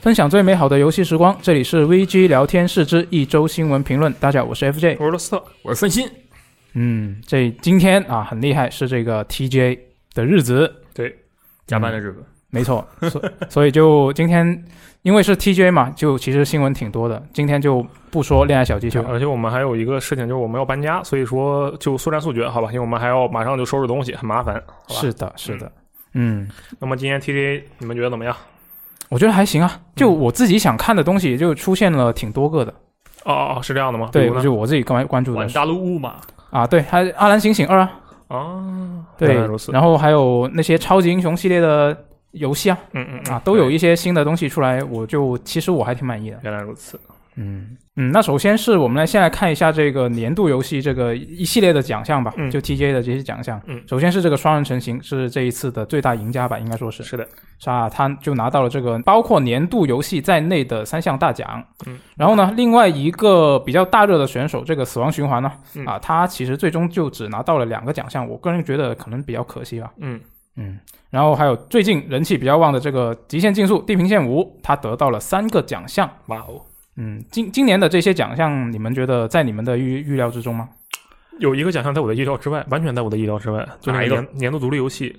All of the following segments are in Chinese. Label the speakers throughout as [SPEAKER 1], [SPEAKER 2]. [SPEAKER 1] 分享最美好的游戏时光，这里是 VG 聊天室之一周新闻评论。大家好，我是 FJ。
[SPEAKER 2] 我是罗斯特，
[SPEAKER 3] 我是分心，
[SPEAKER 1] 嗯，这今天啊很厉害，是这个 TJ 的日子，
[SPEAKER 3] 加班的
[SPEAKER 1] 嗯
[SPEAKER 3] 日子，
[SPEAKER 1] 没错。所 所以就今天，因为是 TJ 嘛，就其实新闻挺多的。今天就不说恋爱小技巧，
[SPEAKER 2] 而且我们还有一个事情，就是我们要搬家，所以说就速战速决，好吧？因为我们还要马上就收拾东西，很麻烦，好吧？
[SPEAKER 1] 是的，是的。嗯，
[SPEAKER 2] 那么今天 TJ 你们觉得怎么样？
[SPEAKER 1] 我觉得还行啊，就
[SPEAKER 2] 嗯
[SPEAKER 1] 我自己想看的东西，也就出现了挺多个的。
[SPEAKER 2] 哦哦，哦是这样的吗？比
[SPEAKER 1] 对
[SPEAKER 2] 如，呢？
[SPEAKER 1] 就我自己关关注的
[SPEAKER 3] 玩大陆物嘛，
[SPEAKER 1] 啊，对，还有《阿兰醒醒二》啊，
[SPEAKER 2] 哦，
[SPEAKER 1] 对
[SPEAKER 2] 原来如，此。
[SPEAKER 1] 然后还有那些超级英雄系列的游戏啊，
[SPEAKER 2] 嗯嗯嗯
[SPEAKER 1] 啊，都有一些新的东西出来，我就其实我还挺满意的。
[SPEAKER 2] 原来如此。
[SPEAKER 1] 嗯嗯，那首先是我们来先来看一下这个年度游戏这个一系列的奖项吧，
[SPEAKER 2] 嗯
[SPEAKER 1] 就 TJ 的这些奖项。
[SPEAKER 2] 嗯
[SPEAKER 1] 首先是这个双人成行是这一次的最大赢家吧，应该说是
[SPEAKER 2] 是的，
[SPEAKER 1] 啊，他就拿到了这个包括年度游戏在内的三项大奖。
[SPEAKER 2] 嗯，
[SPEAKER 1] 然后呢，另外一个比较大热的选手，这个死亡循环呢，
[SPEAKER 2] 嗯
[SPEAKER 1] 啊，他其实最终就只拿到了两个奖项，我个人觉得可能比较可惜吧。
[SPEAKER 2] 嗯，
[SPEAKER 1] 嗯，然后还有最近人气比较旺的这个《极限竞速：地平线五》，它得到了三个奖项。
[SPEAKER 2] 哇哦，
[SPEAKER 1] 嗯，今今年的这些奖项，你们觉得在你们的预预料之中吗？
[SPEAKER 2] 有一个奖项在我的意料之外，完全在我的意料之外，就
[SPEAKER 3] 哪
[SPEAKER 2] 是
[SPEAKER 3] 一个
[SPEAKER 2] 年年度独立游戏。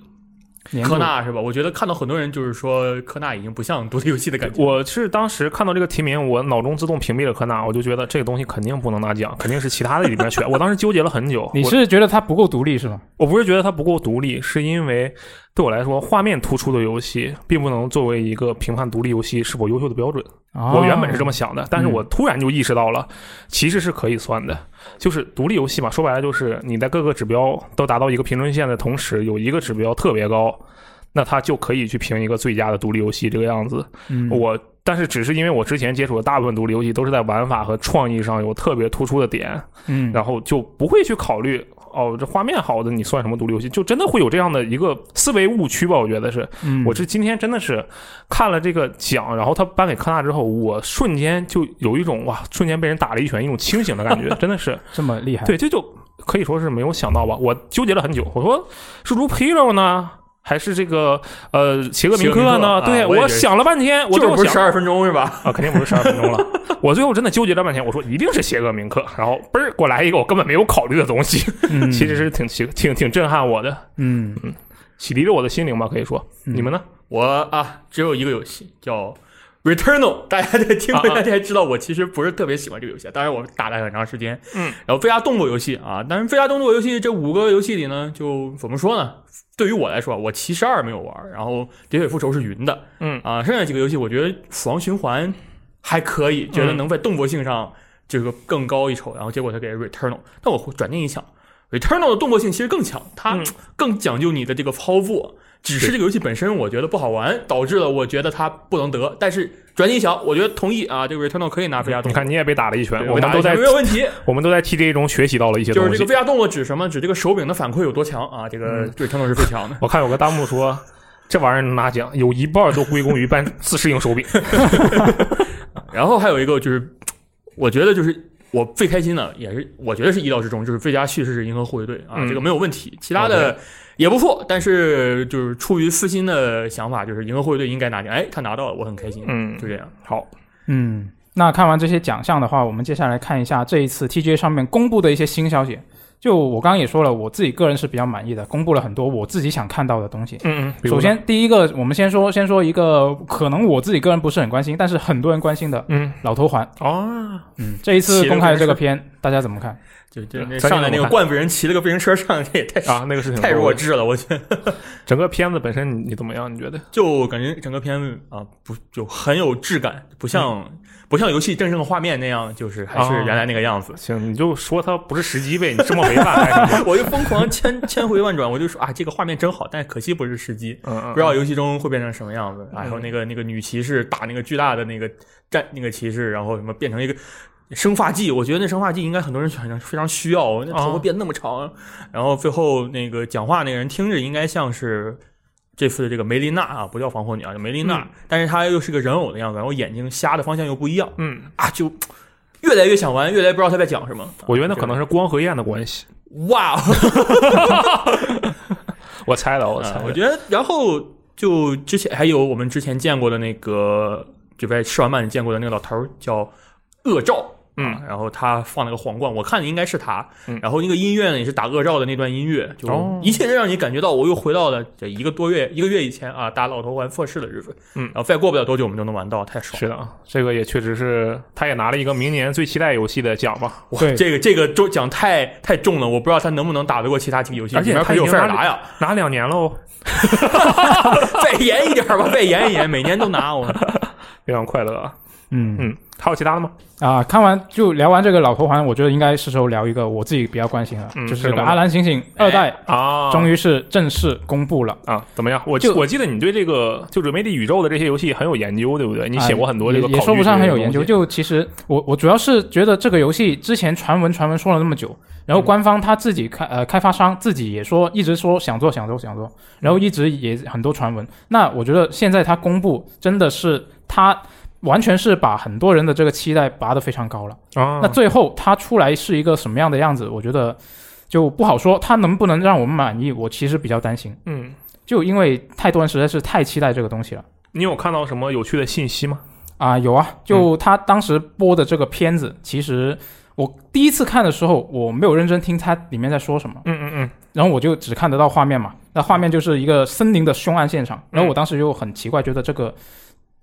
[SPEAKER 1] 年度
[SPEAKER 3] 科纳是吧？我觉得看到很多人就是说科纳已经不像独立游戏的感觉，
[SPEAKER 2] 我是当时看到这个提名，我脑中自动屏蔽了科纳，我就觉得这个东西肯定不能拿奖，肯定是其他的里边选。我当时纠结了很久，
[SPEAKER 1] 你
[SPEAKER 2] 我
[SPEAKER 1] 是觉得它不够独立是吗？
[SPEAKER 2] 我不是觉得它不够独立，是因为对我来说，画面突出的游戏并不能作为一个评判独立游戏是否优秀的标准。
[SPEAKER 1] 啊
[SPEAKER 2] 我原本是这么想的，但是我突然就意识到了，其实是可以算的。就是独立游戏嘛，说白了就是你在各个指标都达到一个平均线的同时，有一个指标特别高，那它就可以去评一个最佳的独立游戏这个样子。
[SPEAKER 1] 嗯
[SPEAKER 2] 我但是只是因为我之前接触的大部分独立游戏都是在玩法和创意上有特别突出的点，
[SPEAKER 1] 嗯，
[SPEAKER 2] 然后就不会去考虑哦，这画面好的你算什么独立游戏？就真的会有这样的一个思维误区吧？我觉得是，
[SPEAKER 1] 嗯
[SPEAKER 2] 我是今天真的是看了这个奖，然后他颁给科纳之后，我瞬间就有一种哇，瞬间被人打了一拳，一种清醒的感 觉，真的是
[SPEAKER 1] 这么厉害，
[SPEAKER 2] 对，这就可以说是没有想到吧？我纠结了很久，我说是如 Hero 呢？还是这个呃，邪恶铭
[SPEAKER 3] 邪恶
[SPEAKER 2] 刻
[SPEAKER 3] 铭刻
[SPEAKER 2] 呢？
[SPEAKER 3] 啊
[SPEAKER 2] 对
[SPEAKER 3] 我也觉得是
[SPEAKER 2] 想了半天，我
[SPEAKER 3] 就
[SPEAKER 2] 这
[SPEAKER 3] 是
[SPEAKER 2] 么
[SPEAKER 3] 不是
[SPEAKER 2] 想
[SPEAKER 3] 十二分钟是吧？
[SPEAKER 2] 啊，肯定不是十二分 钟了。我最后真的纠结了半天，我说一定是邪恶铭刻，然后嘣儿给我来一个我根本没有考虑的东西，
[SPEAKER 1] 嗯
[SPEAKER 2] 其实是挺奇挺挺震撼我的，
[SPEAKER 1] 嗯，
[SPEAKER 2] 洗涤了我的心灵吧，可以说。
[SPEAKER 1] 嗯
[SPEAKER 2] 你们呢？
[SPEAKER 3] 我啊，只有一个游戏叫 Returnal，大家在听过，
[SPEAKER 2] 啊啊
[SPEAKER 3] 大家也知道我其实不是特别喜欢这个游戏，当然我打了很长时间。
[SPEAKER 2] 嗯，
[SPEAKER 3] 然后最佳动作游戏啊，但是最佳动作游戏这五个游戏里呢，就怎么说呢？对于我来说，我七十二没有玩，然后《喋血复仇》是云的，
[SPEAKER 2] 嗯
[SPEAKER 3] 啊，剩下几个游戏我觉得《死亡循环》还可以，觉
[SPEAKER 2] 嗯
[SPEAKER 3] 得能在动作性上这个更高一筹，然后结果他给 Returnal，但我转念一想，Returnal 的动作性其实更强，它
[SPEAKER 2] 嗯
[SPEAKER 3] 更讲究你的这个操作。只是这个游戏本身，我觉得不好玩，导致了我觉得它不能得。但是转念一想，我觉得同意啊，这个 Returnal 可以拿 VR 动
[SPEAKER 2] 你
[SPEAKER 3] 作。
[SPEAKER 2] 看你也被打了一拳，嗯
[SPEAKER 3] 对
[SPEAKER 2] 我们
[SPEAKER 3] 打
[SPEAKER 2] 都在
[SPEAKER 3] 没有问题，
[SPEAKER 2] 我们都在 T J 中学习到了一些
[SPEAKER 3] 就是
[SPEAKER 2] 东
[SPEAKER 3] 这
[SPEAKER 2] 西嗯
[SPEAKER 3] 个。VR 动作指什么？指这个手柄的反馈有多强啊？这个对 Returnal 是最强的。
[SPEAKER 2] 我看有个弹幕说。这玩意儿能拿奖，有一半都归功于办自适应手 柄。
[SPEAKER 3] 然后还有一个就是，我觉得就是我最开心的，也是我觉得是意料之中，就是最佳叙事是《银河护卫队》啊，
[SPEAKER 2] 嗯
[SPEAKER 3] 这个没有问题。其他的也不错，但是就是出于私心的想法，就是《银河护卫队》应该拿奖，哎，他拿到了，我很开心。
[SPEAKER 2] 嗯
[SPEAKER 3] 就这样。
[SPEAKER 2] 好，
[SPEAKER 1] 嗯，那看完这些奖项的话，我们接下来看一下这一次 TJ 上面公布的一些新消息。就我刚刚也说了，我自己个人是比较满意的，公布了很多我自己想看到的东西。
[SPEAKER 2] 嗯嗯。比如
[SPEAKER 1] 首
[SPEAKER 2] 呢，
[SPEAKER 1] 先，第一个，我们先说先说一个可能我自己个人不是很关心，但是很多人关心的
[SPEAKER 2] 嗯，
[SPEAKER 1] 老头环。
[SPEAKER 2] 哦，
[SPEAKER 1] 嗯，这一次公开这个片，大家怎么看？
[SPEAKER 3] 就就
[SPEAKER 2] 嗯
[SPEAKER 3] 那
[SPEAKER 2] 咱
[SPEAKER 3] 上来那
[SPEAKER 2] 就
[SPEAKER 3] 个
[SPEAKER 2] 看
[SPEAKER 3] 罐子人骑了个自行车上去，这也太、
[SPEAKER 2] 啊，那个事情
[SPEAKER 3] 太弱智了，我觉得。
[SPEAKER 2] 整个片子本身你你怎么样？你觉得？
[SPEAKER 3] 就感觉整个片子啊，不就很有质感，不像、不像游戏正正画面那样，就是还是
[SPEAKER 2] 啊
[SPEAKER 3] 原来那个样子。
[SPEAKER 2] 行，你就说它不是时机呗，你这么 违反干什么？
[SPEAKER 3] 我就疯狂千千回万转，我就说啊，这个画面真好，但可惜不是时机，
[SPEAKER 2] 嗯嗯，
[SPEAKER 3] 不知道游戏中会变成什么样子。然后那个那个女骑士打那个巨大的那个战那个骑士，然后什么变成一个生化剂，我觉得那生化剂应该很多人非常非常需要，那头发
[SPEAKER 2] 啊
[SPEAKER 3] 变那么长。然后最后那个讲话那个人听着应该像是。这次的这个梅琳娜啊，不叫防火女啊，叫梅琳娜，
[SPEAKER 2] 嗯
[SPEAKER 3] 但是她又是个人偶的样子，然后眼睛瞎的方向又不一样
[SPEAKER 2] 嗯，
[SPEAKER 3] 啊，就越来越想玩，越来越不知道她在讲什么。
[SPEAKER 2] 我觉得那可能是光和焰的关系，
[SPEAKER 3] 哇，哦
[SPEAKER 2] 我猜的，我
[SPEAKER 3] 啊
[SPEAKER 2] 猜的。
[SPEAKER 3] 我觉得，然后就之前还有我们之前见过的那个就在吃完饭你见过的那个老头儿叫恶兆。
[SPEAKER 2] 嗯
[SPEAKER 3] 啊，然后他放了个皇冠，我看的应该是他。
[SPEAKER 2] 嗯
[SPEAKER 3] 然后那个音乐呢，也是打恶兆的那段音乐，就
[SPEAKER 2] 哦
[SPEAKER 3] 一切让你感觉到我又回到了这一个多月、一个月以前啊，打老头环测试的日子。
[SPEAKER 2] 嗯
[SPEAKER 3] 然后再过不了多久，我们就能玩到，太爽了。
[SPEAKER 2] 是的，啊，这个也确实是，他也拿了一个明年最期待游戏的奖吧。
[SPEAKER 3] 哇，
[SPEAKER 1] 对
[SPEAKER 3] 这个这个就奖太太重了，我不知道他能不能打得过其他几个游戏，
[SPEAKER 2] 而且
[SPEAKER 3] 里面
[SPEAKER 2] 他
[SPEAKER 3] 还有
[SPEAKER 2] 已
[SPEAKER 3] 塞
[SPEAKER 2] 经
[SPEAKER 3] 尔
[SPEAKER 2] 拿
[SPEAKER 3] 达呀，
[SPEAKER 2] 拿两年喽，
[SPEAKER 3] 再延一点吧，再延一延，每年都拿我。
[SPEAKER 2] 非常快乐啊。
[SPEAKER 1] 嗯
[SPEAKER 2] 嗯，还有其他的吗？
[SPEAKER 1] 啊，看完就聊完这个老头环，我觉得应该是时候聊一个我自己比较关心的，
[SPEAKER 2] 嗯
[SPEAKER 1] 就是
[SPEAKER 2] 是
[SPEAKER 1] 这
[SPEAKER 2] 什
[SPEAKER 1] 个
[SPEAKER 2] 么呢
[SPEAKER 1] 阿兰星星二代
[SPEAKER 2] 啊
[SPEAKER 1] 终于是正式公布了。
[SPEAKER 2] 啊，怎么样？我
[SPEAKER 1] 就
[SPEAKER 2] 我记得你对这个就准备地宇宙的这些游戏很有研究，对不对？你
[SPEAKER 1] 啊
[SPEAKER 2] 写过很多这
[SPEAKER 1] 也
[SPEAKER 2] 个考
[SPEAKER 1] 也
[SPEAKER 2] 据
[SPEAKER 1] 说不上很有
[SPEAKER 2] 之类
[SPEAKER 1] 研
[SPEAKER 2] 的
[SPEAKER 1] 究，
[SPEAKER 2] 东西
[SPEAKER 1] 就其实我我主要是觉得这个游戏之前传闻传闻说了那么久，然后
[SPEAKER 2] 嗯
[SPEAKER 1] 官方他自己开呃开发商自己也说一直说想做想做想做，
[SPEAKER 2] 嗯
[SPEAKER 1] 然后一直也很多传闻。那我觉得现在他公布真的是他完全是把很多人的这个期待拔得非常高了。
[SPEAKER 2] 啊。
[SPEAKER 1] 那最后它出来是一个什么样的样子，我觉得就不好说。它能不能让我们满意，我其实比较担心，
[SPEAKER 2] 嗯，
[SPEAKER 1] 就因为太多人实在是太期待这个东西了。
[SPEAKER 2] 你有看到什么有趣的信息吗？
[SPEAKER 1] 啊，有啊，就他当时播的这个片子，其实我第一次看的时候，我没有认真听他里面在说什么，
[SPEAKER 2] 嗯嗯嗯，
[SPEAKER 1] 然后我就只看得到画面嘛。那画面就是一个森林的凶案现场，然后
[SPEAKER 2] 嗯
[SPEAKER 1] 我当时就很奇怪，觉得这个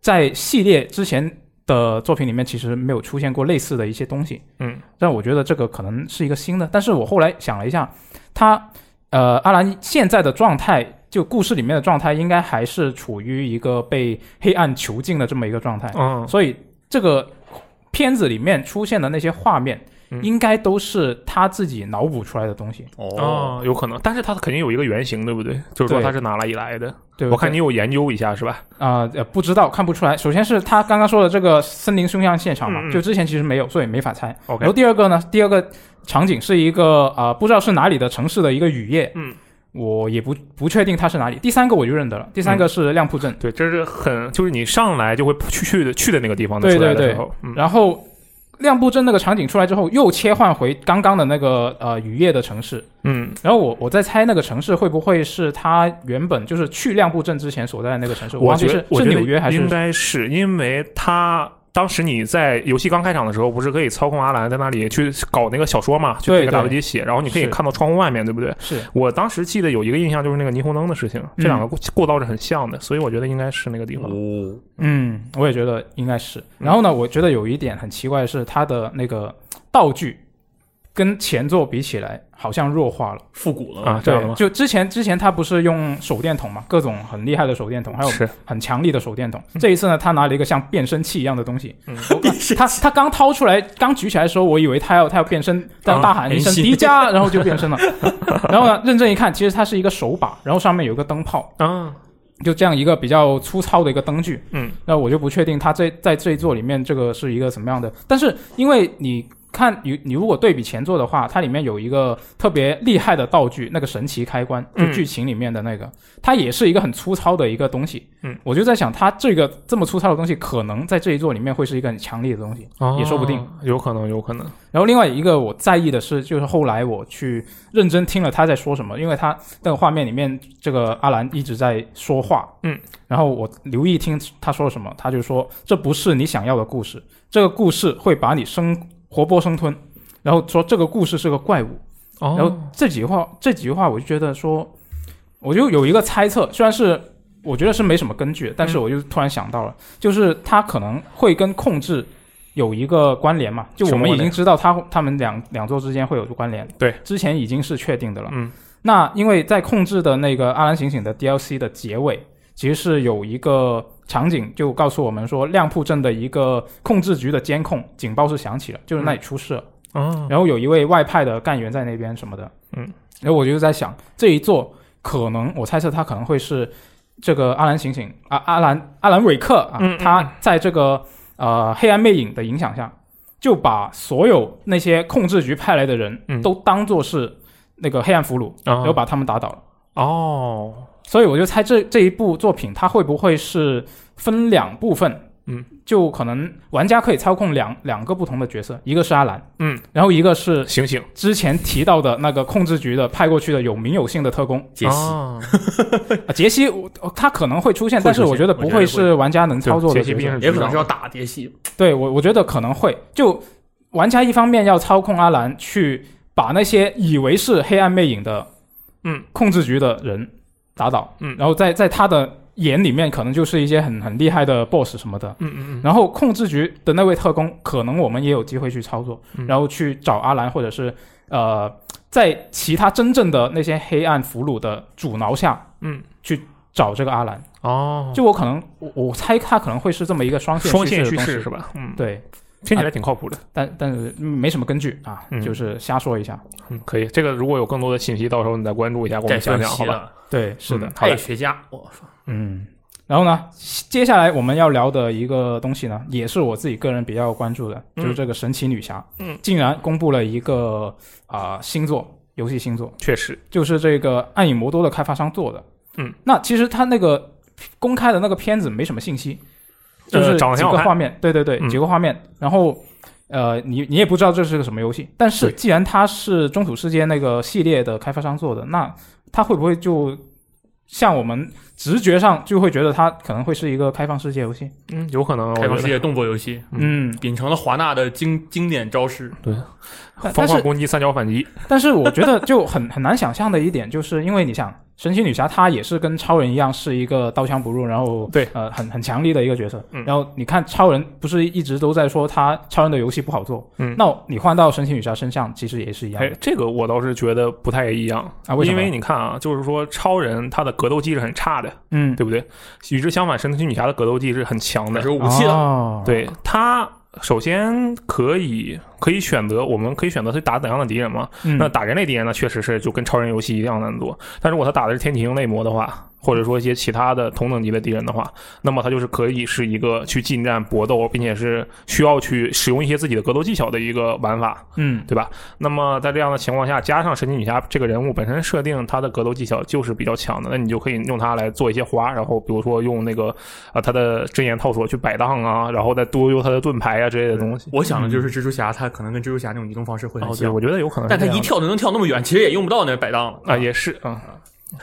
[SPEAKER 1] 在系列之前的作品里面其实没有出现过类似的一些东西。
[SPEAKER 2] 嗯，
[SPEAKER 1] 但我觉得这个可能是一个新的，但是我后来想了一下，他呃，阿兰现在的状态。就故事里面的状态，应该还是处于一个被黑暗囚禁的这么一个状态。
[SPEAKER 2] 嗯
[SPEAKER 1] 所以这个片子里面出现的那些画面，
[SPEAKER 2] 嗯
[SPEAKER 1] 应该都是他自己脑补出来的东西。
[SPEAKER 3] 哦，
[SPEAKER 2] 哦，有可能，但是它肯定有一个原型，对不对？就是说
[SPEAKER 1] 对
[SPEAKER 2] 它是哪里来的？
[SPEAKER 1] 对不对，
[SPEAKER 2] 我看你有研究一下是吧？
[SPEAKER 1] 啊、呃，不知道看不出来。首先是他刚刚说的这个森林凶案现场嘛，
[SPEAKER 2] 嗯嗯
[SPEAKER 1] 就之前其实没有，所以没法猜。
[SPEAKER 2] OK
[SPEAKER 1] 然后第二个呢，第二个场景是一个啊、呃不知道是哪里的城市的一个雨夜，
[SPEAKER 2] 嗯，
[SPEAKER 1] 我也不不确定它是哪里。第三个我就认得了，第三个
[SPEAKER 2] 嗯
[SPEAKER 1] 是亮铺镇，
[SPEAKER 2] 对，这是很就是你上来就会去去的去的那个地方的
[SPEAKER 1] 对
[SPEAKER 2] 出来
[SPEAKER 1] 对
[SPEAKER 2] 的
[SPEAKER 1] 对呃
[SPEAKER 2] 时候，嗯
[SPEAKER 1] 然后亮铺镇那个场景出来之后，又切换回刚刚的那个呃雨夜的城市，
[SPEAKER 2] 嗯，
[SPEAKER 1] 然后我我在猜那个城市会不会是他原本就是去亮布镇之前所在的那个城市？
[SPEAKER 2] 我
[SPEAKER 1] 忘
[SPEAKER 2] 觉
[SPEAKER 1] 记
[SPEAKER 2] 得
[SPEAKER 1] 是
[SPEAKER 2] 我
[SPEAKER 1] 是
[SPEAKER 2] 觉得
[SPEAKER 1] 纽约还
[SPEAKER 2] 应
[SPEAKER 1] 是？
[SPEAKER 2] 该是因为它当时你在游戏刚开场的时候，不是可以操控阿兰在那里去搞那个小说嘛，去
[SPEAKER 1] 对
[SPEAKER 2] 那个
[SPEAKER 1] 对
[SPEAKER 2] 打字机写，然后你可以
[SPEAKER 1] 是
[SPEAKER 2] 看到窗户外面，对不对？
[SPEAKER 1] 是
[SPEAKER 2] 我当时记得有一个印象就是那个霓虹灯的事情，这两个过过道是很像的，所以我觉得应该是那个地方。
[SPEAKER 3] 哦，
[SPEAKER 1] 嗯，我也觉得应该
[SPEAKER 2] 嗯
[SPEAKER 1] 是。然后呢，我觉得有一点很奇怪的是，它的那个道具跟前作比起来好像弱化了。
[SPEAKER 3] 复古了
[SPEAKER 2] 啊这样的
[SPEAKER 1] 对，
[SPEAKER 2] 吗
[SPEAKER 1] 就之前之前他不是用手电筒嘛，各种很厉害的手电筒，还有
[SPEAKER 2] 是
[SPEAKER 1] 很强力的手电筒。这一次呢，他拿了一个像变声器一样的东西。
[SPEAKER 2] 嗯
[SPEAKER 1] 我他他刚掏出来，刚举起来的时候，我以为他要他要变身，但
[SPEAKER 2] 啊
[SPEAKER 1] 大喊一声“
[SPEAKER 3] 变形
[SPEAKER 1] 迪迦”，然后就变身了。然后呢，认真一看，其实它是一个手把，然后上面有一个灯泡，
[SPEAKER 2] 啊，
[SPEAKER 1] 就这样一个比较粗糙的一个灯具。
[SPEAKER 2] 嗯，
[SPEAKER 1] 那我就不确定它这在这一座里面这个是一个什么样的，但是因为你。看你，你如果对比前作的话，它里面有一个特别厉害的道具，那个神奇开关，就
[SPEAKER 2] 嗯
[SPEAKER 1] 剧情里面的那个，它也是一个很粗糙的一个东西。
[SPEAKER 2] 嗯，
[SPEAKER 1] 我就在想，它这个这么粗糙的东西，可能在这一座里面会是一个很强力的东西。也说不定
[SPEAKER 2] 哦，有可能，有可能。
[SPEAKER 1] 然后另外一个我在意的是，就是后来我去认真听了他在说什么，因为他那个画面里面，这个阿兰一直在说话，
[SPEAKER 2] 嗯，
[SPEAKER 1] 然后我留意听他说了什么，他就说这不是你想要的故事，这个故事会把你生活剥生吞，然后说这个故事是个怪物，
[SPEAKER 2] 哦
[SPEAKER 1] 然后这几句话，这几句话我就觉得说，我就有一个猜测，虽然是我觉得是没什么根据，但是我就突然想到了，就是它可能会跟控制有一个关联嘛，就我
[SPEAKER 2] 什么
[SPEAKER 1] 们
[SPEAKER 2] 关
[SPEAKER 1] 已
[SPEAKER 2] 联
[SPEAKER 1] 经知道它他们两两座之间会有关联，
[SPEAKER 2] 对，
[SPEAKER 1] 之前已经是确定的了。
[SPEAKER 2] 嗯，
[SPEAKER 1] 那因为在控制的那个《阿兰醒醒》的 DLC 的结尾，其实是有一个场景就告诉我们说，亮铺镇的一个控制局的监控警报是响起了，就是那里出事了。
[SPEAKER 2] 啊，
[SPEAKER 1] 然后有一位外派的干员在那边什么的，
[SPEAKER 2] 嗯，
[SPEAKER 1] 然后我就在想这一座可能我猜测他可能会是这个阿兰醒醒啊，阿兰阿兰韦克啊，
[SPEAKER 2] 嗯嗯嗯
[SPEAKER 1] 他在这个呃黑暗魅影的影响下，就把所有那些控制局派来的人
[SPEAKER 2] 嗯
[SPEAKER 1] 都当做是那个黑暗俘虏，
[SPEAKER 2] 然
[SPEAKER 1] 然后把他们打倒了。
[SPEAKER 2] 嗯哦，
[SPEAKER 1] 所以我就猜这这一部作品它会不会是分两部分
[SPEAKER 2] 嗯，
[SPEAKER 1] 就可能玩家可以操控两两个不同的角色，一个是阿兰，
[SPEAKER 2] 嗯，
[SPEAKER 1] 然后一个是
[SPEAKER 2] 醒醒，
[SPEAKER 1] 之前提到的那个控制局的派过去的有名有姓的特工
[SPEAKER 3] 杰西，
[SPEAKER 2] 啊
[SPEAKER 1] 啊，杰西，我他可能会出现，
[SPEAKER 2] 会
[SPEAKER 1] 但是
[SPEAKER 2] 出现
[SPEAKER 1] 我觉得
[SPEAKER 2] 我
[SPEAKER 1] 不
[SPEAKER 2] 觉得会
[SPEAKER 1] 会是玩家能操作的
[SPEAKER 2] 杰西
[SPEAKER 1] 角
[SPEAKER 2] 毕竟
[SPEAKER 1] 色。
[SPEAKER 2] 是
[SPEAKER 3] 也可能
[SPEAKER 2] 知
[SPEAKER 3] 是
[SPEAKER 2] 道
[SPEAKER 3] 要
[SPEAKER 2] 的
[SPEAKER 3] 打杰西，
[SPEAKER 1] 对我，我觉得可能会就玩家一方面要操控阿兰去把那些以为是黑暗魅影的
[SPEAKER 2] 嗯
[SPEAKER 1] 控制局的人打倒，
[SPEAKER 2] 嗯
[SPEAKER 1] 然后在在他的眼里面可能就是一些很很厉害的 BOSS 什么的。
[SPEAKER 2] 嗯嗯嗯，
[SPEAKER 1] 然后控制局的那位特工，可能我们也有机会去操作，
[SPEAKER 2] 嗯
[SPEAKER 1] 然后去找阿兰，或者是呃，在其他真正的那些黑暗俘虏的阻挠下，
[SPEAKER 2] 嗯，
[SPEAKER 1] 去找这个阿兰。
[SPEAKER 2] 哦，
[SPEAKER 1] 就我可能我我猜他可能会是这么一个双线
[SPEAKER 2] 双线
[SPEAKER 1] 叙
[SPEAKER 2] 叙
[SPEAKER 1] 事的
[SPEAKER 2] 事
[SPEAKER 1] 东西
[SPEAKER 2] 是吧？嗯，，
[SPEAKER 1] 对，
[SPEAKER 2] 听起来挺靠谱的。
[SPEAKER 1] 但但是没什么根据啊，
[SPEAKER 2] 嗯
[SPEAKER 1] 就是瞎说一下。
[SPEAKER 2] 嗯，可以。这个如果有更多的信息，到时候你再关注一下，我
[SPEAKER 3] 再
[SPEAKER 2] 们讲
[SPEAKER 3] 分
[SPEAKER 2] 讲好
[SPEAKER 3] 析
[SPEAKER 2] 吧？
[SPEAKER 3] 了，
[SPEAKER 1] 对，是的
[SPEAKER 2] 嗯，好
[SPEAKER 3] 他
[SPEAKER 2] 的
[SPEAKER 3] 也学家，我操，
[SPEAKER 1] 嗯。然后呢，接下来我们要聊的一个东西呢，也是我自己个人比较关注的，
[SPEAKER 2] 嗯
[SPEAKER 1] 就是这个神奇女侠，
[SPEAKER 2] 嗯，
[SPEAKER 1] 竟然公布了一个啊、新作，游戏新作，
[SPEAKER 2] 确实，
[SPEAKER 1] 就是这个《暗影魔多》的开发商做的，
[SPEAKER 2] 嗯，
[SPEAKER 1] 那其实他那个公开的那个片子没什么信息，就
[SPEAKER 2] 呃
[SPEAKER 1] 是
[SPEAKER 2] 长得
[SPEAKER 1] 几
[SPEAKER 2] 挺好
[SPEAKER 1] 个
[SPEAKER 2] 看
[SPEAKER 1] 画面，对对对，
[SPEAKER 2] 嗯
[SPEAKER 1] 几个画面，然后呃，你你也不知道这是个什么游戏，但是
[SPEAKER 2] 对
[SPEAKER 1] 既然它是中土世界那个系列的开发商做的，那它会不会就像我们直觉上就会觉得它可能会是一个开放世界游戏？
[SPEAKER 2] 嗯，有可能。我
[SPEAKER 3] 开
[SPEAKER 2] 觉
[SPEAKER 3] 放世
[SPEAKER 2] 得
[SPEAKER 3] 界动作游戏，
[SPEAKER 1] 嗯，
[SPEAKER 3] 秉承了华纳的经经典招式，
[SPEAKER 1] 但
[SPEAKER 2] 方
[SPEAKER 1] 但
[SPEAKER 2] 块
[SPEAKER 1] 是
[SPEAKER 2] 攻击、三角反击，
[SPEAKER 1] 但是我觉得就很很难想象的一点，就是因为你想。神奇女侠她也是跟超人一样，是一个刀枪不入，然后
[SPEAKER 2] 对
[SPEAKER 1] 呃很很强力的一个角色。
[SPEAKER 2] 嗯
[SPEAKER 1] 然后你看超人不是一直都在说他超人的游戏不好做，
[SPEAKER 2] 嗯
[SPEAKER 1] 那你换到神奇女侠身上其实也是一样的
[SPEAKER 2] 哎，这个我倒是觉得不太一样
[SPEAKER 1] 嗯啊为什
[SPEAKER 2] 因
[SPEAKER 1] 么
[SPEAKER 2] 为你看啊，就是说超人他的格斗技是很差的，
[SPEAKER 1] 嗯，
[SPEAKER 2] 对不对？与之相反，神奇女侠的格斗技是很强
[SPEAKER 3] 那
[SPEAKER 2] 的
[SPEAKER 3] 是。有武器的，
[SPEAKER 1] 哦，
[SPEAKER 2] 啊对他，首先可以可以选择，我们可以选择去打怎样的敌人嘛？
[SPEAKER 1] 嗯，
[SPEAKER 2] 那打人类敌人呢，确实是就跟超人游戏一样难做。但如果他打的是天启星内魔的话，或者说一些其他的同等级的敌人的话，那么他就是可以是一个去近战搏斗，并且是需要去使用一些自己的格斗技巧的一个玩法，
[SPEAKER 1] 嗯
[SPEAKER 2] 对吧？那么在这样的情况下，加上神奇女侠这个人物本身设定，她的格斗技巧就是比较强的，那你就可以用它来做一些花，然后比如说用那个呃她的真言套索去摆荡啊，然后再多用她的盾牌啊之类的东西。
[SPEAKER 3] 我想的就是蜘蛛侠，他可能跟蜘蛛侠那种移动方式会
[SPEAKER 2] 嗯哦
[SPEAKER 3] 很，
[SPEAKER 2] 对，啊
[SPEAKER 3] 像，
[SPEAKER 2] 我觉得有可能是
[SPEAKER 3] 但
[SPEAKER 2] 这
[SPEAKER 3] 他
[SPEAKER 2] 样的。
[SPEAKER 3] 一跳就能跳那么远，其实也用不到那摆荡了。
[SPEAKER 2] 啊，也是啊，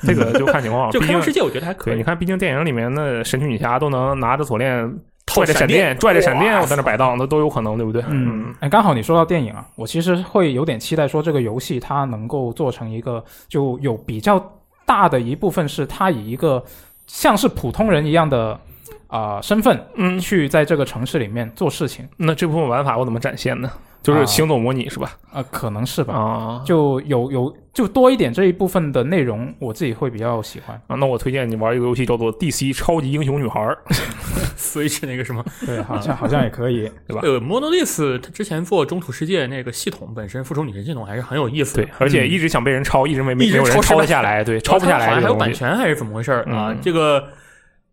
[SPEAKER 2] 这个就看情况
[SPEAKER 3] 就
[SPEAKER 2] 毕
[SPEAKER 3] 开
[SPEAKER 2] 竟
[SPEAKER 3] 放世界，我觉得还可
[SPEAKER 2] 对，
[SPEAKER 3] 以
[SPEAKER 2] 你。看，毕竟电影里面的神奇女侠都能拿着锁链
[SPEAKER 3] 套
[SPEAKER 2] 拽着闪
[SPEAKER 3] 闪电
[SPEAKER 2] 电，拽着闪电
[SPEAKER 3] 哇
[SPEAKER 2] 我在那摆荡，那都有可能，对不对？
[SPEAKER 1] 嗯，，哎，刚好你说到电影啊，我其实会有点期待说这个游戏它能够做成一个就有比较大的一部分是它以一个像是普通人一样的啊、呃身份
[SPEAKER 2] 嗯，
[SPEAKER 1] 去在这个城市里面做事情，
[SPEAKER 2] 那这部分玩法我怎么展现呢？就是行走模拟是吧？
[SPEAKER 1] 呃，可能是吧，
[SPEAKER 2] 啊。
[SPEAKER 1] 就有有就多一点这一部分的内容，我自己会比较喜欢。
[SPEAKER 2] 啊，那我推荐你玩一个游戏，叫做《DC 超级英雄女孩》，
[SPEAKER 3] Switch 那个什么，
[SPEAKER 1] 对，好 像好像也可以。
[SPEAKER 2] 吧
[SPEAKER 3] 呃，Monolith 他之前做中土世界那个系统本身，复仇女神系统还是很有意思的。
[SPEAKER 2] 对， 而且一直想被人抄，一直没没
[SPEAKER 3] 一直
[SPEAKER 2] 有人
[SPEAKER 3] 抄
[SPEAKER 2] 抄得
[SPEAKER 3] 下
[SPEAKER 2] 下
[SPEAKER 3] 来
[SPEAKER 2] 来，对，
[SPEAKER 3] 然
[SPEAKER 2] 抄
[SPEAKER 3] 后
[SPEAKER 2] 不
[SPEAKER 3] 它
[SPEAKER 2] 下来
[SPEAKER 3] 好像
[SPEAKER 2] 这
[SPEAKER 3] 还
[SPEAKER 2] 个
[SPEAKER 3] 有
[SPEAKER 2] 东
[SPEAKER 3] 版
[SPEAKER 2] 西。
[SPEAKER 3] 权还是怎么回事儿啊
[SPEAKER 2] 嗯？
[SPEAKER 3] 这个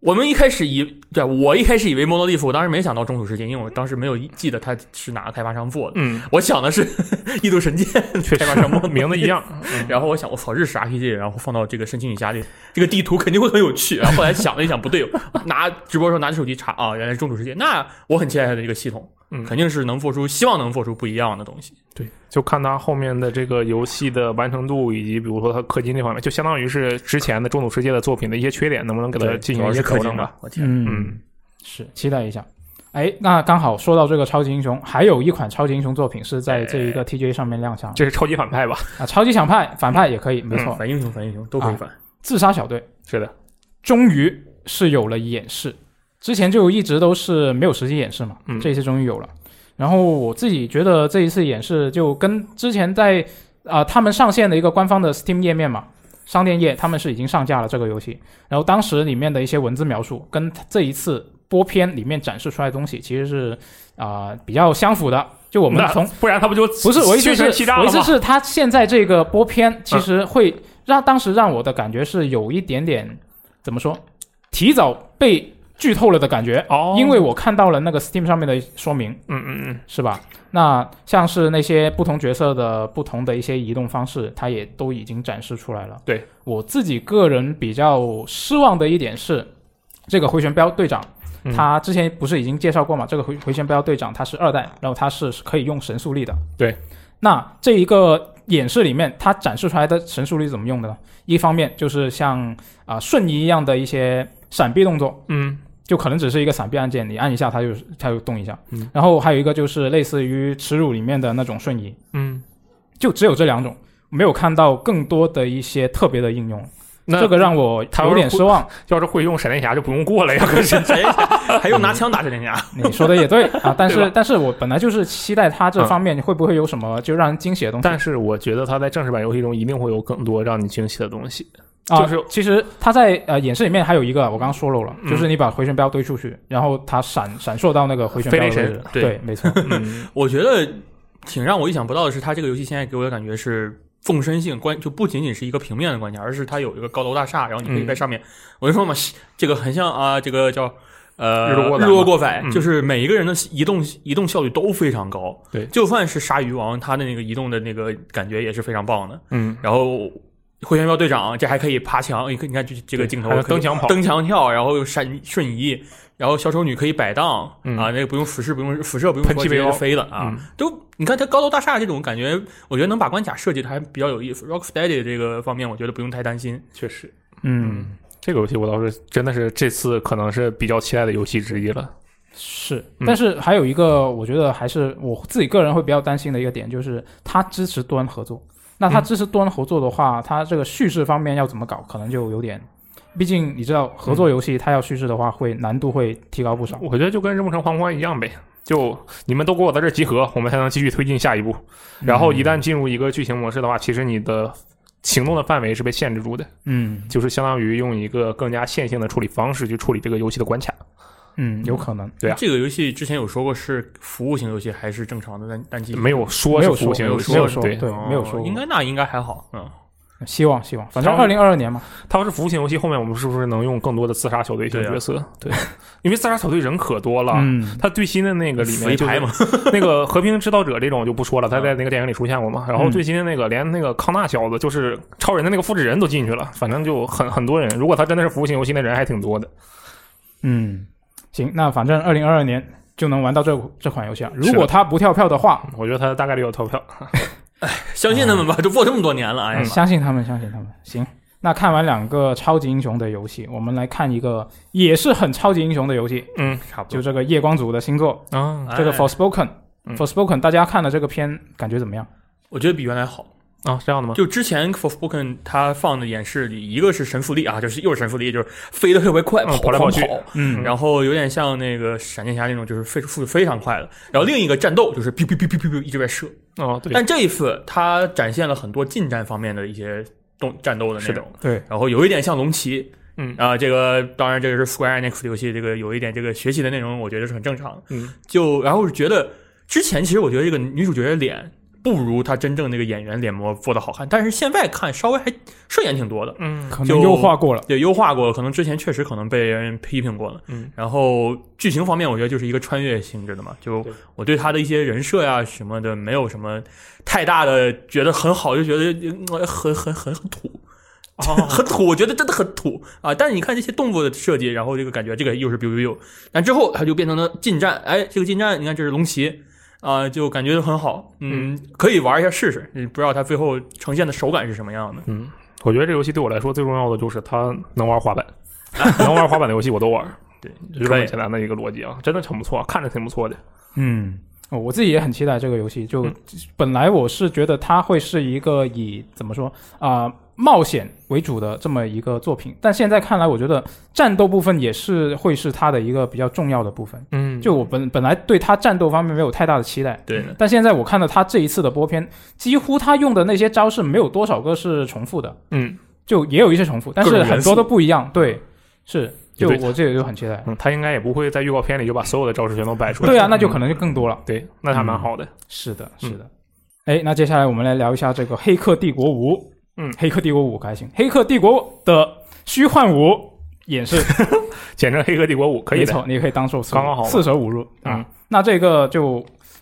[SPEAKER 3] 我们一开始以对我一开始以为 Monolith，我当时没想到中土世界，因为我当时没有记得它是哪个开发商做的，
[SPEAKER 2] 嗯，
[SPEAKER 3] 我想的是 异度 神剑
[SPEAKER 2] 确
[SPEAKER 3] 开发商
[SPEAKER 2] 实，名字一样。
[SPEAKER 3] 然后我想，我哦操，日式 RPG，然后放到这个神奇女侠里，这个地图肯定会很有趣。啊然后后来想了一想，不对，拿直播的时候拿起手机查啊，原来是中土世界。那我很期待它的一个系统，
[SPEAKER 2] 嗯
[SPEAKER 3] 肯定是能做出，希望能做出不一样的东西。
[SPEAKER 2] 对，就看它后面的这个游戏的完成度，以及比如说它氪金这方面，就相当于是之前的中土世界的作品的一些缺点，能不能给它进行一些
[SPEAKER 3] 科
[SPEAKER 2] 调
[SPEAKER 3] 技
[SPEAKER 2] 整吧？。
[SPEAKER 3] 我天，
[SPEAKER 1] 嗯
[SPEAKER 2] 嗯，
[SPEAKER 1] 是期待一下。哎，那刚好说到这个超级英雄，还有一款超级英雄作品是在这一个 TGA 上面亮相的
[SPEAKER 2] 这是超级反派吧？
[SPEAKER 1] 啊，超级反派反派也可以，没错，
[SPEAKER 3] 反英雄，反英雄都可以
[SPEAKER 2] 啊
[SPEAKER 3] 反。
[SPEAKER 1] 自杀小队
[SPEAKER 2] 是的，
[SPEAKER 1] 终于是有了演示，之前就一直都是没有实际演示嘛，
[SPEAKER 2] 嗯
[SPEAKER 1] 这一次终于有了。然后我自己觉得这一次演示就跟之前在啊、他们上线的一个官方的 Steam 页面嘛，商店页他们是已经上架了这个游戏，然后当时里面的一些文字描述跟这一次播片里面展示出来的东西其实是啊、比较相符的。就我
[SPEAKER 2] 我
[SPEAKER 1] 们从
[SPEAKER 2] 不然他不就
[SPEAKER 1] 不是，我意思
[SPEAKER 2] 宣传
[SPEAKER 1] 是
[SPEAKER 2] 欺诈，
[SPEAKER 1] 我意
[SPEAKER 2] 了
[SPEAKER 1] 思
[SPEAKER 2] 吗？
[SPEAKER 1] 是他现在这个播片其实会让、当时让我的感觉是有一点点怎么说，提早被剧透了的感觉，
[SPEAKER 2] 哦
[SPEAKER 1] 因为我看到了那个 Steam 上面的说明，
[SPEAKER 2] 嗯嗯嗯，
[SPEAKER 1] 是吧？那像是那些不同角色的不同的一些移动方式，它也都已经展示出来了。
[SPEAKER 2] 对
[SPEAKER 1] 我自己个人比较失望的一点是，这个回旋镖队长
[SPEAKER 2] 嗯
[SPEAKER 1] 他之前不是已经介绍过嘛？这个回回旋镖队长他是二代，然后他是可以用神速力的。
[SPEAKER 2] 对，
[SPEAKER 1] 那这一个演示里面，他展示出来的神速力怎么用的呢？一方面就是像啊、瞬移一样的一些闪避动作，
[SPEAKER 2] 嗯
[SPEAKER 1] 就可能只是一个闪避按键，你按一下它就它就动一下。
[SPEAKER 2] 嗯
[SPEAKER 1] 然后还有一个就是类似于耻辱里面的那种瞬移，
[SPEAKER 2] 嗯，
[SPEAKER 1] 就只有这两种，没有看到更多的一些特别的应用。
[SPEAKER 2] 那
[SPEAKER 1] 这个让我
[SPEAKER 2] 他
[SPEAKER 1] 有点失望。
[SPEAKER 2] 要是会用闪电侠就不用过 了呀。可 是，
[SPEAKER 3] 谁 还用拿枪打闪电侠？
[SPEAKER 1] 你说的也 对啊，但
[SPEAKER 2] 对
[SPEAKER 1] 是但是我本来就是期待它这方面会不会有什么就让人惊喜的东西。
[SPEAKER 2] 但是我觉得他在正式版游戏中一定会有更多让你惊喜的 东西。
[SPEAKER 1] 啊，
[SPEAKER 2] 就是
[SPEAKER 1] 其实它在呃演示里面还有一个我刚刚说漏了，
[SPEAKER 2] 嗯
[SPEAKER 1] 就是你把回旋镖堆出去，然后它闪闪烁到那个回旋镖的
[SPEAKER 2] 飞雷
[SPEAKER 1] 位
[SPEAKER 2] 神
[SPEAKER 1] 置，
[SPEAKER 3] 对
[SPEAKER 1] 对，没错。
[SPEAKER 2] 嗯
[SPEAKER 3] 我觉得挺让我意想不到的是，它这个游戏现在给我的感觉是纵深性关，就不仅仅是一个平面的关键，而是它有一个高楼大厦，然后你可
[SPEAKER 2] 嗯
[SPEAKER 3] 以在上面。我就说嘛，西这个很像啊，这个叫呃
[SPEAKER 2] 日落过载嘛
[SPEAKER 3] 过载
[SPEAKER 2] 嗯
[SPEAKER 3] 就是每一个人的移动移动效率都非常高。
[SPEAKER 2] 对
[SPEAKER 3] 就算是鲨鱼王，他的那个移动的那个感觉也是非常棒的。
[SPEAKER 2] 嗯，
[SPEAKER 3] 然后。回旋镖队长，这还可以爬墙，哎你看，你看这这个镜头
[SPEAKER 2] 还有
[SPEAKER 3] 可以
[SPEAKER 2] 蹬墙跑
[SPEAKER 3] 蹬墙跳，然后闪瞬移，然后小丑女可以摆荡、
[SPEAKER 2] 嗯
[SPEAKER 3] 啊，那个不用俯视，不用辐射，不用
[SPEAKER 2] 喷气
[SPEAKER 3] 说直接
[SPEAKER 2] 背包
[SPEAKER 3] 是飞的啊，
[SPEAKER 2] 嗯
[SPEAKER 3] 都你看它高楼大厦这种感觉，我觉得能把关卡设计的还比较有意思。Rocksteady 这个方面，我觉得不用太担心。
[SPEAKER 2] 确实，
[SPEAKER 1] 嗯，
[SPEAKER 2] 这个游戏我倒是真的是这次可能是比较期待的游戏之一了。
[SPEAKER 1] 是
[SPEAKER 2] 嗯，
[SPEAKER 1] 但是还有一个，我觉得还是我自己个人会比较担心的一个点，就是它支持端合作。那它
[SPEAKER 2] 嗯
[SPEAKER 1] 支持端合作的话，它这个叙事方面要怎么搞，可能就有点，毕竟你知道合作游戏它要叙事的话，会难度会提高不少。
[SPEAKER 2] 我觉得就跟《任务城黄昏》一样呗，就你们都给我在这儿集合，我们才能继续推进下一步。然后一
[SPEAKER 1] 嗯
[SPEAKER 2] 旦进入一个剧情模式的话，其实你的行动的范围是被限制住的，
[SPEAKER 1] 嗯
[SPEAKER 2] 就是相当于用一个更加线性的处理方式去处理这个游戏的关卡。
[SPEAKER 1] 嗯，有可能。
[SPEAKER 2] 对啊
[SPEAKER 3] 这个游戏之前有说过是服务型游戏还是正常的单单机？
[SPEAKER 2] 没有
[SPEAKER 1] 嗯没
[SPEAKER 2] 说是
[SPEAKER 1] 有
[SPEAKER 2] 服务
[SPEAKER 1] 说
[SPEAKER 2] 型游戏，
[SPEAKER 1] 没有说
[SPEAKER 2] 对，
[SPEAKER 1] 对
[SPEAKER 3] 哦
[SPEAKER 1] 没有说过
[SPEAKER 3] 应该那应该还好。嗯，
[SPEAKER 1] 希望希望，反正
[SPEAKER 2] 然后
[SPEAKER 1] 二零二二年嘛，
[SPEAKER 2] 它要是服务型游戏，后面我们是不是能用更多的自杀小队型
[SPEAKER 3] 对啊
[SPEAKER 2] 角色？对，因为自杀小队人可多了。
[SPEAKER 1] 嗯，
[SPEAKER 2] 他最新的那个里面
[SPEAKER 3] 一
[SPEAKER 2] 就是
[SPEAKER 3] 排嘛，
[SPEAKER 2] 那个和平制造者这种我就不说了，他在那个电影里出现过嘛。然后
[SPEAKER 1] 嗯
[SPEAKER 2] 最新的那个连那个康纳小子，就是超人的那个复制人都进去了，反正就很很多人。如果他真的是服务型游戏，那人还挺多的。
[SPEAKER 1] 嗯，行，那反正二零二二年就能玩到这这款游戏了。啊
[SPEAKER 2] 是
[SPEAKER 1] 如果它不跳票的话，
[SPEAKER 2] 我觉得他大概率要投票。
[SPEAKER 3] 相信他
[SPEAKER 2] 嗯
[SPEAKER 3] 们吧，都做这么多年了，哎呀
[SPEAKER 1] 嗯
[SPEAKER 3] 妈，
[SPEAKER 1] 相信他们，相信他们。行，那看完两个超级英雄的游戏，我们来看一个也是很超级英雄的游戏，
[SPEAKER 2] 嗯
[SPEAKER 3] 差不
[SPEAKER 1] 就
[SPEAKER 3] 多。
[SPEAKER 1] 这个夜光族的新作，
[SPEAKER 2] 啊
[SPEAKER 1] 这个
[SPEAKER 3] 哎
[SPEAKER 1] Forspoken。
[SPEAKER 2] 嗯
[SPEAKER 1] Forspoken，大家看了这个片感觉怎么样？
[SPEAKER 3] 我觉得比原来好。
[SPEAKER 2] 啊，这样的吗？
[SPEAKER 3] 就之前 Forspoken 他放的演示里，一个是神复力啊，就是又是神复力，就是飞得特别快，
[SPEAKER 2] 嗯
[SPEAKER 3] 跑
[SPEAKER 2] 跑来跑
[SPEAKER 3] 狂
[SPEAKER 2] 去
[SPEAKER 1] 嗯
[SPEAKER 3] 然后有点像那个闪电侠那种，就是飞速度非常快的。然后另一个战斗就是哔哔哔哔哔哔一直在射，
[SPEAKER 2] 哦，对，
[SPEAKER 3] 但这一次他展现了很多近战方面的一些动战斗的
[SPEAKER 2] 是
[SPEAKER 3] 内
[SPEAKER 2] 的
[SPEAKER 3] 容，
[SPEAKER 1] 对，
[SPEAKER 3] 然后有一点像龙骑。
[SPEAKER 2] 嗯
[SPEAKER 3] 啊、这个当然，这个是 Square Enix 的游戏，这个有一点这个学习的内容，我觉得是很正常的。
[SPEAKER 2] 嗯，
[SPEAKER 3] 就然后我觉得之前其实我觉得这个女主角的脸不如她真正那个演员脸模做的好看，但是现在看稍微还顺眼挺多的。
[SPEAKER 2] 嗯
[SPEAKER 1] 可
[SPEAKER 3] 就
[SPEAKER 1] 能优化过了。
[SPEAKER 3] 也优化过，可能之前确实可能被人批评过了。
[SPEAKER 2] 嗯，
[SPEAKER 3] 然后剧情方面，我觉得就是一个穿越性质的嘛，就
[SPEAKER 2] 对
[SPEAKER 3] 我对他的一些人设呀、什么的，没有什么太大的觉得很好，就觉得嗯很很很很土。
[SPEAKER 2] 哦嗯
[SPEAKER 3] 很土，我觉得真的很土啊！但是你看这些动作的设计，然后这个感觉，这个又是 biu biu biu，但之后它就变成了近战，哎，这个近战，你看这是龙骑啊、就感觉很好，嗯，可以玩一下试试，你不知道它最后呈现的手感是什么样的。
[SPEAKER 2] 嗯，我觉得这游戏对我来说最重要的就是它能玩 滑板，能玩滑板的游戏我都玩。
[SPEAKER 3] 对，
[SPEAKER 2] 就这
[SPEAKER 3] 可
[SPEAKER 2] 么
[SPEAKER 3] 以
[SPEAKER 2] 简单的一个逻辑啊，真的挺不错，看着挺不错的。
[SPEAKER 1] 嗯，哦我自己也很期待这个游戏。就
[SPEAKER 2] 嗯
[SPEAKER 1] 本来我是觉得它会是一个以怎么说啊、冒险为主的这么一个作品，但现在看来，我觉得战斗部分也是会是它的一个比较重要的部分。
[SPEAKER 2] 嗯
[SPEAKER 1] 就我本本来对它战斗方面没有太大的期待，
[SPEAKER 3] 对的，
[SPEAKER 1] 但现在我看到他这一次的播片，几乎他用的那些招式没有多少个是重复的，
[SPEAKER 2] 嗯
[SPEAKER 1] 就也有一些重复，但
[SPEAKER 3] 各
[SPEAKER 1] 是
[SPEAKER 3] 种元
[SPEAKER 1] 很
[SPEAKER 3] 素
[SPEAKER 1] 多都不一样。对，是，
[SPEAKER 2] 也
[SPEAKER 1] 就
[SPEAKER 2] 对
[SPEAKER 1] 我这个就很期待。
[SPEAKER 2] 嗯，他应该也不会在预告片里就把所有的招式全都摆出来。
[SPEAKER 1] 对啊，那就
[SPEAKER 2] 嗯
[SPEAKER 1] 可能就更多了。
[SPEAKER 2] 对，那还蛮好的。
[SPEAKER 1] 是的，是
[SPEAKER 2] 嗯
[SPEAKER 1] 的。哎，那接下来我们来聊一下这个《黑客帝国五》。
[SPEAKER 2] 嗯
[SPEAKER 1] 黑客帝国五》还行，《黑客帝国》的虚幻五演示
[SPEAKER 2] 简称《黑客帝国五》 可以
[SPEAKER 1] 没
[SPEAKER 2] 的。
[SPEAKER 1] 错，你可以当做
[SPEAKER 2] 刚刚好嘛
[SPEAKER 1] 四舍五入啊、
[SPEAKER 2] 嗯
[SPEAKER 1] 那这个就，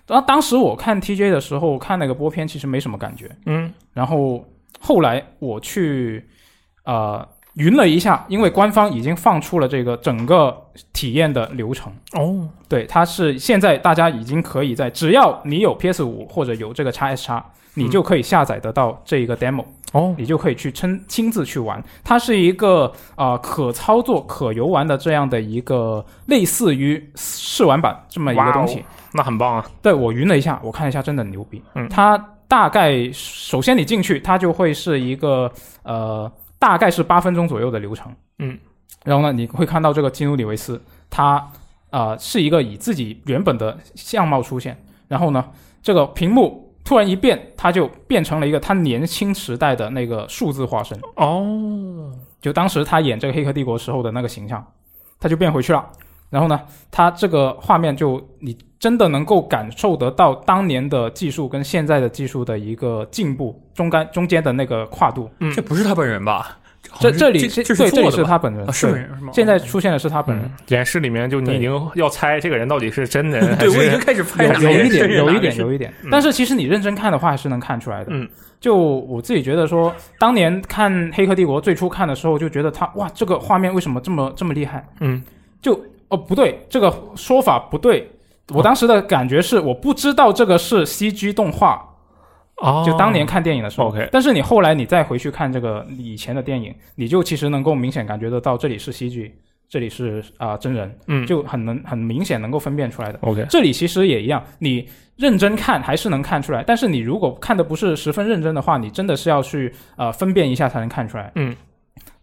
[SPEAKER 1] 然后当时我看 TJ 的时候，看那个播片其实没什么感觉，
[SPEAKER 2] 嗯
[SPEAKER 1] 然后后来我去呃匀了一下，因为官方已经放出了这个整个体验的流程。
[SPEAKER 2] 哦，
[SPEAKER 1] 对，它是现在大家已经可以在，只要你有 PS 五或者有这个 x S x 你就可以下载得到这一个 demo，、
[SPEAKER 2] 哦，
[SPEAKER 1] 你就可以去亲亲自去玩。它是一个啊、呃可操作、可游玩的这样的一个类似于试玩版这么一个东西。
[SPEAKER 2] 那很棒啊！
[SPEAKER 1] 对我云了一下，我看了一下，真的牛逼。
[SPEAKER 2] 嗯
[SPEAKER 1] 它大概首先你进去，它就会是一个呃，大概是八分钟左右的流程。
[SPEAKER 2] 嗯，
[SPEAKER 1] 然后呢，你会看到这个基努里维斯，他啊、呃是一个以自己原本的相貌出现，然后呢，这个屏幕突然一变，他就变成了一个他年轻时代的那个数字化身，
[SPEAKER 2] 哦，
[SPEAKER 1] 就当时他演这个《黑客帝国》时候的那个形象，他就变回去了。然后呢，他这个画面就你真的能够感受得到当年的技术跟现在的技术的一个进步，中间中间的那个跨度。
[SPEAKER 2] 嗯
[SPEAKER 3] 这不是他本人吧？好
[SPEAKER 1] 这
[SPEAKER 3] 像
[SPEAKER 1] 这里
[SPEAKER 3] 这这
[SPEAKER 1] 对，这
[SPEAKER 3] 做
[SPEAKER 1] 里
[SPEAKER 3] 的
[SPEAKER 1] 是
[SPEAKER 3] 吧
[SPEAKER 1] 他本人，
[SPEAKER 3] 啊是
[SPEAKER 1] 对
[SPEAKER 3] 本人是吗？
[SPEAKER 1] 现在
[SPEAKER 3] 哦
[SPEAKER 1] 出现的是他本人。
[SPEAKER 2] 嗯，演示里面就你
[SPEAKER 1] 对
[SPEAKER 2] 已经要猜这个人到底是真人还
[SPEAKER 3] 对我已经
[SPEAKER 2] 是
[SPEAKER 3] 开始拍
[SPEAKER 1] 有
[SPEAKER 3] 哪个
[SPEAKER 1] 有一
[SPEAKER 3] 人
[SPEAKER 1] 点，有一点，，
[SPEAKER 3] 哪个人
[SPEAKER 1] 有一点
[SPEAKER 2] 嗯。
[SPEAKER 1] 但是其实你认真看的话，还是能看出来的。
[SPEAKER 2] 嗯，
[SPEAKER 1] 就我自己觉得说，当年看《黑客帝国》最初看的时候，就觉得它哇，这个画面为什么这么这么厉害？
[SPEAKER 2] 嗯，
[SPEAKER 1] 就哦不对，这个说法不对。我当时的感觉是，我不知道这个是 CG 动画，
[SPEAKER 2] 哦，
[SPEAKER 1] 就当年看电影的时候。
[SPEAKER 2] OK
[SPEAKER 1] 但是你后来你再回去看这个以前的电影，你就其实能够明显感觉得到这里是 CG，这里是啊、真人，
[SPEAKER 2] 嗯
[SPEAKER 1] 就很能很明显能够分辨出来的。
[SPEAKER 2] OK
[SPEAKER 1] 这里其实也一样，你认真看还是能看出来，但是你如果看的不是十分认真的话，你真的是要去呃分辨一下才能看出来。
[SPEAKER 2] 嗯，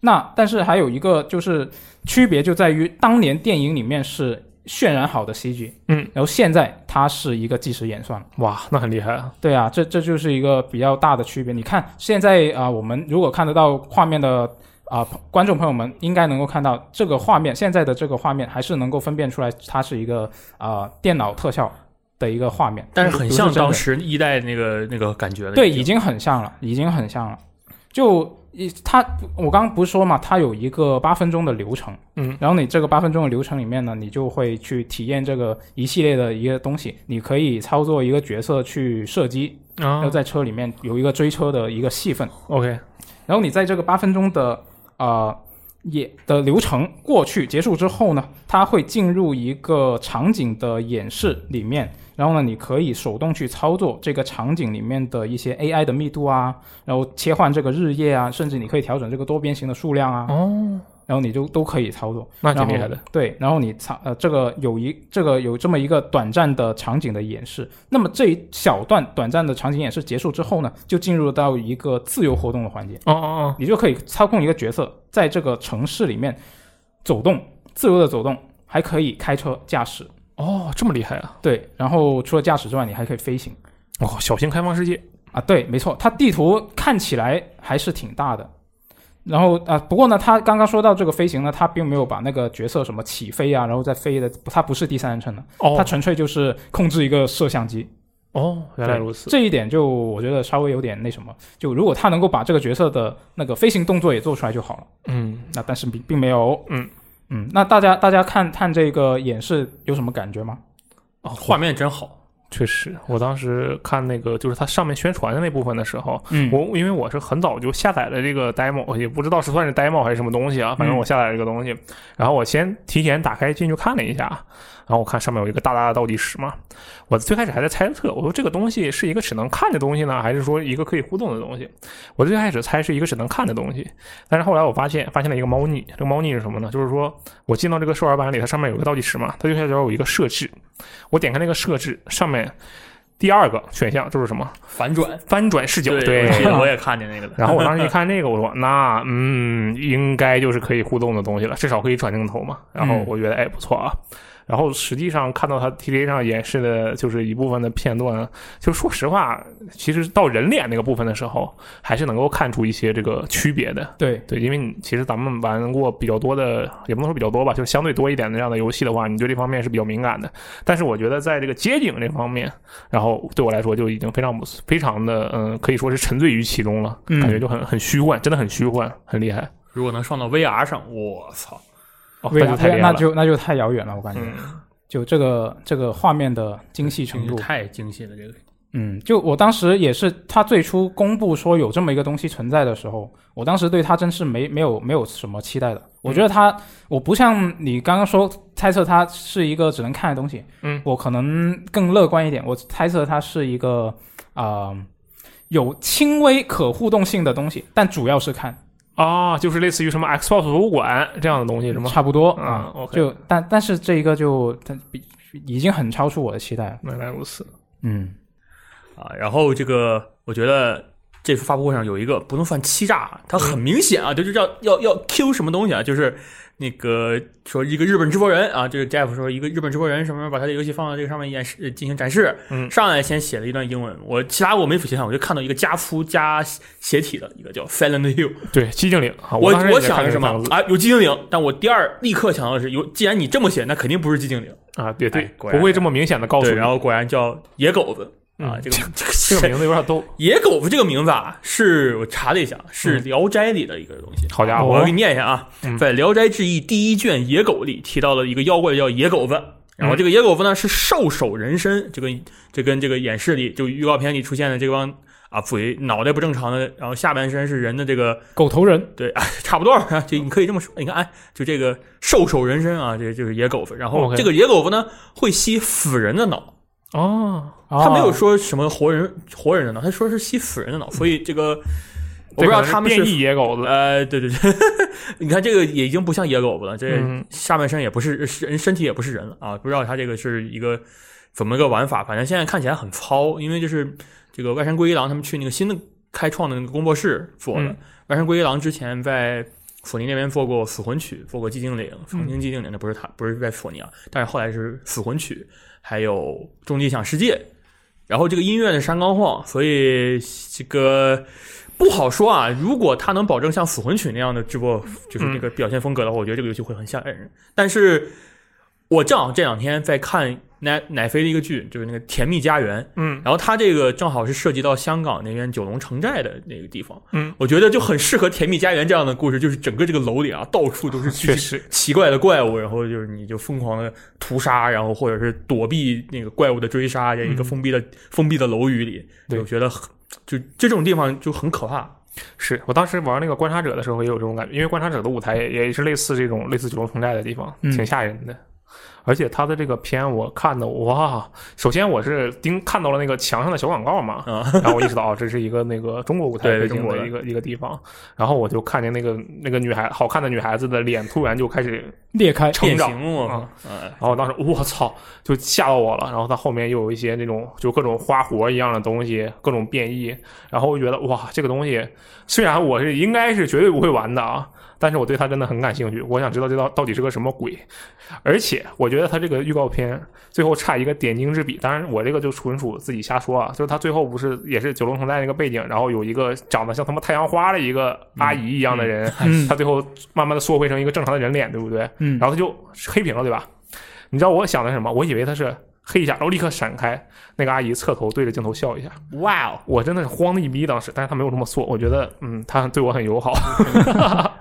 [SPEAKER 1] 那但是还有一个就是区别就在于当年电影里面是渲染好的 CG，
[SPEAKER 2] 嗯，
[SPEAKER 1] 然后现在它是一个即时演算。
[SPEAKER 2] 哇，那很厉害啊！
[SPEAKER 1] 对啊，这这就是一个比较大的区别。你看现在啊、我们如果看得到画面的啊、朋观众朋友们应该能够看到这个画面，现在的这个画面还是能够分辨出来，它是一个啊、电脑特效的一个画面，
[SPEAKER 3] 但是很
[SPEAKER 1] 不
[SPEAKER 3] 像
[SPEAKER 1] 真的
[SPEAKER 3] 当时一代那个那个感觉了。
[SPEAKER 1] 对，已经很像了，已经很像了。就一它，我刚刚不是说嘛，它有一个八分钟的流程，
[SPEAKER 2] 嗯，
[SPEAKER 1] 然后你这个八分钟的流程里面呢，你就会去体验这个一系列的一个东西，你可以操作一个角色去射击，
[SPEAKER 2] 啊
[SPEAKER 1] 要在车里面有一个追车的一个戏份，
[SPEAKER 2] ，OK，
[SPEAKER 1] 然后你在这个八分钟的呃也的流程过去结束之后呢，它会进入一个场景的演示里面，然后呢，你可以手动去操作这个场景里面的一些 AI 的密度啊，然后切换这个日夜啊，甚至你可以调整这个多边形的数量啊，
[SPEAKER 2] 哦，
[SPEAKER 1] 然后你就都可以操作。
[SPEAKER 2] 那挺
[SPEAKER 1] 然后
[SPEAKER 2] 厉害的。
[SPEAKER 1] 对，然后你操呃，这个有一这个有这么一个短暂的场景的演示。那么这一小段短暂的场景演示结束之后呢，就进入到一个自由活动的环节，
[SPEAKER 2] 哦哦
[SPEAKER 1] 你就可以操控一个角色在这个城市里面走动，自由的走动，还可以开车驾驶。
[SPEAKER 2] 哦，哦，这么厉害啊！
[SPEAKER 1] 对，然后除了驾驶之外，你还可以飞行
[SPEAKER 2] 哦，小型开放世界，
[SPEAKER 1] 啊。对，没错，它地图看起来还是挺大的。然后啊，不过呢，它刚刚说到这个飞行呢，它并没有把那个角色什么起飞啊，然后再飞的，它不是第三人称的。它
[SPEAKER 2] 哦
[SPEAKER 1] 纯粹就是控制一个摄像机，
[SPEAKER 2] 哦，原来如此，
[SPEAKER 1] 这一点就我觉得稍微有点那什么。就如果他能够把这个角色的那个飞行动作也做出来就好了，
[SPEAKER 2] 嗯，
[SPEAKER 1] 那但是并并没有。
[SPEAKER 2] 嗯
[SPEAKER 1] 嗯，那大家大家看看这个演示有什么感觉吗？
[SPEAKER 3] 哦，画面真好，
[SPEAKER 2] 确实，我当时看那个就是它上面宣传的那部分的时候，
[SPEAKER 1] 嗯
[SPEAKER 2] 我因为我是很早就下载了这个 demo，也不知道是算是 demo 还是什么东西啊，反
[SPEAKER 1] 嗯
[SPEAKER 2] 正我下载了这个东西，然后我先提前打开进去看了一下，啊然后我看上面有一个大大的倒计时嘛，我最开始还在猜测，我说这个东西是一个只能看的东西呢，还是说一个可以互动的东西？我最开始猜是一个只能看的东西，但是后来我发现发现了一个猫腻，这个猫腻是什么呢？就是说我进到这个试玩版里，它上面有个倒计时嘛，它右下角有一个设置，我点开那个设置上面。第二个选项就是什么？
[SPEAKER 3] 反转。
[SPEAKER 2] 翻转视角，
[SPEAKER 3] 对，我记得我也看见那个 了。
[SPEAKER 2] 然后我当时一看这个，我说那嗯，应该就是可以互动的东西了，至少可以转镜头嘛。然后
[SPEAKER 1] 嗯
[SPEAKER 2] 我觉得哎不错啊。然后实际上看到他 T V 上演示的就是一部分的片段，就说实话，其实到人脸那个部分的时候，还是能够看出一些这个区别的。
[SPEAKER 1] 对，
[SPEAKER 2] 对，因为你其实咱们玩过比较多的，也不能说比较多吧，就是相对多一点的这样的游戏的话，你对这方面是比较敏感的。但是我觉得在这个街景这方面，然后对我来说就已经非常不非常的，嗯，可以说是沉醉于其中了，
[SPEAKER 1] 嗯
[SPEAKER 2] 感觉就很很虚幻，真的很虚幻，很厉害。
[SPEAKER 3] 如果能上到 VR 上，我操！
[SPEAKER 2] 哦，
[SPEAKER 1] 未
[SPEAKER 2] 那
[SPEAKER 1] 来
[SPEAKER 2] 就太厉害
[SPEAKER 1] 那
[SPEAKER 2] 了。
[SPEAKER 1] 就那就太遥远了，我感觉。
[SPEAKER 2] 嗯，
[SPEAKER 1] 就这个这个画面的精细
[SPEAKER 3] 真
[SPEAKER 1] 程
[SPEAKER 3] 是
[SPEAKER 1] 度，
[SPEAKER 3] 太精细了，这个
[SPEAKER 1] 嗯，就我当时也是，他最初公布说有这么一个东西存在的时候，我当时对他真是没没有没有什么期待的。我觉得他，我不像你刚刚说猜测它是一个只能看的东西，
[SPEAKER 2] 嗯，
[SPEAKER 1] 我可能更乐观一点，我猜测它是一个啊、呃有轻微可互动性的东西，但主要是看，
[SPEAKER 2] 啊，就是类似于什么 Xbox 博物馆这样的东西是吗？
[SPEAKER 1] 差不多
[SPEAKER 2] 啊，OK
[SPEAKER 1] 就但但是这一个就它比已经很超出我的期待了，
[SPEAKER 2] 原来如此，
[SPEAKER 1] 嗯，
[SPEAKER 3] 啊，然后这个我觉得这次发布会上有一个不能算欺诈，它
[SPEAKER 2] 嗯
[SPEAKER 3] 很明显啊，就是要要要 Q 什么东西啊，就是那个说一个日本直播人啊，就是 Jeff 说一个日本直播人什么时候把他的游戏放到这个上面演示呃进行展示，
[SPEAKER 2] 嗯
[SPEAKER 3] 上来先写了一段英文，我其他我没仔细看，我就看到一个加夫加斜体的一个叫 Silent Hill，
[SPEAKER 2] 对，寂静岭啊，
[SPEAKER 3] 我
[SPEAKER 2] 当时也
[SPEAKER 3] 想
[SPEAKER 2] 看
[SPEAKER 3] 的
[SPEAKER 2] 了
[SPEAKER 3] 是什
[SPEAKER 2] 这三
[SPEAKER 3] 么
[SPEAKER 2] 个字
[SPEAKER 3] 啊？有寂静岭，但我第二立刻想到的是有，既然你这么写，那肯定不是寂静岭，
[SPEAKER 2] 啊，对对
[SPEAKER 3] 哎，果然
[SPEAKER 2] 不会这么明显的告诉
[SPEAKER 3] 对，
[SPEAKER 2] 你，
[SPEAKER 3] 然后果然叫野狗子啊，
[SPEAKER 2] 嗯
[SPEAKER 3] 这个这个
[SPEAKER 2] 这个名字有点逗，
[SPEAKER 3] 野狗子这个名字啊，是我查了一下，是《聊斋》里的一个东西。
[SPEAKER 2] 好家
[SPEAKER 3] 啊，
[SPEAKER 2] 伙，
[SPEAKER 3] 我要给你念一下
[SPEAKER 2] 哦
[SPEAKER 3] 啊，
[SPEAKER 2] 嗯
[SPEAKER 3] 在《聊斋志异》第一卷《野狗》里提到了一个妖怪叫野狗子，然
[SPEAKER 2] 嗯
[SPEAKER 3] 后这个野狗子呢是兽首人身，这跟这跟这个演示里就预告片里出现的这帮啊嘴脑袋不正常的，然后下半身是人的这个
[SPEAKER 1] 狗头人，
[SPEAKER 3] 差不多 啊，就你可以这么说。你看，哎，就这个兽首人身啊，这就是野狗子。然后
[SPEAKER 2] 哦 OK
[SPEAKER 3] 这个野狗子呢会吸死人的脑，
[SPEAKER 2] 哦，
[SPEAKER 1] 他
[SPEAKER 3] 他没有说什么活人活人的脑，他说是吸死人的脑，所以这个嗯我不知道他们
[SPEAKER 2] 这可能变
[SPEAKER 3] 是。
[SPEAKER 2] 异野狗子，
[SPEAKER 3] 呃，对对对， 你看这个也已经不像野狗子了，这
[SPEAKER 2] 嗯
[SPEAKER 3] 下半身也不是人，身体也不是人了啊！不知道他这个是一个怎么个玩法，反正现在看起来很糙，因为就是这个外山圭一郎他们去那个新的开创的那个工作室做的。
[SPEAKER 2] 嗯
[SPEAKER 3] 外山圭一郎之前在索尼那边做过《死魂曲》，做过《寂静岭》，曾经《寂静岭》那不是他，不是在索尼啊，但是后来是《死魂曲》，还有《终极理想世界》，然后这个音乐是山冈晃，所以这个不好说啊。如果他能保证像《死魂曲》那样的制作，就是这个表现风格的话，我觉得这个游戏会很吓人。但是我正好这两天在看奶奶飞的一个剧，就是那个《甜蜜家园》，
[SPEAKER 2] 嗯
[SPEAKER 3] 然后它这个正好是涉及到香港那边九龙城寨的那个地方，
[SPEAKER 2] 嗯，
[SPEAKER 3] 我觉得就很适合《甜蜜家园》这样的故事，就是整个这个楼里啊，到处都是
[SPEAKER 2] 确实
[SPEAKER 3] 奇怪的怪物，然后就是你就疯狂的屠杀，然后或者是躲避那个怪物的追杀，在一
[SPEAKER 2] 嗯
[SPEAKER 3] 个封闭的、封闭的楼宇里，
[SPEAKER 1] 对
[SPEAKER 3] 我觉得很就这种地方就很可怕。
[SPEAKER 2] 是我当时玩那个观察者的时候也有这种感觉，因为观察者的舞台也也是类似这种类似九龙城寨的地方，
[SPEAKER 1] 嗯
[SPEAKER 2] 挺吓人的。而且他的这个片我看的哇，首先我是盯看到了那个墙上的小广告嘛，
[SPEAKER 3] 啊
[SPEAKER 2] 然后我意识到哦，这是一个那个中国舞台
[SPEAKER 3] 对
[SPEAKER 2] 背
[SPEAKER 3] 中
[SPEAKER 2] 景
[SPEAKER 3] 国的
[SPEAKER 2] 的一个一个地方，然后我就看见那个那个女孩好看的女孩子的脸突然就开始
[SPEAKER 1] 裂开，
[SPEAKER 2] 成长
[SPEAKER 3] 变形我靠
[SPEAKER 2] 啊
[SPEAKER 3] 哎
[SPEAKER 2] 然后我当时我操，就吓到我了。然后它后面又有一些那种就各种花活一样的东西，各种变异。然后我就觉得哇，这个东西虽然我是应该是绝对不会玩的啊，但是我对它真的很感兴趣。我想知道这到到底是个什么鬼。而且我觉得它这个预告片最后差一个点睛之笔，当然我这个就纯属自己瞎说啊。就是它最后不是也是九龙城寨那个背景，然后有一个长得像他妈太阳花的一个阿姨一样的人，
[SPEAKER 1] 嗯
[SPEAKER 2] 他最后慢慢的缩回成一个正常的人脸，对不对？
[SPEAKER 1] 嗯，
[SPEAKER 2] 然后他就黑屏了，对吧？你知道我想的是什么？我以为他是黑一下，然后立刻闪开，那个阿姨侧头对着镜头笑一下，
[SPEAKER 3] 哇哦，
[SPEAKER 2] 我真的是慌的一逼当时，但是他没有这么做，我觉得嗯，他对我很友好，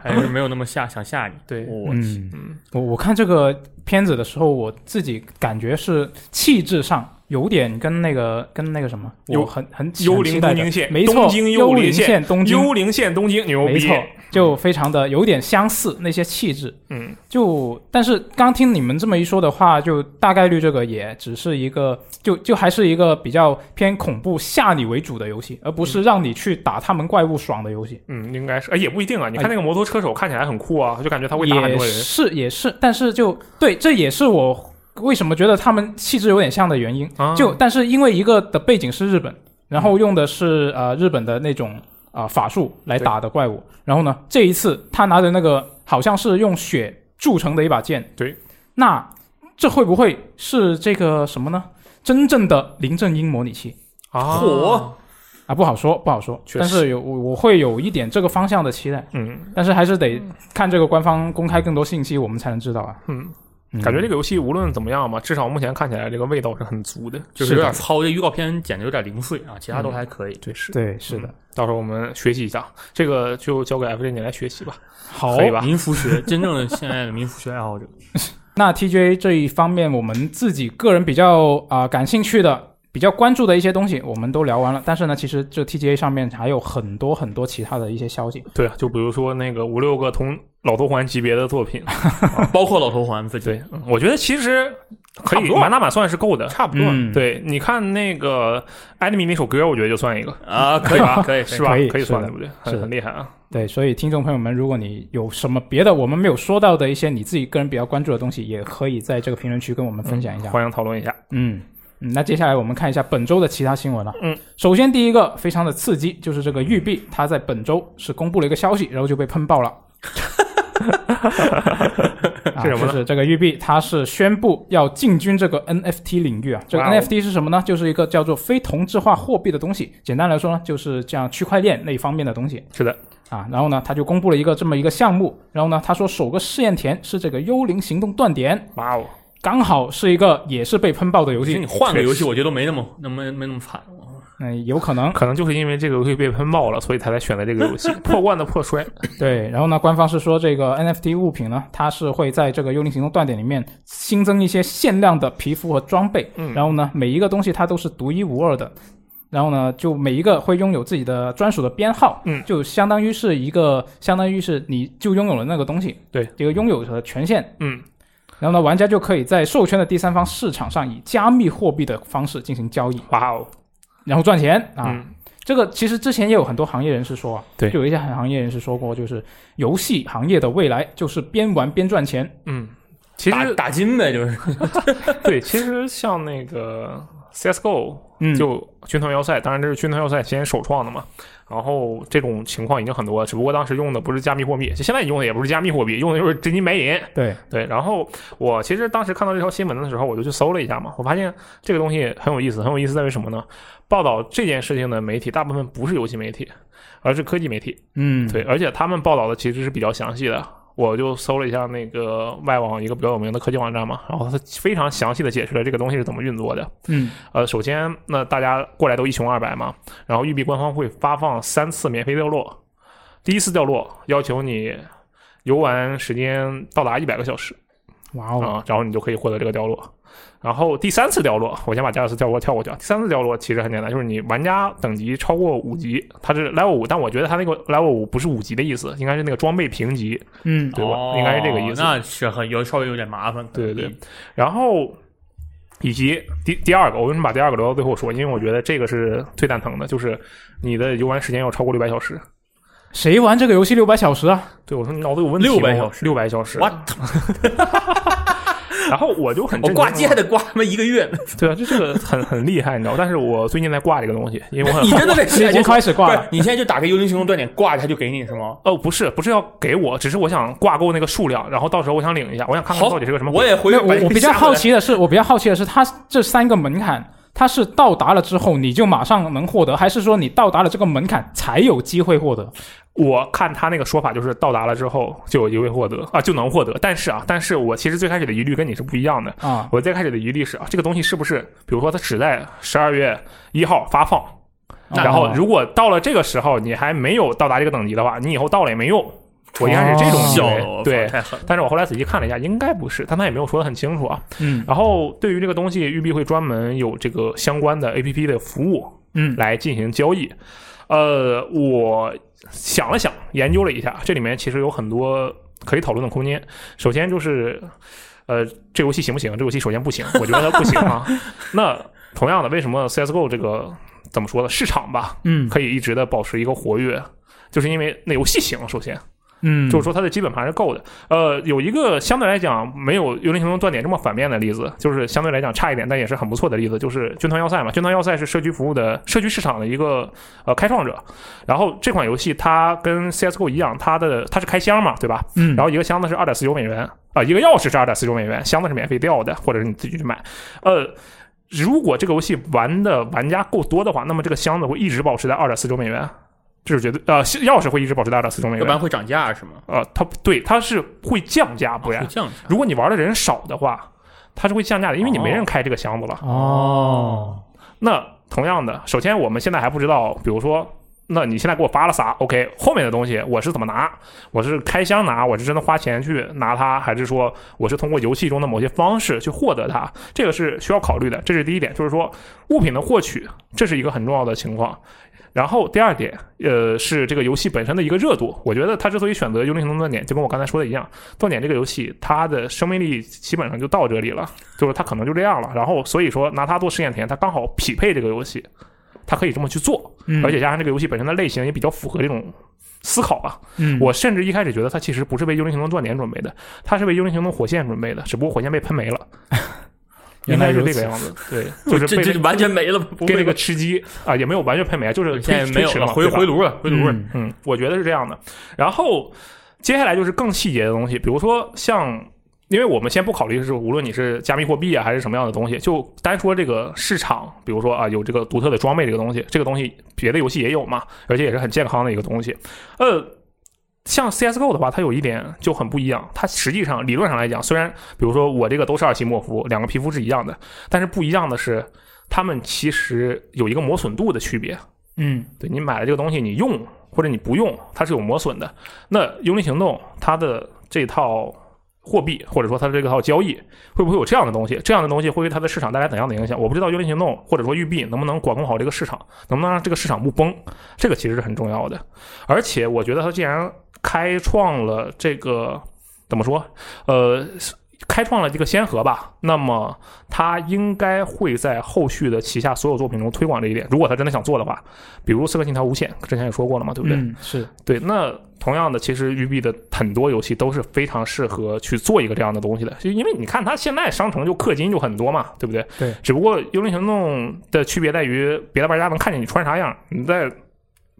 [SPEAKER 3] 哎还是没有那么吓，想吓你。
[SPEAKER 2] 对
[SPEAKER 3] 我去
[SPEAKER 1] 嗯，我我看这个片子的时候，我自己感觉是气质上有点跟那个跟那个什么，
[SPEAKER 2] 幽
[SPEAKER 1] 我很很
[SPEAKER 2] 幽灵
[SPEAKER 1] 的
[SPEAKER 2] 东京线
[SPEAKER 1] 没错，
[SPEAKER 2] 东京幽
[SPEAKER 1] 幽
[SPEAKER 2] 灵线
[SPEAKER 1] 线东京，
[SPEAKER 2] 幽灵线东京牛逼，
[SPEAKER 1] 没错，就非常的有点相似那些气质。
[SPEAKER 2] 嗯，
[SPEAKER 1] 就但是刚听你们这么一说的话，就大概率这个也只是一个，就就还是一个比较偏恐怖吓你为主的游戏，而不是让你去打他们怪物爽的游戏。
[SPEAKER 2] 嗯，应该是，哎，也不一定啊，你看那个摩托车手看起来很酷啊，就感觉他会打很
[SPEAKER 1] 也
[SPEAKER 2] 多人，
[SPEAKER 1] 是也是，但是就对，这也是我为什么觉得他们气质有点像的原因。
[SPEAKER 2] 啊
[SPEAKER 1] 就但是因为一个的背景是日本，然后用的是呃日本的那种啊、呃法术来打的怪物，然后呢这一次他拿着那个好像是用血铸成的一把剑，
[SPEAKER 2] 对，
[SPEAKER 1] 那这会不会是这个什么呢？真正的林正英模拟器
[SPEAKER 2] 啊
[SPEAKER 3] 火，
[SPEAKER 1] 啊，不好说，不好说。
[SPEAKER 2] 确
[SPEAKER 1] 但是有我我会有一点这个方向的期待，
[SPEAKER 2] 嗯
[SPEAKER 1] 但是还是得看这个官方公开更多信息，我们才能知道啊。
[SPEAKER 2] 嗯，
[SPEAKER 1] 嗯
[SPEAKER 2] 感觉这个游戏无论怎么样吧，至少目前看起来这个味道是很足的，嗯
[SPEAKER 3] 就是有点糙，这预告片剪的有点零碎啊，其他都还可以。
[SPEAKER 2] 对是。
[SPEAKER 1] 对，是的
[SPEAKER 2] 嗯，到时候我们学习一下，这个就交给 FJ 你来学习吧。
[SPEAKER 1] 好
[SPEAKER 2] 可以吧
[SPEAKER 3] 民俗学，真正的现在的民俗学爱好者，
[SPEAKER 1] 那 TGA 这一方面，我们自己个人比较啊、感兴趣的，比较关注的一些东西我们都聊完了，但是呢，其实这 TGA 上面还有很多很多其他的一些消息。
[SPEAKER 2] 对啊，就比如说那个五六个同老头环级别的作品，
[SPEAKER 1] 啊
[SPEAKER 3] 包括老头环自己，
[SPEAKER 2] 对，嗯我觉得其实可
[SPEAKER 3] 差不
[SPEAKER 2] 以
[SPEAKER 3] 多
[SPEAKER 2] 满打满算是够的。
[SPEAKER 3] 差不多
[SPEAKER 1] 啊嗯
[SPEAKER 2] 对，你看那个 Enemy 那首歌，我觉得就算一个，
[SPEAKER 3] 啊，可 以吧？可以
[SPEAKER 2] 嗯是吧？
[SPEAKER 1] 可以
[SPEAKER 2] 可以
[SPEAKER 1] 是的
[SPEAKER 2] 算，对不对？
[SPEAKER 1] 是
[SPEAKER 2] 很
[SPEAKER 1] 的
[SPEAKER 2] 很厉害啊！
[SPEAKER 1] 对，所以听众朋友们，如果你有什么别的我们没有说到的一些你自己个人比较关注的东西，也可以在这个评论区跟我们分享一下。
[SPEAKER 2] 欢迎讨论一下。
[SPEAKER 1] 嗯嗯，那接下来我们看一下本周的其他新闻了。啊
[SPEAKER 2] 嗯，
[SPEAKER 1] 首先第一个非常的刺激，就是这个育碧它在本周是公布了一个消息，然后就被喷 爆了。啊，
[SPEAKER 2] 是什么
[SPEAKER 1] 就
[SPEAKER 2] 呢
[SPEAKER 1] 是这个育碧，它是宣布要进军这个 NFT 领域啊。这个
[SPEAKER 2] 哇哦
[SPEAKER 1] NFT 是什么呢？就是一个叫做非同质化货币的东西。简单来说呢，就是这样区块链那一方面的东西。
[SPEAKER 2] 是的，
[SPEAKER 1] 啊，然后呢，他就公布了一个这么一个项目，然后呢，他说首个试验田是这个《幽灵行动：断点》，
[SPEAKER 2] 哇哦，
[SPEAKER 1] 刚好是一个也是被喷爆的游
[SPEAKER 3] 其实
[SPEAKER 1] 戏
[SPEAKER 3] 你，换个游
[SPEAKER 2] 确
[SPEAKER 3] 戏，我觉得没那么那么没那么惨。
[SPEAKER 1] 嗯、有可能
[SPEAKER 2] 可能就是因为这个游戏被喷爆了，所以才才选的这个 游戏。破罐子破摔，
[SPEAKER 1] 对。然后呢，官方是说这个 NFT 物品呢，它是会在这个《幽灵行动：断点》里面新增一些限量的皮肤和装备，
[SPEAKER 2] 嗯
[SPEAKER 1] 然后呢，每一个东西它都是独一无二的。然后呢，就每一个会拥有自己的专属的编号，
[SPEAKER 2] 嗯
[SPEAKER 1] 就相当于是一个，相当于是你就拥有了那个东西，
[SPEAKER 2] 对，
[SPEAKER 1] 这个拥有者的权限，
[SPEAKER 2] 嗯，
[SPEAKER 1] 然后呢，玩家就可以在授权的第三方市场上以加密货币的方式进行交易，
[SPEAKER 2] 哇哦，
[SPEAKER 1] 然后赚钱啊。
[SPEAKER 2] 嗯，
[SPEAKER 1] 这个其实之前也有很多行业人士说啊，
[SPEAKER 2] 对
[SPEAKER 1] 就有一些行业人士说过，就是游戏行业的未来就是边玩边赚钱。
[SPEAKER 2] 嗯，其
[SPEAKER 3] 打
[SPEAKER 2] 实
[SPEAKER 3] 打金呗，就是
[SPEAKER 2] 对，其实像那个 CS:GO
[SPEAKER 1] 嗯，
[SPEAKER 2] 就军团要塞，当然这是军团要塞先首创的嘛。然后这种情况已经很多了，只不过当时用的不是加密货币，就现在用的也不是加密货币，用的就是真金白银。
[SPEAKER 1] 对，
[SPEAKER 2] 对，然后我其实当时看到这条新闻的时候，我就去搜了一下嘛，我发现这个东西很有意思，很有意思在于什么呢？报道这件事情的媒体大部分不是游戏媒体，而是科技媒体。
[SPEAKER 1] 嗯，
[SPEAKER 2] 对，而且他们报道的其实是比较详细的。我就搜了一下那个外网一个比较有名的科技网站嘛，然后它非常详细的解释了这个东西是怎么运作的。
[SPEAKER 1] 嗯，
[SPEAKER 2] 呃，首先，那大家过来都一穷二白嘛，然后育碧官方会发放三次免费掉落，第一次掉落要求你游玩时间到达一百个小时
[SPEAKER 1] 哇
[SPEAKER 2] 啊、
[SPEAKER 1] 哦，
[SPEAKER 3] 嗯
[SPEAKER 2] 然后你就可以获得这个掉落。然后第三次掉落，我先把第二次掉落跳过去啊。第三次掉落其实很简单，就是你玩家等级超过五级，它是 level 五，但我觉得它那个 level 五不是五级的意思，应该是那个装备评级。
[SPEAKER 1] 嗯，
[SPEAKER 2] 对吧应该是这个意思
[SPEAKER 3] 哦那嗯是很有稍微有点麻烦。
[SPEAKER 2] 对对对，然后以及第第二个，我为什么把第二个留到最后说？因为我觉得这个是最蛋疼的，就是你的游玩时间要超过六百小时。
[SPEAKER 1] 谁玩这个游戏六百小时 啊？
[SPEAKER 2] 对我说你脑子有问题吗，
[SPEAKER 3] 600小
[SPEAKER 2] 时，六百小时。
[SPEAKER 3] 我
[SPEAKER 2] 然后我就很
[SPEAKER 3] 我
[SPEAKER 2] 震惊
[SPEAKER 3] 挂机还得挂他妈一个 月呢，
[SPEAKER 2] 对啊，就这个很很厉害，你知道？但是我最近在挂这个东西，因哎为我很
[SPEAKER 3] 你真的得哎
[SPEAKER 1] 你已经开始挂
[SPEAKER 3] 不是
[SPEAKER 1] 了，
[SPEAKER 3] 你现在就打开幽灵行动断点，挂着它就给你是吗？
[SPEAKER 2] 哦，不是，不是要给我，只是我想挂够那个数量，然后到时候我想领一下，我想看看
[SPEAKER 3] 好，
[SPEAKER 2] 到底是个什么鬼。
[SPEAKER 3] 我也回
[SPEAKER 1] 没
[SPEAKER 3] 去
[SPEAKER 1] 有
[SPEAKER 3] 把
[SPEAKER 1] 我我比较好奇的是，我比较好奇的是，它这三个门槛，它是到达了之后你就马上能获得，还是说你到达了这个门槛才有机会获得？
[SPEAKER 2] 我看他那个说法就是到达了之后就有机会获得啊，就能获得。但是啊，但是我其实最开始的疑虑跟你是不一样的。
[SPEAKER 1] 啊，
[SPEAKER 2] 我最开始的疑虑是啊，这个东西是不是，比如说它只在十二下月一号发放， 然后
[SPEAKER 1] 哦
[SPEAKER 2] 如果到了这个时候你还没有到达这个等级的话，你以后到了也没用。我一开始这种
[SPEAKER 1] 哦
[SPEAKER 2] 以为
[SPEAKER 3] 笑，
[SPEAKER 2] 对。
[SPEAKER 3] 太狠了。
[SPEAKER 2] 但是我后来仔细看了一下，应该不是，但他也没有说的很清楚啊。
[SPEAKER 1] 嗯
[SPEAKER 2] 然后对于这个东西，育碧会专门有这个相关的 APP 的服务
[SPEAKER 1] 嗯，
[SPEAKER 2] 来进行交易。呃，我想了想，研究了一下，这里面其实有很多可以讨论的空间。首先就是，呃，这游戏行不行？这游戏首先不行，我觉得它不行啊。那同样的，为什么 CSGO 这个怎么说呢？市场吧，
[SPEAKER 1] 嗯
[SPEAKER 2] 可以一直的保持一个活跃，就是因为那游戏行。首先，
[SPEAKER 1] 嗯，
[SPEAKER 2] 就是说它的基本盘是够的。呃，有一个相对来讲没有《幽灵行动：断点》这么反面的例子，就是相对来讲差一点，但也是很不错的例子，就是《军团要塞》嘛。《军团要塞》是社区服务的社区市场的一个呃开创者。然后这款游戏它跟 CS:GO 一样，它的它是开箱嘛，对吧？
[SPEAKER 1] 嗯，
[SPEAKER 2] 然后一个箱子是二点四九美元啊、一个钥匙是二点四九美元，箱子是免费掉的，或者是你自己去买。呃，如果这个游戏玩的玩家够多的话，那么这个箱子会一直保持在二点四九美元，这是绝对呃钥匙会一直保持在二点四九美
[SPEAKER 3] 要
[SPEAKER 2] 元
[SPEAKER 3] 不。然会涨价是吗？
[SPEAKER 2] 呃，它对，它是会降价，不 然、
[SPEAKER 3] 会降价。
[SPEAKER 2] 如果你玩的人少的话，它是会降价的，因为你没人开这个箱子了。
[SPEAKER 1] 哦，
[SPEAKER 2] 那同样的，首先我们现在还不知道，比如说那你现在给我发了啥？OK，后面的东西我是怎么拿？我是开箱拿，我是真的花钱去拿它，还是说我是通过游戏中的某些方式去获得它？这个是需要考虑的，这是第一点，就是说物品的获取，这是一个很重要的情况。然后第二点，呃，是这个游戏本身的一个热度。我觉得他之所以选择《幽灵行动：断点》，就跟我刚才说的一样，《断点》这个游戏它的生命力基本上就到这里了，就是它可能就这样了。然后所以说拿它做试验田，它刚好匹配这个游戏，它可以这么去做。
[SPEAKER 1] 嗯
[SPEAKER 2] 而且加上这个游戏本身的类型也比较符合这种思考啊。
[SPEAKER 1] 嗯，
[SPEAKER 2] 我甚至一开始觉得它其实不是为《幽灵行动：断点》准备的，它是为《幽灵行动：火线》准备的，只不过火线被喷没了，应该是这个样子。对，就
[SPEAKER 3] 这
[SPEAKER 2] 是被
[SPEAKER 3] 这完全没了，不
[SPEAKER 2] 跟那
[SPEAKER 3] 会
[SPEAKER 2] 个
[SPEAKER 3] 吧
[SPEAKER 2] 吃鸡啊也没有完全配没，就是
[SPEAKER 3] 现在
[SPEAKER 2] 推
[SPEAKER 3] 没有
[SPEAKER 2] 推迟了
[SPEAKER 3] 了，
[SPEAKER 2] 嘛
[SPEAKER 3] 回
[SPEAKER 2] 对吧
[SPEAKER 3] 回炉了，回炉了。
[SPEAKER 1] 嗯
[SPEAKER 2] 嗯，我觉得是这样的。然后接下来就是更细节的东西，比如说像，因为我们先不考虑是无论你是加密货币啊还是什么样的东西，就单说这个市场，比如说啊有这个独特的装备这个东西，这个东西别的游戏也有嘛，而且也是很健康的一个东西。呃，像 CSGO 的话，它有一点就很不一样，它实际上理论上来讲，虽然比如说我这个都是二期墨服，两个皮肤是一样的，但是不一样的是。它们其实有一个磨损度的区别，
[SPEAKER 1] 嗯
[SPEAKER 2] 对你买了这个东西，你用或者你不用，它是有磨损的。那《幽灵行动》它的这套货币或者说它的这套交易，会不会有这样的东西？这样的东西会对它的市场带来怎样的影响？我不知道《幽灵行动》或者说育碧能不能管控好这个市场，能不能让这个市场不崩，这个其实是很重要的。而且我觉得它既然开创了这个怎么说，呃。开创了这个先河吧，那么它应该会在后续的旗下所有作品中推广这一点。如果他真的想做的话，比如《刺客信条：无限》，之前也说过了嘛，对不对？
[SPEAKER 1] 嗯是
[SPEAKER 2] 对，那同样的，其实育碧的很多游戏都是非常适合去做一个这样的东西的，就因为你看它现在商城就氪金就很多嘛，对不对？
[SPEAKER 1] 对。
[SPEAKER 2] 只不过《幽灵行动》的区别在于，别的玩家能看见你穿啥样，你在。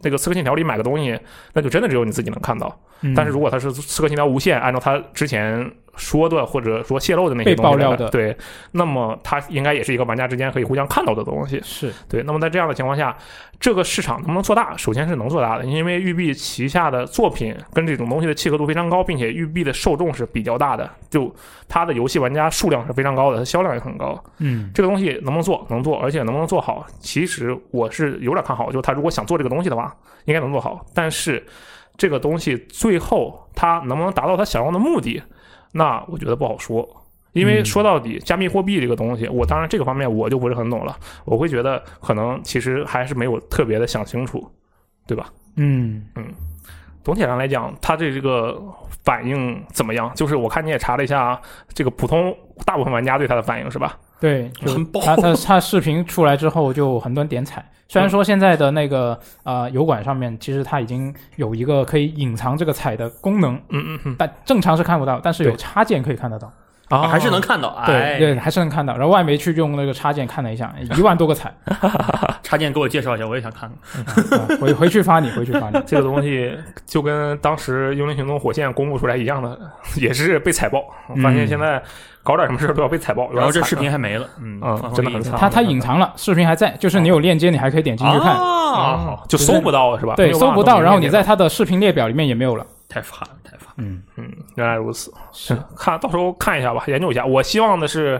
[SPEAKER 2] 那个《刺客信条》里买个东西，那就真的只有你自己能看到。
[SPEAKER 1] 嗯
[SPEAKER 2] 但是如果它是《刺客信条：无限》，按照它之前说的或者说泄露的那些
[SPEAKER 1] 被
[SPEAKER 2] 东西
[SPEAKER 1] 爆料
[SPEAKER 2] 来
[SPEAKER 1] 的
[SPEAKER 2] 对，那么它应该也是一个玩家之间可以互相看到的东西。
[SPEAKER 1] 是
[SPEAKER 2] 对，那么在这样的情况下，这个市场能不能做大？首先是能做大的，因为育碧旗下的作品跟这种东西的契合度非常高，并且育碧的受众是比较大的，就它的游戏玩家数量是非常高的，它销量也很高。
[SPEAKER 1] 嗯
[SPEAKER 2] 这个东西能不能做？能做，而且能不能做好？其实我是有点看好，就是他如果想做这个东西的话，应该能做好。但是这个东西最后它能不能达到他想要的目的，那我觉得不好说。因为
[SPEAKER 1] 嗯
[SPEAKER 2] 说到底，加密货币这个东西，我当然这个方面我就不是很懂了。我会觉得可能其实还是没有特别的想清楚，对吧？
[SPEAKER 1] 嗯
[SPEAKER 2] 总体上来讲，它对这个反应怎么样？就是我看你也查了一下，啊这个普通大部分玩家对它的反应是吧？
[SPEAKER 1] 对，就
[SPEAKER 3] 很爆
[SPEAKER 1] 他他他视频出来之后，就很多人点踩。虽然
[SPEAKER 2] 嗯
[SPEAKER 1] 说现在的那个呃油管上面，其实它已经有一个可以隐藏这个踩的功能，
[SPEAKER 2] 嗯嗯嗯，
[SPEAKER 1] 但正常是看不到，但是有
[SPEAKER 2] 对
[SPEAKER 1] 插件可以看得到。
[SPEAKER 2] 啊
[SPEAKER 3] 还是能看到，
[SPEAKER 1] 对
[SPEAKER 3] 哎，
[SPEAKER 1] 对，还是能看到。然后外媒去用那个插件看了一下，一万多个踩。
[SPEAKER 3] 插件给我介绍一下，我也想看看。
[SPEAKER 1] 啊回回去发你，回去发 你。
[SPEAKER 2] 这个东西就跟当时《幽灵行动：火线》公布出来一样的，也是被踩爆。
[SPEAKER 1] 嗯
[SPEAKER 2] 发现现在搞点什么事儿都要被踩爆，
[SPEAKER 3] 然后这
[SPEAKER 2] 惨
[SPEAKER 3] 视
[SPEAKER 2] 了
[SPEAKER 3] 频还没了，嗯
[SPEAKER 2] 嗯，真的很惨
[SPEAKER 1] 它它隐藏了，视频还在，就是你有链接，你还可以点进去看。
[SPEAKER 3] 啊，
[SPEAKER 2] 啊，就搜不到是吧？
[SPEAKER 1] 对，
[SPEAKER 2] 没有
[SPEAKER 1] 搜不到，
[SPEAKER 2] 办法弄
[SPEAKER 1] 然后你
[SPEAKER 2] 明白
[SPEAKER 1] 在它的视频列表里面也没有了。
[SPEAKER 3] 太烦了，太烦了。
[SPEAKER 1] 嗯，
[SPEAKER 2] 嗯，原来如此，
[SPEAKER 1] 是
[SPEAKER 2] 看到时候看一下吧，研究一下。我希望的是，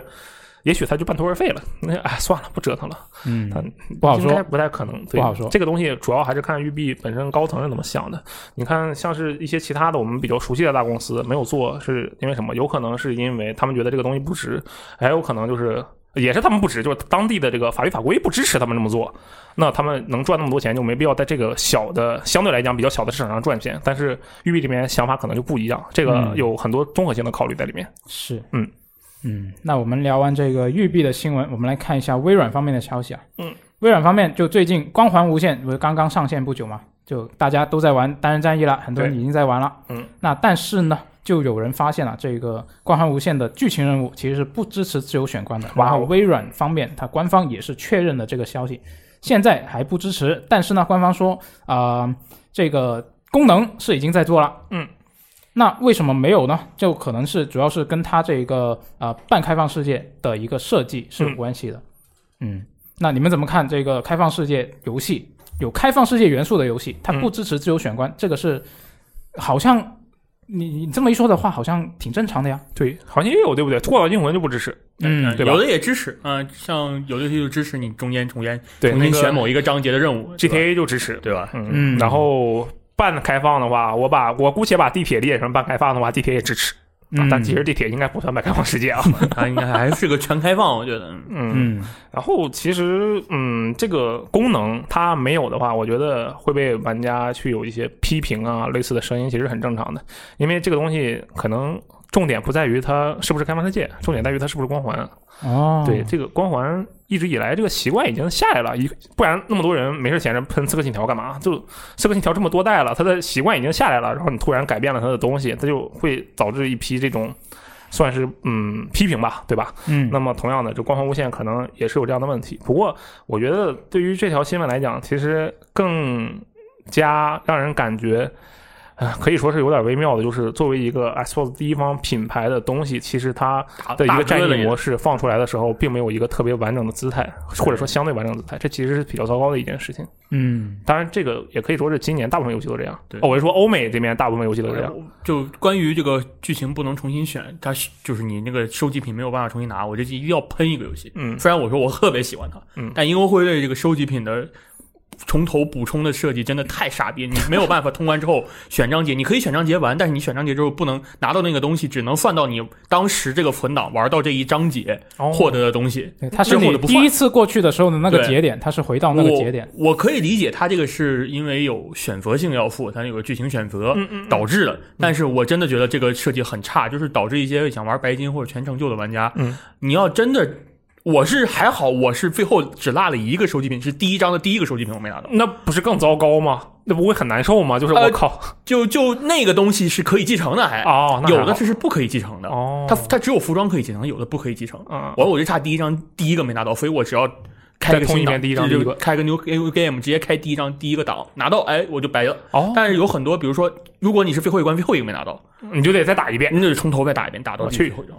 [SPEAKER 2] 也许他就半途而废了。那哎，算了，不折腾了。
[SPEAKER 1] 嗯
[SPEAKER 2] 它，
[SPEAKER 1] 不好
[SPEAKER 2] 应该
[SPEAKER 1] 说。
[SPEAKER 2] 不太可能，对
[SPEAKER 1] 不好说
[SPEAKER 2] 这个东西主要还是看育碧本身高层是怎么想的。你看，像是一些其他的我们比较熟悉的大公司没有做，是因为什么？有可能是因为他们觉得这个东西不值，还有可能就是也是他们不值，就是当地的这个法律法规不支持他们这么做。那他们能赚那么多钱，就没必要在这个小的相对来讲比较小的市场上赚钱。但是育碧这边想法可能就不一样，这个
[SPEAKER 1] 嗯
[SPEAKER 2] 有很多综合性的考虑在里面。
[SPEAKER 1] 是，
[SPEAKER 2] 嗯
[SPEAKER 1] 嗯，那我们聊完这个育碧的新闻，我们来看一下微软方面的消息啊。
[SPEAKER 2] 嗯，
[SPEAKER 1] 微软方面就最近《光环无限》不是刚刚上线不久嘛，就大家都在玩单人战役了，很多人
[SPEAKER 2] 对
[SPEAKER 1] 已经在玩了。
[SPEAKER 2] 嗯，
[SPEAKER 1] 那但是呢，就有人发现了这个《光环无限》的剧情任务其实是不支持自由选关的。
[SPEAKER 2] 哇
[SPEAKER 1] 然
[SPEAKER 2] 哦
[SPEAKER 1] 后微软方面，它官方也是确认了这个消息，现在还不支持，但是呢，官方说啊、呃这个功能是已经在做了。
[SPEAKER 2] 嗯，
[SPEAKER 1] 那为什么没有呢？就可能是主要是跟它这个呃半开放世界的一个设计是有关系的。嗯那你们怎么看这个开放世界游戏？有开放世界元素的游戏，它不支持自由选关，这个是好像你你这么一说的话，好像挺正常的呀。
[SPEAKER 2] 对，好像也有对不对？过岛惊魂就不支持，
[SPEAKER 1] 嗯
[SPEAKER 2] 对吧
[SPEAKER 3] 有的也支持啊、呃像有的游戏就支持你中间重间
[SPEAKER 2] 对
[SPEAKER 3] 重
[SPEAKER 2] 那
[SPEAKER 3] 新
[SPEAKER 2] 个
[SPEAKER 3] 选某一个章节的任务对吧
[SPEAKER 2] GTA 就支持，
[SPEAKER 3] 对吧？
[SPEAKER 2] 嗯，
[SPEAKER 1] 嗯
[SPEAKER 2] 然后半开放的话，我把我姑且把地铁列成半开放的话，地铁也支持，
[SPEAKER 3] 嗯
[SPEAKER 2] 啊
[SPEAKER 1] 嗯
[SPEAKER 2] 但其实地铁应该不算半开放世界啊。
[SPEAKER 3] 它应该还是个全开放，我觉得。嗯
[SPEAKER 2] 嗯，
[SPEAKER 1] 嗯
[SPEAKER 2] 然后其实嗯，这个功能它没有的话，我觉得会被玩家去有一些批评啊，类似的声音其实很正常的，因为这个东西可能。重点不在于它是不是开放世界，重点在于它是不是光环。
[SPEAKER 1] 哦，
[SPEAKER 2] 对，这个光环一直以来这个习惯已经下来了，一不然那么多人没事闲着喷刺客信条干嘛？就刺客信条这么多代了，它的习惯已经下来了，然后你突然改变了它的东西，它就会导致一批这种算是嗯批评吧，对吧？
[SPEAKER 1] 嗯，
[SPEAKER 2] 那么同样的，这光环无限可能也是有这样的问题。不过我觉得对于这条新闻来讲，其实更加让人感觉。呃，可以说是有点微妙的，就是作为一个 Xbox 第一方品牌的东西，其实它的一
[SPEAKER 3] 啊大
[SPEAKER 2] 个战
[SPEAKER 3] 哥的
[SPEAKER 2] 役
[SPEAKER 3] 也
[SPEAKER 2] 模式放出来的时候，并没有一个特别完整的姿态，或者说相对完整的姿态，这其实是比较糟糕的一件事情。
[SPEAKER 1] 嗯
[SPEAKER 2] 当然，这个也可以说是今年大部分游戏都这样。
[SPEAKER 3] 对
[SPEAKER 2] 哦我是说欧美这边大部分游戏都这样。
[SPEAKER 3] 就关于这个剧情不能重新选，它是就是你那个收集品没有办法重新拿，我这一定要喷一个游戏。
[SPEAKER 2] 嗯
[SPEAKER 3] 虽然我说我特别喜欢它，
[SPEAKER 2] 嗯
[SPEAKER 3] 但《银国护卫队》这个收集品的从头补充的设计真的太傻逼，你没有办法通关之后选章节，你可以选章节完，但是你选章节之后不能拿到那个东西，只能算到你当时这个存档玩到这一章节
[SPEAKER 2] 哦
[SPEAKER 3] 获得的东西。
[SPEAKER 1] 对，它是
[SPEAKER 3] 这货
[SPEAKER 1] 你
[SPEAKER 3] 的不
[SPEAKER 1] 第
[SPEAKER 3] 换
[SPEAKER 1] 一次过去的时候的那个
[SPEAKER 3] 对
[SPEAKER 1] 节点，它是回到那个节点。
[SPEAKER 3] 我，我可以理解它这个是因为有选择性要素，它有个剧情选择
[SPEAKER 2] 嗯嗯嗯
[SPEAKER 3] 导致的。但是我真的觉得这个设计很差，就是导致一些想玩白金或者全成就的玩家，
[SPEAKER 2] 嗯，
[SPEAKER 3] 你要真的。我是还好，我是最后只落了一个收集品，是第一章的第一个收集品，我没拿到。
[SPEAKER 2] 那不是更糟糕吗？那不会很难受吗？就是
[SPEAKER 3] 呃
[SPEAKER 2] 我靠，
[SPEAKER 3] 就就那个东西是可以继承的还，
[SPEAKER 2] 哦，那还
[SPEAKER 3] 有
[SPEAKER 2] 好
[SPEAKER 3] 的是是不可以继承的。
[SPEAKER 2] 哦，
[SPEAKER 3] 它它只有服装可以继承，有的不可以继承。
[SPEAKER 2] 嗯，
[SPEAKER 3] 我我就差第一章第一个没拿到，所以我只要开
[SPEAKER 2] 再
[SPEAKER 3] 个
[SPEAKER 2] 通
[SPEAKER 3] 新
[SPEAKER 2] 一遍
[SPEAKER 3] 档
[SPEAKER 2] 第一章
[SPEAKER 3] 就
[SPEAKER 2] 第一个
[SPEAKER 3] 开个 new new game，直接开第一章第一个档拿到，哎，我就白了。
[SPEAKER 2] 哦，
[SPEAKER 3] 但是有很多，比如说，如果你是最后一关，最后一个没拿到，
[SPEAKER 2] 你就得再打一遍。
[SPEAKER 3] 你就得从头再打一遍，打到
[SPEAKER 2] 我哦
[SPEAKER 3] 第
[SPEAKER 2] 去
[SPEAKER 3] 最后一张。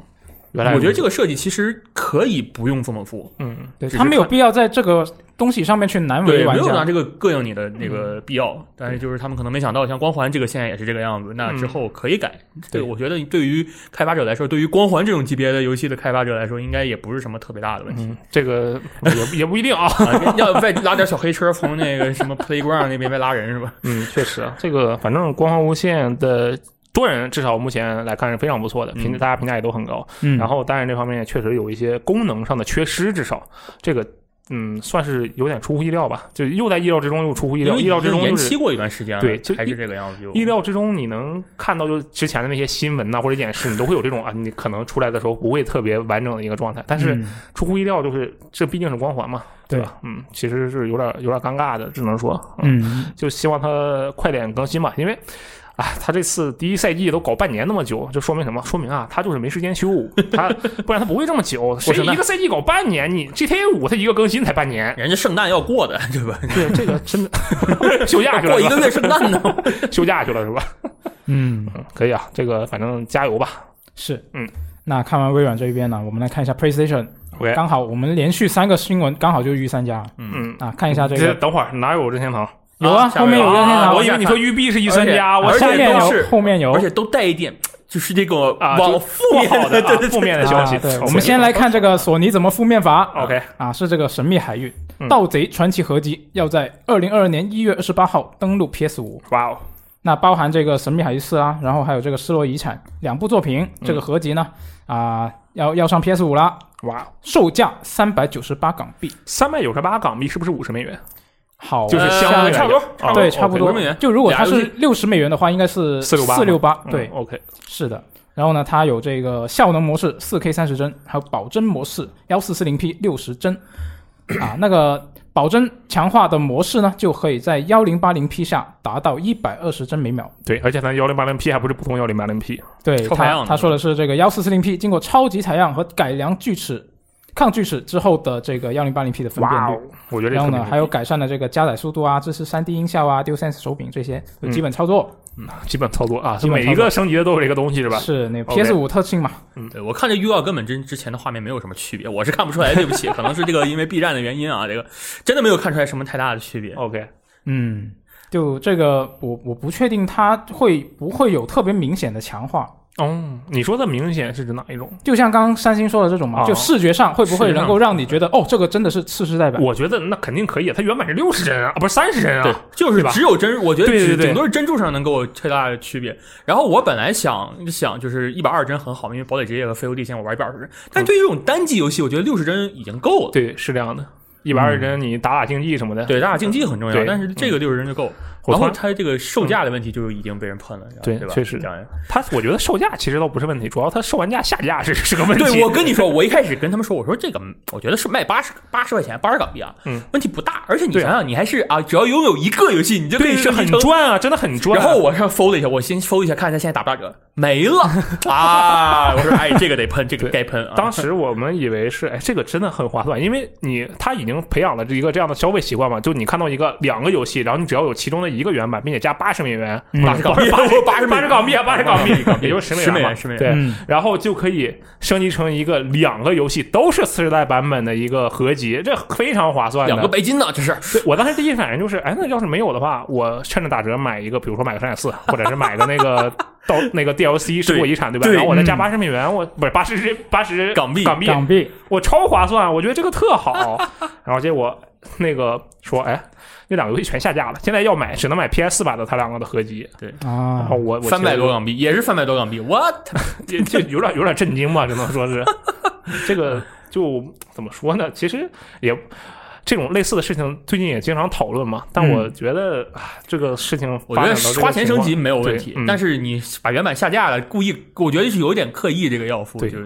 [SPEAKER 2] 原来
[SPEAKER 3] 我觉得
[SPEAKER 2] 这
[SPEAKER 3] 这个设计其实可以不用这么做，
[SPEAKER 2] 嗯，
[SPEAKER 1] 对，
[SPEAKER 3] 只是
[SPEAKER 1] 它没有
[SPEAKER 3] 看
[SPEAKER 1] 必要在这个东西上面去难为
[SPEAKER 3] 对，没
[SPEAKER 1] 玩
[SPEAKER 3] 有拿
[SPEAKER 1] 家。
[SPEAKER 3] 这个膈应你的那
[SPEAKER 2] 嗯
[SPEAKER 3] 个必要。但是就是他们可能没想到，像光环这个现在也是这个样子，那之后可以改。
[SPEAKER 2] 嗯对
[SPEAKER 3] 对，我觉得对于开发者来说，对于光环这种级别的游戏的开发者来说，应该也不是什么特别大的问题。
[SPEAKER 2] 嗯，这个也也不一定 啊。
[SPEAKER 3] 啊，要再拉点小黑车从那个什么 Playground 那边再拉人是吧？
[SPEAKER 2] 嗯，确实啊，这个反正《光环无限》的多人至少目前来看是非常不错的，评
[SPEAKER 3] 嗯
[SPEAKER 2] 大家评价也都很高。
[SPEAKER 1] 嗯，
[SPEAKER 2] 然后当然这方面也确实有一些功能上的缺失，至少这个嗯算是有点出乎意料吧，就又在意料之中又出乎意料，意料之中
[SPEAKER 3] 延
[SPEAKER 2] 就是
[SPEAKER 3] 期过一段时间了，
[SPEAKER 2] 对就
[SPEAKER 3] 还
[SPEAKER 2] 意
[SPEAKER 3] 是这个样子。就
[SPEAKER 2] 意料之中，你能看到就之前的那些新闻呐、或者演示，你都会有这种啊，你可能出来的时候不会特别完整的一个状态。但是
[SPEAKER 1] 嗯
[SPEAKER 2] 出乎意料，就是这毕竟是光环嘛，
[SPEAKER 1] 对
[SPEAKER 2] 吧？嗯，其实是有点有点尴尬的，只能说，
[SPEAKER 1] 嗯，
[SPEAKER 2] 就希望它快点更新吧，因为。啊，他这次第一赛季都搞半年那么久，就说明什么？说明啊，他就是没时间修， 他不然他不会这么久。谁
[SPEAKER 3] 圣诞
[SPEAKER 2] 一个赛季搞半年？你 GTA 五它一个更新才半 年，
[SPEAKER 3] 人家圣诞要过的，对吧？
[SPEAKER 2] 对这个真的休假去了
[SPEAKER 3] 过一
[SPEAKER 2] 是吧
[SPEAKER 3] 个？月圣诞 呢？
[SPEAKER 2] 休假去了是吧？
[SPEAKER 1] 嗯，
[SPEAKER 2] 嗯，可以啊，这个反正加油吧。
[SPEAKER 1] 是，
[SPEAKER 2] 嗯。
[SPEAKER 1] 那看完微软这一边呢，我们来看一下 PlayStation。
[SPEAKER 2] OK，
[SPEAKER 1] 刚好我们连续三个新闻，刚好就遇三家
[SPEAKER 2] 嗯，
[SPEAKER 1] 啊。看一下这
[SPEAKER 2] 这
[SPEAKER 1] 个，
[SPEAKER 2] 等会儿哪有任天堂？
[SPEAKER 1] 有啊，
[SPEAKER 3] 啊
[SPEAKER 1] 后面有
[SPEAKER 3] 下
[SPEAKER 1] 任
[SPEAKER 3] 面
[SPEAKER 1] 天
[SPEAKER 3] 啊
[SPEAKER 1] 堂，
[SPEAKER 2] 我以为你说育碧是一三家，
[SPEAKER 3] 而且
[SPEAKER 2] 我
[SPEAKER 3] 而且
[SPEAKER 1] 后面
[SPEAKER 3] 都是
[SPEAKER 1] 有，后面有，啊
[SPEAKER 3] 而且都带一点，就是这个
[SPEAKER 2] 啊就
[SPEAKER 3] 往 负
[SPEAKER 2] 不
[SPEAKER 3] 面
[SPEAKER 2] 好的啊
[SPEAKER 3] 对对
[SPEAKER 2] 负面的消
[SPEAKER 1] 啊
[SPEAKER 2] 息。
[SPEAKER 1] 对，
[SPEAKER 2] OK
[SPEAKER 1] 我们先来看这个索尼怎么负面法。
[SPEAKER 2] OK，
[SPEAKER 1] 啊，是这个《神秘海域
[SPEAKER 2] 嗯：
[SPEAKER 1] 盗贼传奇》合集要在二零二二年一月二十八号登陆 PS 五。
[SPEAKER 2] 哇哦，
[SPEAKER 1] 那包含这个《神秘海域四》啊，然后还有这个《失落遗产》两部作品，
[SPEAKER 2] 嗯
[SPEAKER 1] 这个合集呢啊、要要上 PS 五了，
[SPEAKER 2] 哇哦，
[SPEAKER 1] 售价三百九十八港币，
[SPEAKER 2] 三百九十八港币是不是五十美元？
[SPEAKER 1] 好，啊
[SPEAKER 2] 就是
[SPEAKER 3] 呃
[SPEAKER 2] 相对来
[SPEAKER 3] 差不多
[SPEAKER 2] 讲
[SPEAKER 3] 差不
[SPEAKER 2] 啊
[SPEAKER 1] 对，
[SPEAKER 2] OK，
[SPEAKER 1] 差不
[SPEAKER 3] 50
[SPEAKER 1] 多
[SPEAKER 3] 美元。
[SPEAKER 1] 就如果它
[SPEAKER 3] 俩
[SPEAKER 1] 是
[SPEAKER 3] 游
[SPEAKER 1] 六十美元的话，应该是
[SPEAKER 2] 468
[SPEAKER 1] 四六八，
[SPEAKER 2] 嗯
[SPEAKER 1] 对，
[SPEAKER 2] ，OK，
[SPEAKER 1] 是的。然后呢，它有这个效能模式四 K 三十帧，还有保真模式幺四四零 P 六十帧，啊，那个保真强化的模式呢，就可以在幺零八零 P 下达到一百二十帧每秒。
[SPEAKER 2] 对，而且咱幺零八零 P 还不是普通幺零八零 P，
[SPEAKER 1] 对
[SPEAKER 3] 超采
[SPEAKER 1] 他
[SPEAKER 3] 样的
[SPEAKER 1] 他说的是这个幺四四零 P 经过超级采样和改良锯齿、抗锯齿之后的这个幺零八零 P 的分辨
[SPEAKER 2] 哇
[SPEAKER 1] 率。
[SPEAKER 2] 哦，我觉得这
[SPEAKER 1] 然
[SPEAKER 2] 个
[SPEAKER 1] 后
[SPEAKER 2] 特别
[SPEAKER 1] 呢，
[SPEAKER 2] 牛
[SPEAKER 1] 还有改善了这个加载速度啊，支持三 D 音效啊，DualSense 手柄这些就基本操作。
[SPEAKER 2] 基本操作啊，
[SPEAKER 1] 基本
[SPEAKER 2] 每一个升级的都有这个东西是吧？
[SPEAKER 1] 是那
[SPEAKER 2] OK
[SPEAKER 1] PS 五特性嘛？
[SPEAKER 3] 对我看这预告根本真之前的画面没有什么区别，我是看不出来，对不起，可能是这个因为 B 站的原因啊，这个真的没有看出来什么太大的区别。
[SPEAKER 2] OK，
[SPEAKER 1] 嗯，就这个，我我不确定它会不会有特别明显的强化。嗯
[SPEAKER 2] 哦，你说的明显是指哪一种？
[SPEAKER 1] 就像刚刚三星说的这种嘛，
[SPEAKER 2] 哦
[SPEAKER 1] 就视觉上会不
[SPEAKER 2] 视
[SPEAKER 1] 会
[SPEAKER 2] 觉上
[SPEAKER 1] 能够让你觉得，哦，这个真的是次世代版？
[SPEAKER 2] 我觉得那肯定可以，它原版是六十帧啊，啊不是三十帧啊。
[SPEAKER 3] 对，就是
[SPEAKER 2] 对吧
[SPEAKER 3] 只有珍，我觉得
[SPEAKER 2] 对对
[SPEAKER 3] 只
[SPEAKER 2] 对
[SPEAKER 3] 顶多是珍珠上能给我最大的区别。然后我本来想想就是一百二十帧很好，因为堡垒之夜和飞游地线我玩一百二十帧，
[SPEAKER 2] 嗯
[SPEAKER 3] 但对于这种单机游戏，我觉得六十帧已经够了。
[SPEAKER 2] 对，是这样的，一百
[SPEAKER 1] 嗯
[SPEAKER 2] 二十帧你打打竞技什么的。，
[SPEAKER 3] 对，打打竞技很重要，
[SPEAKER 2] 对嗯
[SPEAKER 3] 但是这个六十帧就够。
[SPEAKER 2] 我
[SPEAKER 3] 然
[SPEAKER 2] 突
[SPEAKER 3] 后
[SPEAKER 2] 然
[SPEAKER 3] 它这个售价的问题就已经被人喷了，
[SPEAKER 2] 嗯对
[SPEAKER 3] 吧？
[SPEAKER 2] 确实
[SPEAKER 3] 这样
[SPEAKER 2] 它我觉得售价其实倒不是问题，主要它售完价下架是是个问题。
[SPEAKER 3] 对，我跟你说，我一开始跟他们说，我说这个我觉得是卖八十八十块钱，八十港币啊，
[SPEAKER 2] 嗯
[SPEAKER 3] 问题不大。而且你
[SPEAKER 2] 对
[SPEAKER 3] 想想，你还是啊，只要拥有一个游戏，你就可以
[SPEAKER 2] 对
[SPEAKER 3] 升
[SPEAKER 2] 是
[SPEAKER 3] 级
[SPEAKER 2] 很
[SPEAKER 3] 成
[SPEAKER 2] 赚啊，真的很赚啊。
[SPEAKER 3] 然后我上搜了一下，我先搜一下，看一下现在打不打折，没 了啊！我说，哎，这个得喷，这个
[SPEAKER 2] 对
[SPEAKER 3] 该喷啊！
[SPEAKER 2] 当时我们以为是，哎，这个真的很划算，因为你他已经培养了一个这样的消费习惯嘛，就你看到一个两个游戏，然后你只要有其中的一个原版，并且加八十美元，
[SPEAKER 3] 八十港币，
[SPEAKER 2] 八
[SPEAKER 3] 嗯八十
[SPEAKER 2] 八十港币啊，八十港币，也就十
[SPEAKER 3] 十美
[SPEAKER 2] 美
[SPEAKER 3] 元
[SPEAKER 2] 元
[SPEAKER 3] 十
[SPEAKER 2] 嘛，
[SPEAKER 3] 美元
[SPEAKER 2] 对，
[SPEAKER 1] 嗯
[SPEAKER 2] 然后就可以升级成一个两个游戏都是次世代版本的一个合集，这非常划算的。
[SPEAKER 3] 两个白金呢，这是
[SPEAKER 2] 对我当时第一反应就是，哎，那要是没有的话，我趁着打折买一个，比如说买个《山海四》，或者是买个那 个到那个 DLC 水果遗产，对吧？
[SPEAKER 3] 对
[SPEAKER 2] 然后我再加
[SPEAKER 1] 嗯
[SPEAKER 2] 八十美元，我不是八十八十
[SPEAKER 3] 港币
[SPEAKER 2] 港币，
[SPEAKER 1] 港币
[SPEAKER 2] 我超划算，我觉得这个特好。然后结果那个说，哎，那两个游戏全下架了，现在要买只能买 PS 四版的它两个的合集。然
[SPEAKER 1] 啊
[SPEAKER 2] 后，我我
[SPEAKER 3] 三百多
[SPEAKER 2] 个，
[SPEAKER 3] 港币，也是三百多港币，what？
[SPEAKER 2] 就就有点有点震惊吧，只能说是这个就怎么说呢？其实也。这种类似的事情最近也经常讨论嘛，但我觉得、啊，这个事情
[SPEAKER 3] 嗯我觉
[SPEAKER 2] 发展
[SPEAKER 3] 得
[SPEAKER 2] 到这个
[SPEAKER 3] 花钱
[SPEAKER 2] 情
[SPEAKER 3] 升
[SPEAKER 2] 况
[SPEAKER 3] 级没有问题
[SPEAKER 2] 对，嗯
[SPEAKER 3] 但是你把原版下架了，故意，我觉得是有点刻意这个要付，就
[SPEAKER 2] 对
[SPEAKER 3] 是有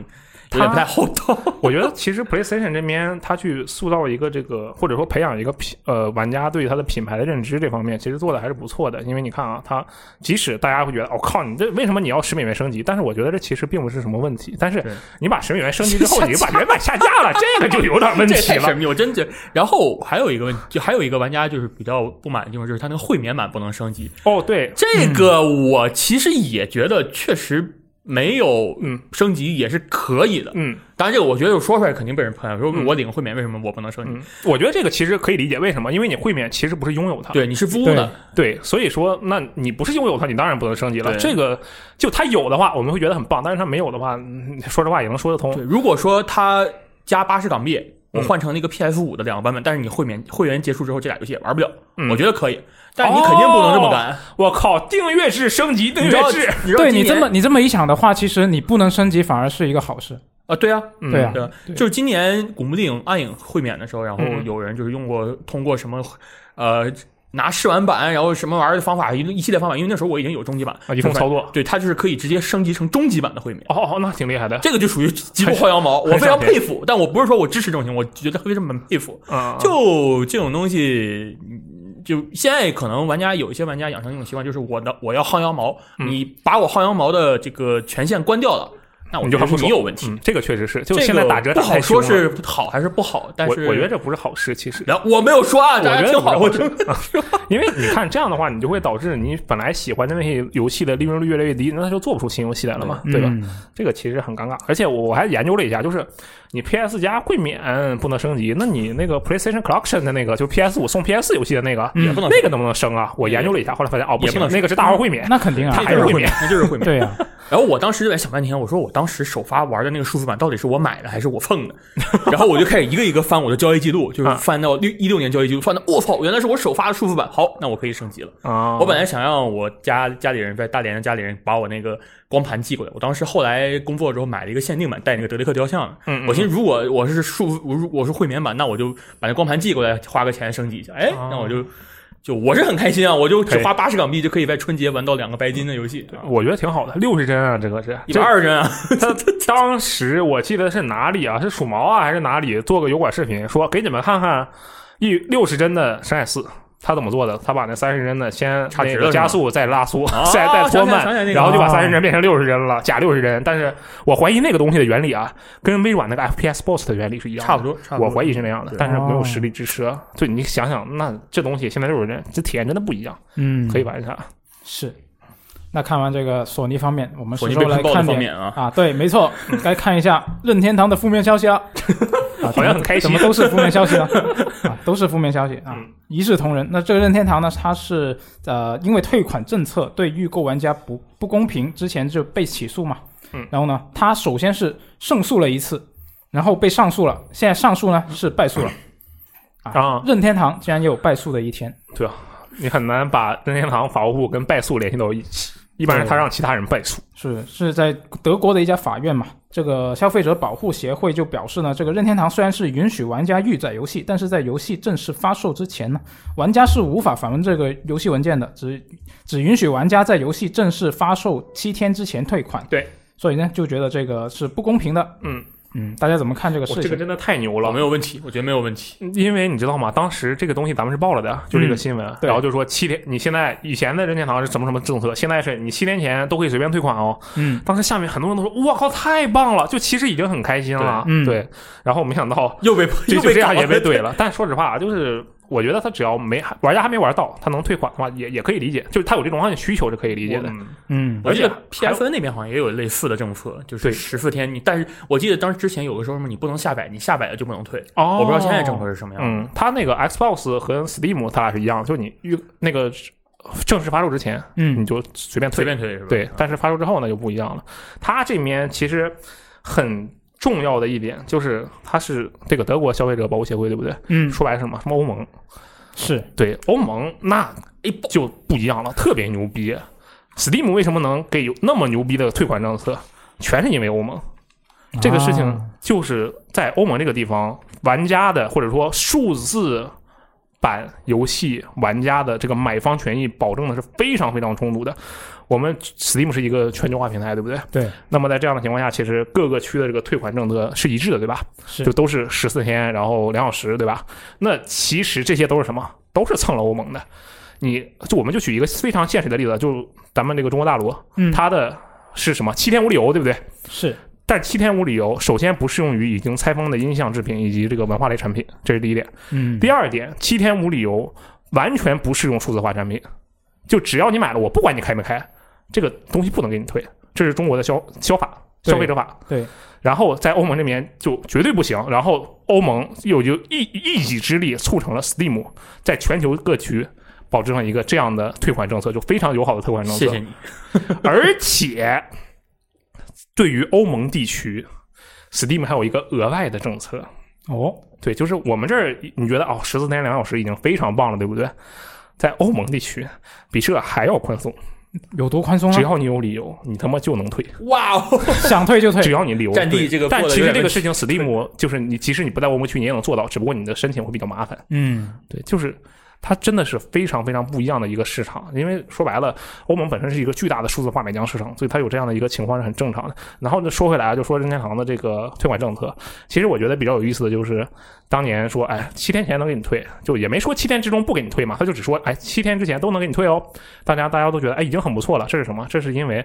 [SPEAKER 3] 点不太厚道。
[SPEAKER 2] 我觉得其实 PlayStation 这边，它去塑造一个这个，或者说培养一个品呃玩家对它的品牌的认知这方面，其实做的还是不错的。因为你看啊，它即使大家会觉得，我、哦靠，你这为什么你要十美元升级？但是我觉得这其实并不是什么问题。但是
[SPEAKER 3] 对
[SPEAKER 2] 你把十美元升级之后，你就把原版下架了，这个就有点问
[SPEAKER 3] 这也
[SPEAKER 2] 题
[SPEAKER 3] 太
[SPEAKER 2] 了
[SPEAKER 3] 神。秘，我真觉得。然后还有一个问题，就还有一个玩家就是比较不满的地方，就是他那个会免版不能升级，
[SPEAKER 2] 哦，对，
[SPEAKER 3] 这个我其实也觉得确实没有
[SPEAKER 2] 嗯
[SPEAKER 3] 升级也是可以的。
[SPEAKER 2] 嗯
[SPEAKER 3] 当然，这个我觉得我说出来肯定被人喷，说
[SPEAKER 2] 嗯
[SPEAKER 3] 我领会免为什么我不能升级？
[SPEAKER 2] 嗯，我觉得这个其实可以理解，为什么？因为你会免其实不是拥有它，
[SPEAKER 3] 对，你是租的，
[SPEAKER 2] 对，所以说，那你不是拥有它，你当然不能升级了。
[SPEAKER 3] 对
[SPEAKER 2] 这个就它有的话，我们会觉得很棒；但是它没有的话，嗯说实话也能说得通
[SPEAKER 3] 对。。如果说他加八十港币，我
[SPEAKER 2] 嗯
[SPEAKER 3] 换成了一个 PS 五的两个版本，但是你会免会员结束之后，这俩游戏也玩不了，
[SPEAKER 2] 嗯
[SPEAKER 3] 我觉得可以。但是你肯定不能这么干，
[SPEAKER 2] 我靠，订阅制升级，订
[SPEAKER 3] 你
[SPEAKER 2] 阅
[SPEAKER 3] 知道
[SPEAKER 2] 制，？
[SPEAKER 3] 你知道
[SPEAKER 1] 对
[SPEAKER 3] 今
[SPEAKER 1] 你
[SPEAKER 3] 年
[SPEAKER 1] 这么你这么一想的话，其实你不能升级反而是一个好事。
[SPEAKER 3] 啊？对啊，
[SPEAKER 2] 嗯
[SPEAKER 1] 对啊
[SPEAKER 3] 对，
[SPEAKER 1] 对
[SPEAKER 3] 就是今年《古墓丽影：暗影》会免的时候，然后
[SPEAKER 2] 嗯
[SPEAKER 3] 有人就是用过通过什么呃拿试玩版，然后什么玩意儿的方法，一一系列方法，因为那时候我已经有终极版
[SPEAKER 2] 啊，一通操作。
[SPEAKER 3] 对，它就是可以直接升级成终极版的会免。
[SPEAKER 2] 哦，那挺厉害的，
[SPEAKER 3] 这个就属于极过薅 羊毛，
[SPEAKER 2] 很
[SPEAKER 3] 我非常
[SPEAKER 2] 很少见
[SPEAKER 3] 佩服，但我不是说我支持这种行为，我觉得非常很佩服。
[SPEAKER 2] 嗯，
[SPEAKER 3] 就这种东西，嗯就现在可能玩家有一些玩家养成一种习惯，就是我的我要薅羊毛，
[SPEAKER 2] 嗯
[SPEAKER 3] 你把我薅羊毛的这个权限关掉了，那我
[SPEAKER 2] 你就
[SPEAKER 3] 觉
[SPEAKER 2] 很
[SPEAKER 3] 得
[SPEAKER 2] 不
[SPEAKER 3] 你
[SPEAKER 2] 爽
[SPEAKER 3] 有问题。
[SPEAKER 2] 嗯，这个确实是，就
[SPEAKER 3] 这个
[SPEAKER 2] 现在打折
[SPEAKER 3] 不
[SPEAKER 2] 打
[SPEAKER 3] 好
[SPEAKER 2] 太
[SPEAKER 3] 说
[SPEAKER 2] 凶了，
[SPEAKER 3] 是好还是不好，但
[SPEAKER 2] 我
[SPEAKER 3] 是
[SPEAKER 2] 我觉得这不是好事，其实。
[SPEAKER 3] 然后我没有说啊，
[SPEAKER 2] 我
[SPEAKER 3] 大
[SPEAKER 2] 觉
[SPEAKER 3] 家
[SPEAKER 2] 得
[SPEAKER 3] 听好，
[SPEAKER 2] 不
[SPEAKER 3] 我
[SPEAKER 2] 是
[SPEAKER 3] 真
[SPEAKER 2] 因为你看这样的话，你就会导致你本来喜欢的那些游戏的利润率越来越低，那它就做不出新游戏来了嘛，对吧？
[SPEAKER 1] 嗯
[SPEAKER 2] 这个其实很尴尬，而且我我还研究了一下，就是你 PS 加会免不能升级，那你那个 PlayStation Collection 的那个，就 PS 五送 PS 游戏的那个，
[SPEAKER 3] 也不能
[SPEAKER 2] 那个能不能升啊？我研究了一下，后来发现哦，
[SPEAKER 3] 也
[SPEAKER 2] 行
[SPEAKER 3] 不能，升
[SPEAKER 2] 那个是大号会免。
[SPEAKER 1] 那肯定啊
[SPEAKER 2] 它，还是会免，
[SPEAKER 3] 那就是会免。
[SPEAKER 1] 对呀、
[SPEAKER 3] 然后我当时就在想半天，我说我当时首发玩的那个数字版到底是我买的还是我 蹭的？然后我就开始一个一个翻我的交易记录，就是
[SPEAKER 2] 啊
[SPEAKER 3] 翻到六一六年交易记录，翻到我操，原来是我首发的数字版。好，那我可以升级了。
[SPEAKER 2] 啊！
[SPEAKER 3] 我本来想让我家家里人在大连的家里人把我那个光盘寄过来，我当时后来工作之后买了一个限定版，带那个德雷克雕像的。
[SPEAKER 2] 嗯嗯
[SPEAKER 3] 我寻思如果我是数我如我是会免版，那我就把那光盘寄过来，花个钱升级一下。哎，
[SPEAKER 2] 哦
[SPEAKER 3] 那我就就我是很开心啊，我就只
[SPEAKER 2] 可以
[SPEAKER 3] 花八十港币就可以在春节玩到两个白金的游戏，
[SPEAKER 2] 我觉得挺好的，六十帧啊，这个是
[SPEAKER 3] 一百二十帧啊。
[SPEAKER 2] 他 当时我记得是哪里啊？是鼠毛啊，还是哪里做个油管视频，说给你们看看一六十帧的《山海四》，他怎么做的？他把那三十帧的先
[SPEAKER 3] 差值
[SPEAKER 2] 那
[SPEAKER 3] 了
[SPEAKER 2] 个
[SPEAKER 3] 是
[SPEAKER 2] 加
[SPEAKER 3] 吗
[SPEAKER 2] 速，再拉缩，
[SPEAKER 3] 哦
[SPEAKER 2] 再再拖
[SPEAKER 3] 想起来想起来
[SPEAKER 2] 慢，
[SPEAKER 3] 那个
[SPEAKER 2] 然后就把
[SPEAKER 1] 哦
[SPEAKER 2] 三十帧变成六十帧了，假六十帧。但是我怀疑那个东西的原理啊，跟微软那个 FPS Boss 的原理是一样的，
[SPEAKER 3] 差不多，差不多。
[SPEAKER 2] 我怀疑是那样的
[SPEAKER 3] 对，哦
[SPEAKER 2] 但是没有实力支持啊。就你想想，那这东西现在六十帧，这体验真的不一样，
[SPEAKER 1] 嗯，
[SPEAKER 2] 可以玩一下。
[SPEAKER 1] 是。那看完这个索尼方面，我们
[SPEAKER 3] 索
[SPEAKER 1] 是
[SPEAKER 3] 尼
[SPEAKER 1] 时候
[SPEAKER 3] 被
[SPEAKER 1] 来
[SPEAKER 3] 喷爆的
[SPEAKER 1] 看
[SPEAKER 3] 方
[SPEAKER 1] 点
[SPEAKER 3] 面啊，
[SPEAKER 1] 啊，对，没错，该看一下任天堂的负面消息啊。啊，
[SPEAKER 2] 好像很开心
[SPEAKER 1] 怎么都是负面消 息呢？啊，都是负面消息啊
[SPEAKER 2] 嗯，
[SPEAKER 1] 一视同仁。那这个任天堂呢，它是呃，因为退款政策对预购玩家不不公平，之前就被起诉嘛。
[SPEAKER 2] 嗯
[SPEAKER 1] 然后呢，它首先是胜诉了一次，然后被上诉了，现在上诉呢是败 诉了。
[SPEAKER 2] 啊，
[SPEAKER 1] 任天堂竟然也有败诉的一天，
[SPEAKER 2] 你很难把任天堂法务部跟败诉联系到一起。一般是他让其他人败诉，
[SPEAKER 1] 是是在德国的一家法院嘛？这个消费者保护协会就表示呢，这个任天堂虽然是允许玩家预载游戏，但是在游戏正式发售之前呢，玩家是无法访问这个游戏文件的，只只允许玩家在游戏正式发售七天之前退款。
[SPEAKER 2] 对，
[SPEAKER 1] 所以呢就觉得这个是不公平的。
[SPEAKER 2] 嗯，
[SPEAKER 1] 嗯，大家怎么看这个事
[SPEAKER 2] 我
[SPEAKER 1] 情？
[SPEAKER 2] 这个真的太牛了
[SPEAKER 3] 没，有问题，我觉得没有问题。
[SPEAKER 2] 因为你知道吗？当时这个东西咱们是报了的，就这个新闻，
[SPEAKER 1] 对
[SPEAKER 2] 然后就说七天，你现在以前的任天堂是什么什么政策，现在是你七天前都可以随便退款哦。
[SPEAKER 1] 嗯，
[SPEAKER 2] 当时下面很多人都说：“我靠，太棒了！”就其实已经很开心了，
[SPEAKER 1] 对嗯
[SPEAKER 2] 对。然后没想到
[SPEAKER 3] 又被
[SPEAKER 2] 就
[SPEAKER 3] 又
[SPEAKER 2] 就
[SPEAKER 3] 被
[SPEAKER 2] 这样
[SPEAKER 3] 搞
[SPEAKER 2] 也被怼了。但说实话，就是我觉得他只要没玩家还没玩到，他能退款的话，也也可以理解，就是他有这种需求是可以理解的。
[SPEAKER 3] 嗯
[SPEAKER 1] 嗯
[SPEAKER 3] 我记得
[SPEAKER 2] 而且还有
[SPEAKER 3] PFN 那边好像也有类似的政策，就
[SPEAKER 2] 对
[SPEAKER 3] 是十四天你，但是我记得当时之前有个说什么你不能下载，你下载了就不能退。
[SPEAKER 2] 哦
[SPEAKER 3] 我不知道现在政策是什么样的。
[SPEAKER 2] 嗯，他那个 Xbox 和 Steam 它俩是一样，就是你预那个正式发售之前，你
[SPEAKER 1] 嗯
[SPEAKER 2] 就随便退
[SPEAKER 3] 随便嗯推是吧？
[SPEAKER 2] 对，但是发售之后呢就不一样了。它这边其实很重要的一点就是，它是这个德国消费者保护协会，对不对？
[SPEAKER 1] 嗯
[SPEAKER 2] 说白了是什么？什么欧盟？
[SPEAKER 1] 是
[SPEAKER 2] 对，欧盟那
[SPEAKER 3] 哎，不
[SPEAKER 2] 就不一样了，特别牛逼。Steam 为什么能给有那么牛逼的退款政策？全是因为欧盟。这个事情
[SPEAKER 1] 啊
[SPEAKER 2] 就是在欧盟这个地方，玩家的或者说数字版游戏玩家的这个买方权益保证的是非常非常充足的。我们 Steam 是一个全球化平台，对不对？
[SPEAKER 1] 对。
[SPEAKER 2] 那么在这样的情况下，其实各个区的这个退款政策是一致的，对吧？
[SPEAKER 1] 是
[SPEAKER 2] 就都是十四天，然后两小时，对吧？那其实这些都是什么？都是蹭了欧盟的。你就我们就举一个非常现实的例子，就咱们这个中国大陆，
[SPEAKER 1] 嗯
[SPEAKER 2] 它的是什么？七天无理由，对不对？
[SPEAKER 1] 是
[SPEAKER 2] 但七天无理由，首先不适用于已经拆封的音像制品以及这个文化类产品，这是第一点。
[SPEAKER 1] 嗯
[SPEAKER 2] 第二点，七天无理由完全不适用数字化产品，就只要你买了，我不管你开没开，这个东西不能给你退，这是中国的消消法
[SPEAKER 1] 对
[SPEAKER 2] 消费者法。
[SPEAKER 1] 对
[SPEAKER 2] 然后在欧盟这边就绝对不行，然后欧盟又有一一己之力促成了 Steam 在全球各区保证了一个这样的退款政策，就非常友好的退款政策。
[SPEAKER 3] 谢谢你。
[SPEAKER 2] 而且对于欧盟地区，Steam 还有一个额外的政策，
[SPEAKER 1] 哦
[SPEAKER 2] 对，就是我们这儿你觉得哦，十四天两小时已经非常棒了，对不对？在欧盟地区，比这还要宽松，
[SPEAKER 1] 有多
[SPEAKER 3] 嗯
[SPEAKER 1] 宽松
[SPEAKER 2] 只
[SPEAKER 1] 啊？
[SPEAKER 2] 要你有理由，你他妈就能退，
[SPEAKER 3] 哇哦，
[SPEAKER 1] 想退就退
[SPEAKER 2] 只。要你理由
[SPEAKER 3] 战地
[SPEAKER 2] 对
[SPEAKER 3] 这个过
[SPEAKER 2] 但
[SPEAKER 3] 得
[SPEAKER 2] 其
[SPEAKER 3] 有
[SPEAKER 2] 实
[SPEAKER 3] 点
[SPEAKER 2] 这个
[SPEAKER 3] 问”
[SPEAKER 2] 事情，Steam 就是你，即使你不在欧盟区，你也能做到，只不过你的申请会比较麻烦。
[SPEAKER 1] 嗯
[SPEAKER 2] 对，就是它真的是非常非常不一样的一个市场，因为说白了，欧盟本身是一个巨大的数字化买家市场，所以它有这样的一个情况是很正常的。然后呢，说回来啊，就说任天堂的这个退款政策，其实我觉得比较有意思的就是，当年说哎七天前能给你退，就也没说七天之中不给你退嘛，他就只说哎七天之前都能给你退哦。大家大家都觉得哎已经很不错了，这是什么？这是因为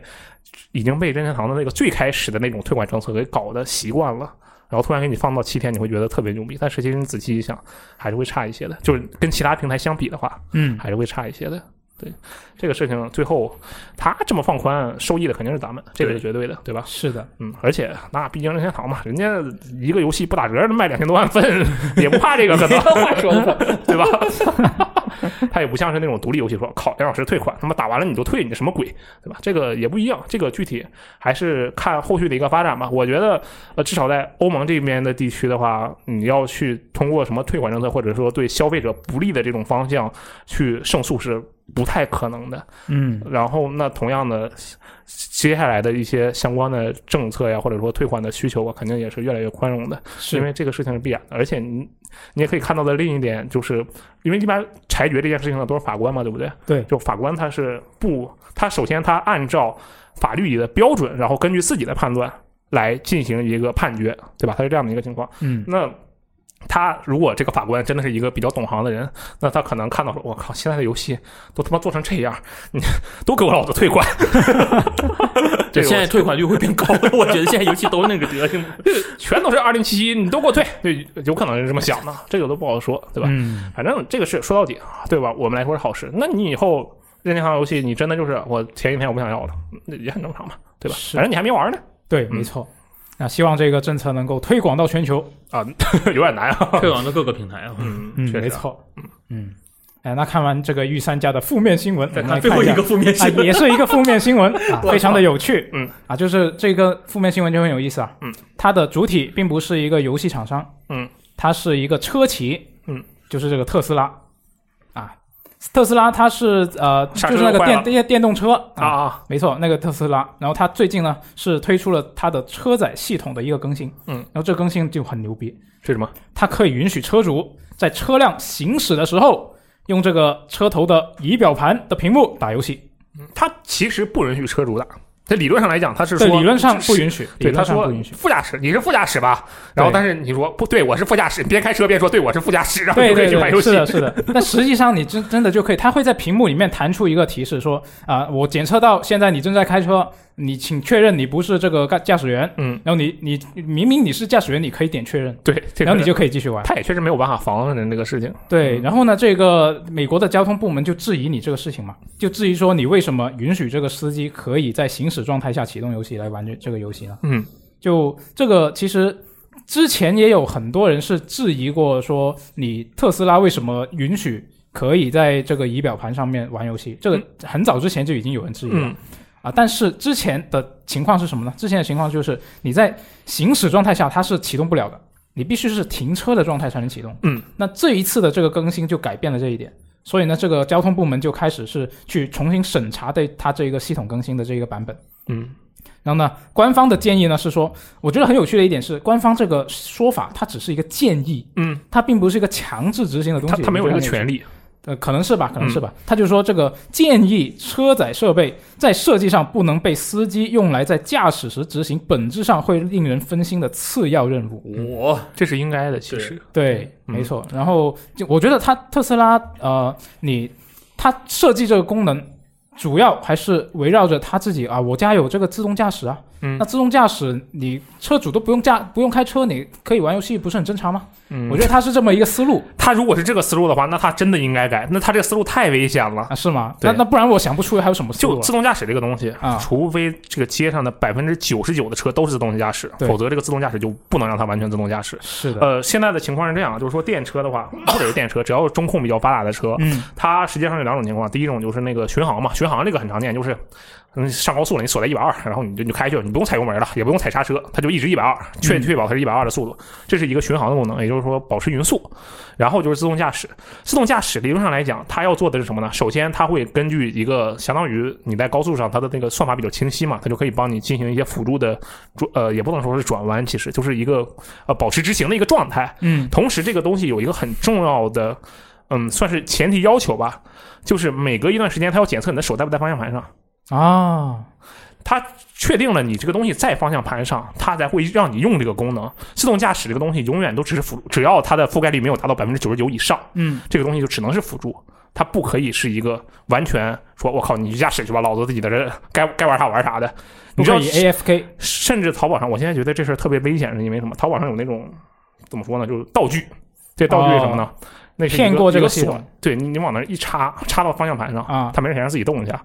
[SPEAKER 2] 已经被任天堂的那个最开始的那种退款政策给搞得习惯了。然后突然给你放到七天，你会觉得特别牛逼，但是其实你仔细一想，还是会差一些的，就是跟其他平台相比的话，
[SPEAKER 1] 嗯，
[SPEAKER 2] 还是会差一些的。对这个事情，最后他这么放宽，受益的肯定是咱们，这个是绝对的，对吧？
[SPEAKER 1] 是的，
[SPEAKER 2] 嗯，而且那毕竟任天堂嘛，人家一个游戏不打折能卖两千多万份， 也不怕这个，可能话说的，对吧？ 他也不像是那种独立游戏说，靠，两小时退款，他妈打完了你就退，你什么鬼，对吧？这个也不一样，这个具体还是看后续的一个发展吧。我觉得，呃，至少在欧盟这边的地区的话，你要去通过什么退款政策，或者说对消费者不利的这种方向去胜诉是不太可能的。
[SPEAKER 1] 嗯
[SPEAKER 2] 然后那同样的，接下来的一些相关的政策呀，或者说退款的需求啊，肯定也是越来越宽容的，
[SPEAKER 1] 是
[SPEAKER 2] 因为这个事情是必然的。而且你你也可以看到的另一点就是，因为一般裁决这件事情的都是法官嘛，对不对？
[SPEAKER 1] 对
[SPEAKER 2] 就法官他是不，他首先他按照法律里的标准，然后根据自己的判断来进行一个判决，对吧？他是这样的一个情况。
[SPEAKER 1] 嗯
[SPEAKER 2] 那他如果这个法官真的是一个比较懂行的人，那他可能看到说：“我靠，现在的游戏都他妈做成这样，你都给我老子退款。这个
[SPEAKER 3] 对，现在退款率会变高的，我觉得现在游戏都那个 德行。
[SPEAKER 2] 我全都是二零七一，你都给我退，对，有可能是这么想的，这个都不好说，对吧？
[SPEAKER 1] 嗯
[SPEAKER 2] 反正这个事说到底，啊对吧？我们来说是好事。那你以后任天堂游戏，你真的就是我前一天我不想要了，那也很正常嘛，对吧？
[SPEAKER 1] 是
[SPEAKER 2] 反正你还没玩呢，
[SPEAKER 1] 对，
[SPEAKER 2] 嗯
[SPEAKER 1] 没错。那希望这个政策能够推广到全球。
[SPEAKER 2] 啊，有点难 啊。
[SPEAKER 3] 推广到各个平台啊。
[SPEAKER 2] 嗯
[SPEAKER 1] 嗯，
[SPEAKER 2] 确
[SPEAKER 1] 没
[SPEAKER 2] 实啊。
[SPEAKER 1] 错。嗯，哎，那看完这个御三家的负面新闻，
[SPEAKER 2] 嗯
[SPEAKER 1] 再
[SPEAKER 3] 最后一个负面
[SPEAKER 1] 啊
[SPEAKER 3] 新，闻，
[SPEAKER 1] 也是一个负面新闻啊，
[SPEAKER 3] 哇
[SPEAKER 1] 非常的有趣。
[SPEAKER 2] 嗯，
[SPEAKER 1] 啊，就是这个负面新闻就很有意思啊。
[SPEAKER 2] 嗯，
[SPEAKER 1] 它的主体并不是一个游戏厂商，
[SPEAKER 2] 嗯，
[SPEAKER 1] 它是一个车企，
[SPEAKER 2] 嗯，
[SPEAKER 1] 就是这个特斯拉，啊，特斯拉它是呃，
[SPEAKER 2] 刹
[SPEAKER 1] 就
[SPEAKER 2] 车
[SPEAKER 1] 是那个
[SPEAKER 2] 坏
[SPEAKER 1] 电
[SPEAKER 2] 了
[SPEAKER 1] 电电动车
[SPEAKER 2] 啊
[SPEAKER 1] 啊，
[SPEAKER 2] 啊，
[SPEAKER 1] 没错，那个特斯拉。然后它最近呢是推出了它的车载系统的一个更新，
[SPEAKER 2] 嗯，
[SPEAKER 1] 然后这更新就很牛逼，
[SPEAKER 2] 是什么？
[SPEAKER 1] 它可以允许车主在车辆行驶的时候用这个车头的仪表盘的屏幕打游戏。
[SPEAKER 2] 他其实不允许车主打。在理论上来讲，他是说
[SPEAKER 1] 对，理论上不
[SPEAKER 2] 许。
[SPEAKER 1] 允许，
[SPEAKER 2] 对，
[SPEAKER 1] 理
[SPEAKER 2] 他
[SPEAKER 1] 论上
[SPEAKER 2] 说
[SPEAKER 1] 不允许。
[SPEAKER 2] 副驾驶，你是副驾驶吧？然后
[SPEAKER 1] 对
[SPEAKER 2] 但是你说不对，我是副驾驶，边开车边说对我是副驾驶， 然后
[SPEAKER 1] 对
[SPEAKER 2] 就可
[SPEAKER 1] 对
[SPEAKER 2] 以去玩游
[SPEAKER 1] 对，
[SPEAKER 2] 戏
[SPEAKER 1] 是。的，是的。但实际上，你真真的就可以，它会在屏幕里面弹出一个提示说，啊、我检测到现在你正在开车，你请确认你不是这个驾驾驶员。
[SPEAKER 2] 嗯，
[SPEAKER 1] 然后你你明明你是驾驶员，你可以点确认，
[SPEAKER 2] 对，这
[SPEAKER 1] 然后你
[SPEAKER 2] 就
[SPEAKER 1] 就可以继续玩。
[SPEAKER 2] 他也确实没有办法防人这个事情。
[SPEAKER 1] 对，
[SPEAKER 2] 嗯
[SPEAKER 1] 然后呢，这个美国的交通部门就质疑你这个事情嘛，就质疑说你为什么允许这个司机可以在行驶状态下启动游戏来玩这这个游戏呢？
[SPEAKER 2] 嗯，
[SPEAKER 1] 就这个其实之前也有很多人是质疑过，说你特斯拉为什么允许可以在这个仪表盘上面玩游戏？这个很早之前就已经有人质疑了。
[SPEAKER 2] 嗯
[SPEAKER 1] 啊，但是之前的情况是什么呢？之前的情况就是你在行驶状态下它是启动不了的，你必须是停车的状态才能启动。
[SPEAKER 2] 嗯，
[SPEAKER 1] 那这一次的这个更新就改变了这一点，所以呢，这个交通部门就开始是去重新审查对它这个系统更新的这一个版本。
[SPEAKER 2] 嗯
[SPEAKER 1] 然后呢，官方的建议呢是说，我觉得很有趣的一点是，官方这个说法它只是一个建议，
[SPEAKER 2] 嗯，
[SPEAKER 1] 它并不是一个强制执行的东
[SPEAKER 2] 他
[SPEAKER 1] 西。
[SPEAKER 2] 他没有
[SPEAKER 1] 我
[SPEAKER 2] 这
[SPEAKER 1] 觉
[SPEAKER 2] 个
[SPEAKER 1] 得很有趣
[SPEAKER 2] 权利。
[SPEAKER 1] 呃，可能是吧，可能
[SPEAKER 2] 嗯
[SPEAKER 1] 是吧。他就说这个建议车载设备在设计上不能被司机用来在驾驶时执行本质上会令人分心的次要任务。
[SPEAKER 3] 我
[SPEAKER 2] 这是应该的，其实
[SPEAKER 1] 对，
[SPEAKER 2] 嗯
[SPEAKER 1] 没错。然后就我觉得它特斯拉呃，你它设计这个功能。主要还是围绕着它自己啊，我家有这个自动驾驶啊，
[SPEAKER 2] 嗯
[SPEAKER 1] 那自动驾驶你车主都不用驾不用开车，你可以玩游戏，不是很正常吗？
[SPEAKER 2] 嗯
[SPEAKER 1] 我觉得它是这么一个思路
[SPEAKER 2] 他如果是这个思路的话，那他真的应该改。那他这个思路太危险了。
[SPEAKER 1] 啊，是吗？
[SPEAKER 2] 对
[SPEAKER 1] 那那不然我想不出还有什么思路
[SPEAKER 2] 就
[SPEAKER 1] 了
[SPEAKER 2] 自动驾驶这个东西
[SPEAKER 1] 啊
[SPEAKER 2] 除非这个街上的百分之九十九的车都是自动驾驶，
[SPEAKER 1] 对
[SPEAKER 2] 否则这个自动驾驶就不能让它完全自动驾驶。
[SPEAKER 1] 是的，
[SPEAKER 2] 呃，现在的情况是这样，就是说电车 的话，或者是电车，只要是中控比较发达的车，
[SPEAKER 1] 嗯，
[SPEAKER 2] 它实际上有两种情况，第一种就是那个巡航嘛，巡航这个很常见，就是嗯上高速了，你锁在一百二，然后你就你就开去了，你不用踩油门了，也不用踩刹车，它就一直一百二，确
[SPEAKER 1] 嗯
[SPEAKER 2] 确保它是一百二的速度，这是一个巡航的功能，也就是说保持匀速。然后就是自动驾驶，自动驾驶理论上来讲，它要做的是什么呢？首先，它会根据一个相当于你在高速上，它的那个算法比较清晰嘛，它就可以帮你进行一些辅助的转，呃，也不能说是转弯，其实就是一个呃保持执行的一个状态。
[SPEAKER 1] 嗯
[SPEAKER 2] 同时，这个东西有一个很重要的，嗯，算是前提要求吧，就是每隔一段时间，它要检测你的手在不在方向盘上。
[SPEAKER 1] 啊，
[SPEAKER 2] 它确定了你这个东西在方向盘上，它才会让你用这个功能。自动驾驶这个东西永远都只是辅助，只要它的覆盖率没有达到百分之九十九以上，
[SPEAKER 1] 嗯，
[SPEAKER 2] 这个东西就只能是辅助，它不可以是一个完全说“我靠，你去驾驶去吧，老子自己的人该该玩啥玩啥的”。
[SPEAKER 1] 不
[SPEAKER 2] 你知
[SPEAKER 1] 可
[SPEAKER 2] 道
[SPEAKER 1] 以，AFK
[SPEAKER 2] 甚至淘宝上，我现在觉得这事儿特别危险，是因为什么？淘宝上有那种怎么说呢，就是道具，这道具是什么呢？那是一
[SPEAKER 1] 哦骗过这
[SPEAKER 2] 一
[SPEAKER 1] 个
[SPEAKER 2] 个
[SPEAKER 1] 系统
[SPEAKER 2] 锁，对你你往那儿一插，插到方向盘上，
[SPEAKER 1] 啊
[SPEAKER 2] 它没事想让自己动一下，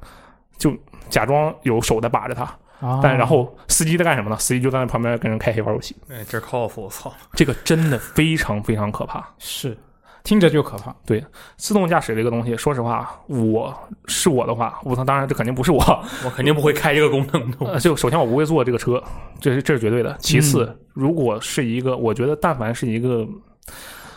[SPEAKER 2] 就假装有手在把着它，
[SPEAKER 1] 啊，
[SPEAKER 2] 但然后司机在干什么呢？司机就在那旁边跟人开黑玩游戏，
[SPEAKER 3] 哎，这靠谱，我操！
[SPEAKER 2] 这个真的非常非常可怕。
[SPEAKER 1] 是听着就可怕，
[SPEAKER 2] 自动驾驶这个东西，说实话，我是我的话，我操，当然这肯定不是我，
[SPEAKER 3] 我肯定不会开这个功 能的。
[SPEAKER 2] 呃，就首先我不会坐这个车，这是这是绝对的。其次，如果是一个，我觉得但凡是一个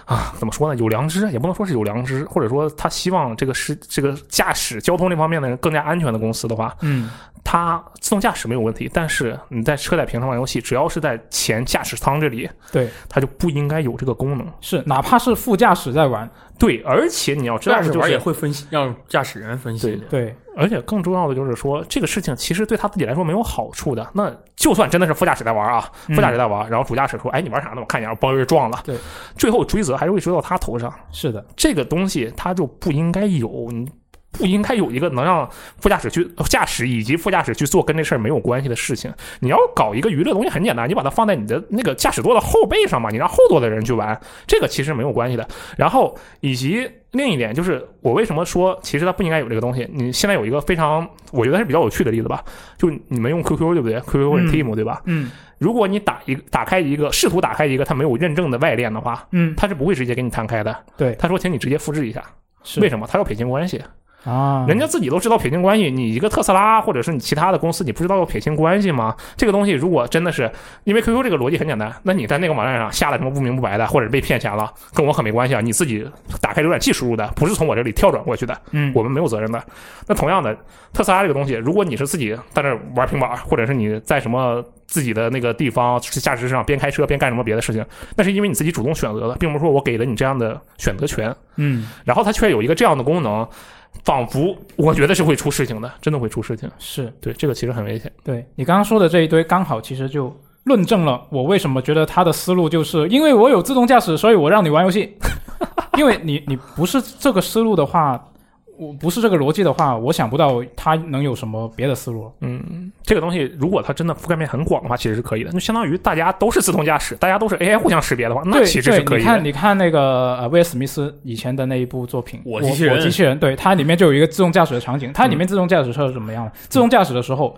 [SPEAKER 2] 啊，怎么说呢，有良知，也不能说是有良知，或者说他希望这个是这个驾驶交通这方面的人更加安全的公司的话，
[SPEAKER 1] 嗯，
[SPEAKER 2] 它自动驾驶没有问题，但是你在车载屏上玩游戏，只要是在前驾驶舱这里，
[SPEAKER 1] 对，
[SPEAKER 2] 它就不应该有这个功能。
[SPEAKER 1] 是哪怕是副驾驶在玩，
[SPEAKER 2] 对，而且你要知道
[SPEAKER 3] 驾
[SPEAKER 2] 的
[SPEAKER 3] 驶
[SPEAKER 2] 就
[SPEAKER 3] 员
[SPEAKER 2] 是
[SPEAKER 3] 也，会分析，让驾驶员分析
[SPEAKER 2] 对
[SPEAKER 3] 的。
[SPEAKER 1] 对，
[SPEAKER 2] 而且更重要的就是说，这个事情其实对他自己来说没有好处的。那就算真的是副驾驶在玩啊，
[SPEAKER 1] 嗯
[SPEAKER 2] 副驾驶在玩，然后主驾驶说：“哎，你玩啥呢？我看一眼，嘣就撞了。”
[SPEAKER 1] 对，
[SPEAKER 2] 最后追责还是会追到他头上。
[SPEAKER 1] 是的，
[SPEAKER 2] 这个东西他就不应该有，你不应该有一个能让副驾驶去驾驶以及副驾驶去做跟这事儿没有关系的事情。你要搞一个娱乐东西很简单，你把它放在你的那个驾驶座的后背上嘛，你让后座的人去玩，这个其实没有关系的。然后以及另一点就是，我为什么说其实它不应该有这个东西？你现在有一个非常我觉得是比较有趣的例子吧，就你们用 QQ 对不对？QQ 或者
[SPEAKER 1] 嗯
[SPEAKER 2] Team 对吧？
[SPEAKER 1] 嗯
[SPEAKER 2] 如果你打一个打开一个试图打开一个它没有认证的外链的话，
[SPEAKER 1] 嗯，
[SPEAKER 2] 它是不会直接给你弹开的。
[SPEAKER 1] 对
[SPEAKER 2] 他说请你直接复制一下。
[SPEAKER 1] 是
[SPEAKER 2] 为什么？他要撇清关系，
[SPEAKER 1] 啊，
[SPEAKER 2] 人家自己都知道撇清关系。你一个特斯拉或者是你其他的公司，你不知道要撇清关系吗？这个东西如果真的是因为 QQ 这个逻辑很简单，那你在那个网站上下了什么不明不白的，或者被骗钱了，跟我可没关系啊。你自己打开浏览器输入的，不是从我这里跳转过去的。
[SPEAKER 1] 嗯
[SPEAKER 2] 我们没有责任的。那同样的，特斯拉这个东西，如果你是自己在那儿玩平板儿，或者是你在什么自己的那个地方驾驶室上边开车边干什么别的事情，那是因为你自己主动选择的，并不是说我给了你这样的选择权。
[SPEAKER 1] 嗯
[SPEAKER 2] 然后它却有一个这样的功能，仿佛我觉得是会出事情的，真的会出事情。
[SPEAKER 1] 是
[SPEAKER 2] 对，这个其实很危险。
[SPEAKER 1] 对你刚刚说的这一堆，刚好其实就论证了我为什么觉得他的思路就是因为我有自动驾驶，所以我让你玩游戏。 因为你你不是这个思路的话，我不是这个逻辑的话，我想不到他能有什么别的思路了。
[SPEAKER 2] 嗯，这个东西如果它真的覆盖面很广的话，其实是可以的。就相当于大家都是自动驾驶，大家都是 AI 互相识别的话，那
[SPEAKER 1] 对
[SPEAKER 2] 其实是
[SPEAKER 1] 对
[SPEAKER 2] 可以
[SPEAKER 1] 你
[SPEAKER 2] 的
[SPEAKER 1] 看，。你看那个呃，威尔史密斯以前的那一部作品《
[SPEAKER 3] 我
[SPEAKER 1] 我
[SPEAKER 3] 机器人
[SPEAKER 1] 我机器人，对它里面就有一个自动驾驶的场景，它
[SPEAKER 2] 嗯
[SPEAKER 1] 里面自动驾驶车是怎么样的？自动驾驶的时候，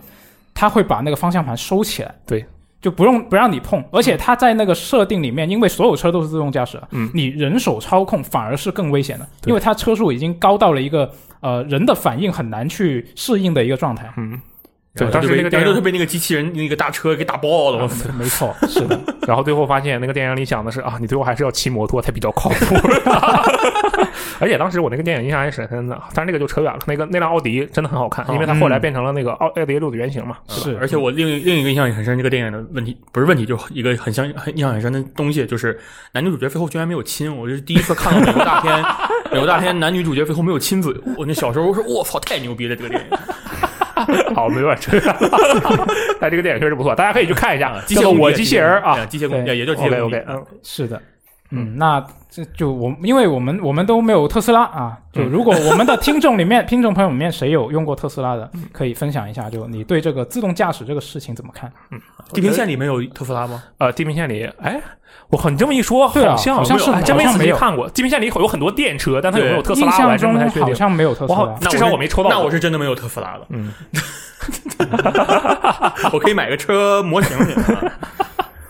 [SPEAKER 1] 它会把那个方向盘收起来，
[SPEAKER 2] 对，
[SPEAKER 1] 就不用不让你碰。而且它在那个设定里面，因为所有车都是自动驾驶，
[SPEAKER 2] 嗯，
[SPEAKER 1] 你人手操控反而是更危险的，
[SPEAKER 2] 对
[SPEAKER 1] 因为它车速已经高到了一个呃人的反应很难去适应的一个状 态。
[SPEAKER 2] 嗯，对，嗯
[SPEAKER 3] 然后
[SPEAKER 2] 当
[SPEAKER 3] 就
[SPEAKER 2] 时
[SPEAKER 3] 被
[SPEAKER 2] 那个
[SPEAKER 3] 然
[SPEAKER 2] 电
[SPEAKER 3] 后
[SPEAKER 2] 影
[SPEAKER 3] 就被那个机器人那个大车给打爆了。
[SPEAKER 1] 没错，是 的，
[SPEAKER 2] 然后最后发现那个电影里想的是啊，你最后还是要骑摩托才比较靠谱。 而且当时我那个电影印象还是深的，但是那个就扯远了。那个那辆奥迪真的很好看，因为它
[SPEAKER 1] 嗯
[SPEAKER 2] 后来变成了那个奥奥迪六的原型嘛。
[SPEAKER 1] 是
[SPEAKER 3] 而且我另一另一个印象也很深，这个电影的问题不是问题，就一个很像很印象很深的东西，就是男女主角最后居然没有亲，我这是第一次看到美国 大片，美国大片男女主角最后没有亲嘴，我那小时候我说我操太牛逼了这个电影，
[SPEAKER 2] 好，没有扯远了。 但这个电影确实不错，大家可以去看一下，
[SPEAKER 3] 机
[SPEAKER 2] 叫
[SPEAKER 3] 械
[SPEAKER 2] 做
[SPEAKER 3] 公
[SPEAKER 2] 《
[SPEAKER 3] 敌
[SPEAKER 2] 我机器人》啊。，
[SPEAKER 3] 机械公敌
[SPEAKER 1] 对
[SPEAKER 3] 也叫机械
[SPEAKER 2] OK
[SPEAKER 3] 公敌
[SPEAKER 2] OK，嗯，
[SPEAKER 1] 是的，嗯，那这就我，因为我们我们都没有特斯拉啊，就
[SPEAKER 2] 嗯
[SPEAKER 1] 如果我们的听众里 面、听众朋友里面谁有用过特斯拉的，
[SPEAKER 2] 嗯
[SPEAKER 1] 可以分享一下，就你对这个自动驾驶这个事情怎么看？
[SPEAKER 3] 地平线里面有特斯拉吗？
[SPEAKER 2] 呃，《地平线》里，哎，我靠，你这么一说，
[SPEAKER 1] 对啊
[SPEAKER 2] 像
[SPEAKER 1] 好
[SPEAKER 2] 好
[SPEAKER 1] 像是
[SPEAKER 2] 还真没哎
[SPEAKER 1] 好像
[SPEAKER 2] 仔
[SPEAKER 1] 没
[SPEAKER 2] 细
[SPEAKER 1] 有
[SPEAKER 2] 看过，《地平线》里有很多电车，但它有没有
[SPEAKER 3] 对
[SPEAKER 2] 特斯
[SPEAKER 1] 印
[SPEAKER 2] 拉，我还
[SPEAKER 1] 象
[SPEAKER 2] 真不太
[SPEAKER 1] 中
[SPEAKER 2] 确定
[SPEAKER 1] 好。像没有特斯拉
[SPEAKER 2] 我好，
[SPEAKER 3] 那
[SPEAKER 2] 至少
[SPEAKER 3] 是
[SPEAKER 2] 我没抽到
[SPEAKER 3] 那
[SPEAKER 2] 过
[SPEAKER 3] 我是真的没有特斯拉了，
[SPEAKER 2] 嗯，
[SPEAKER 3] 我可以买个车模型去啊。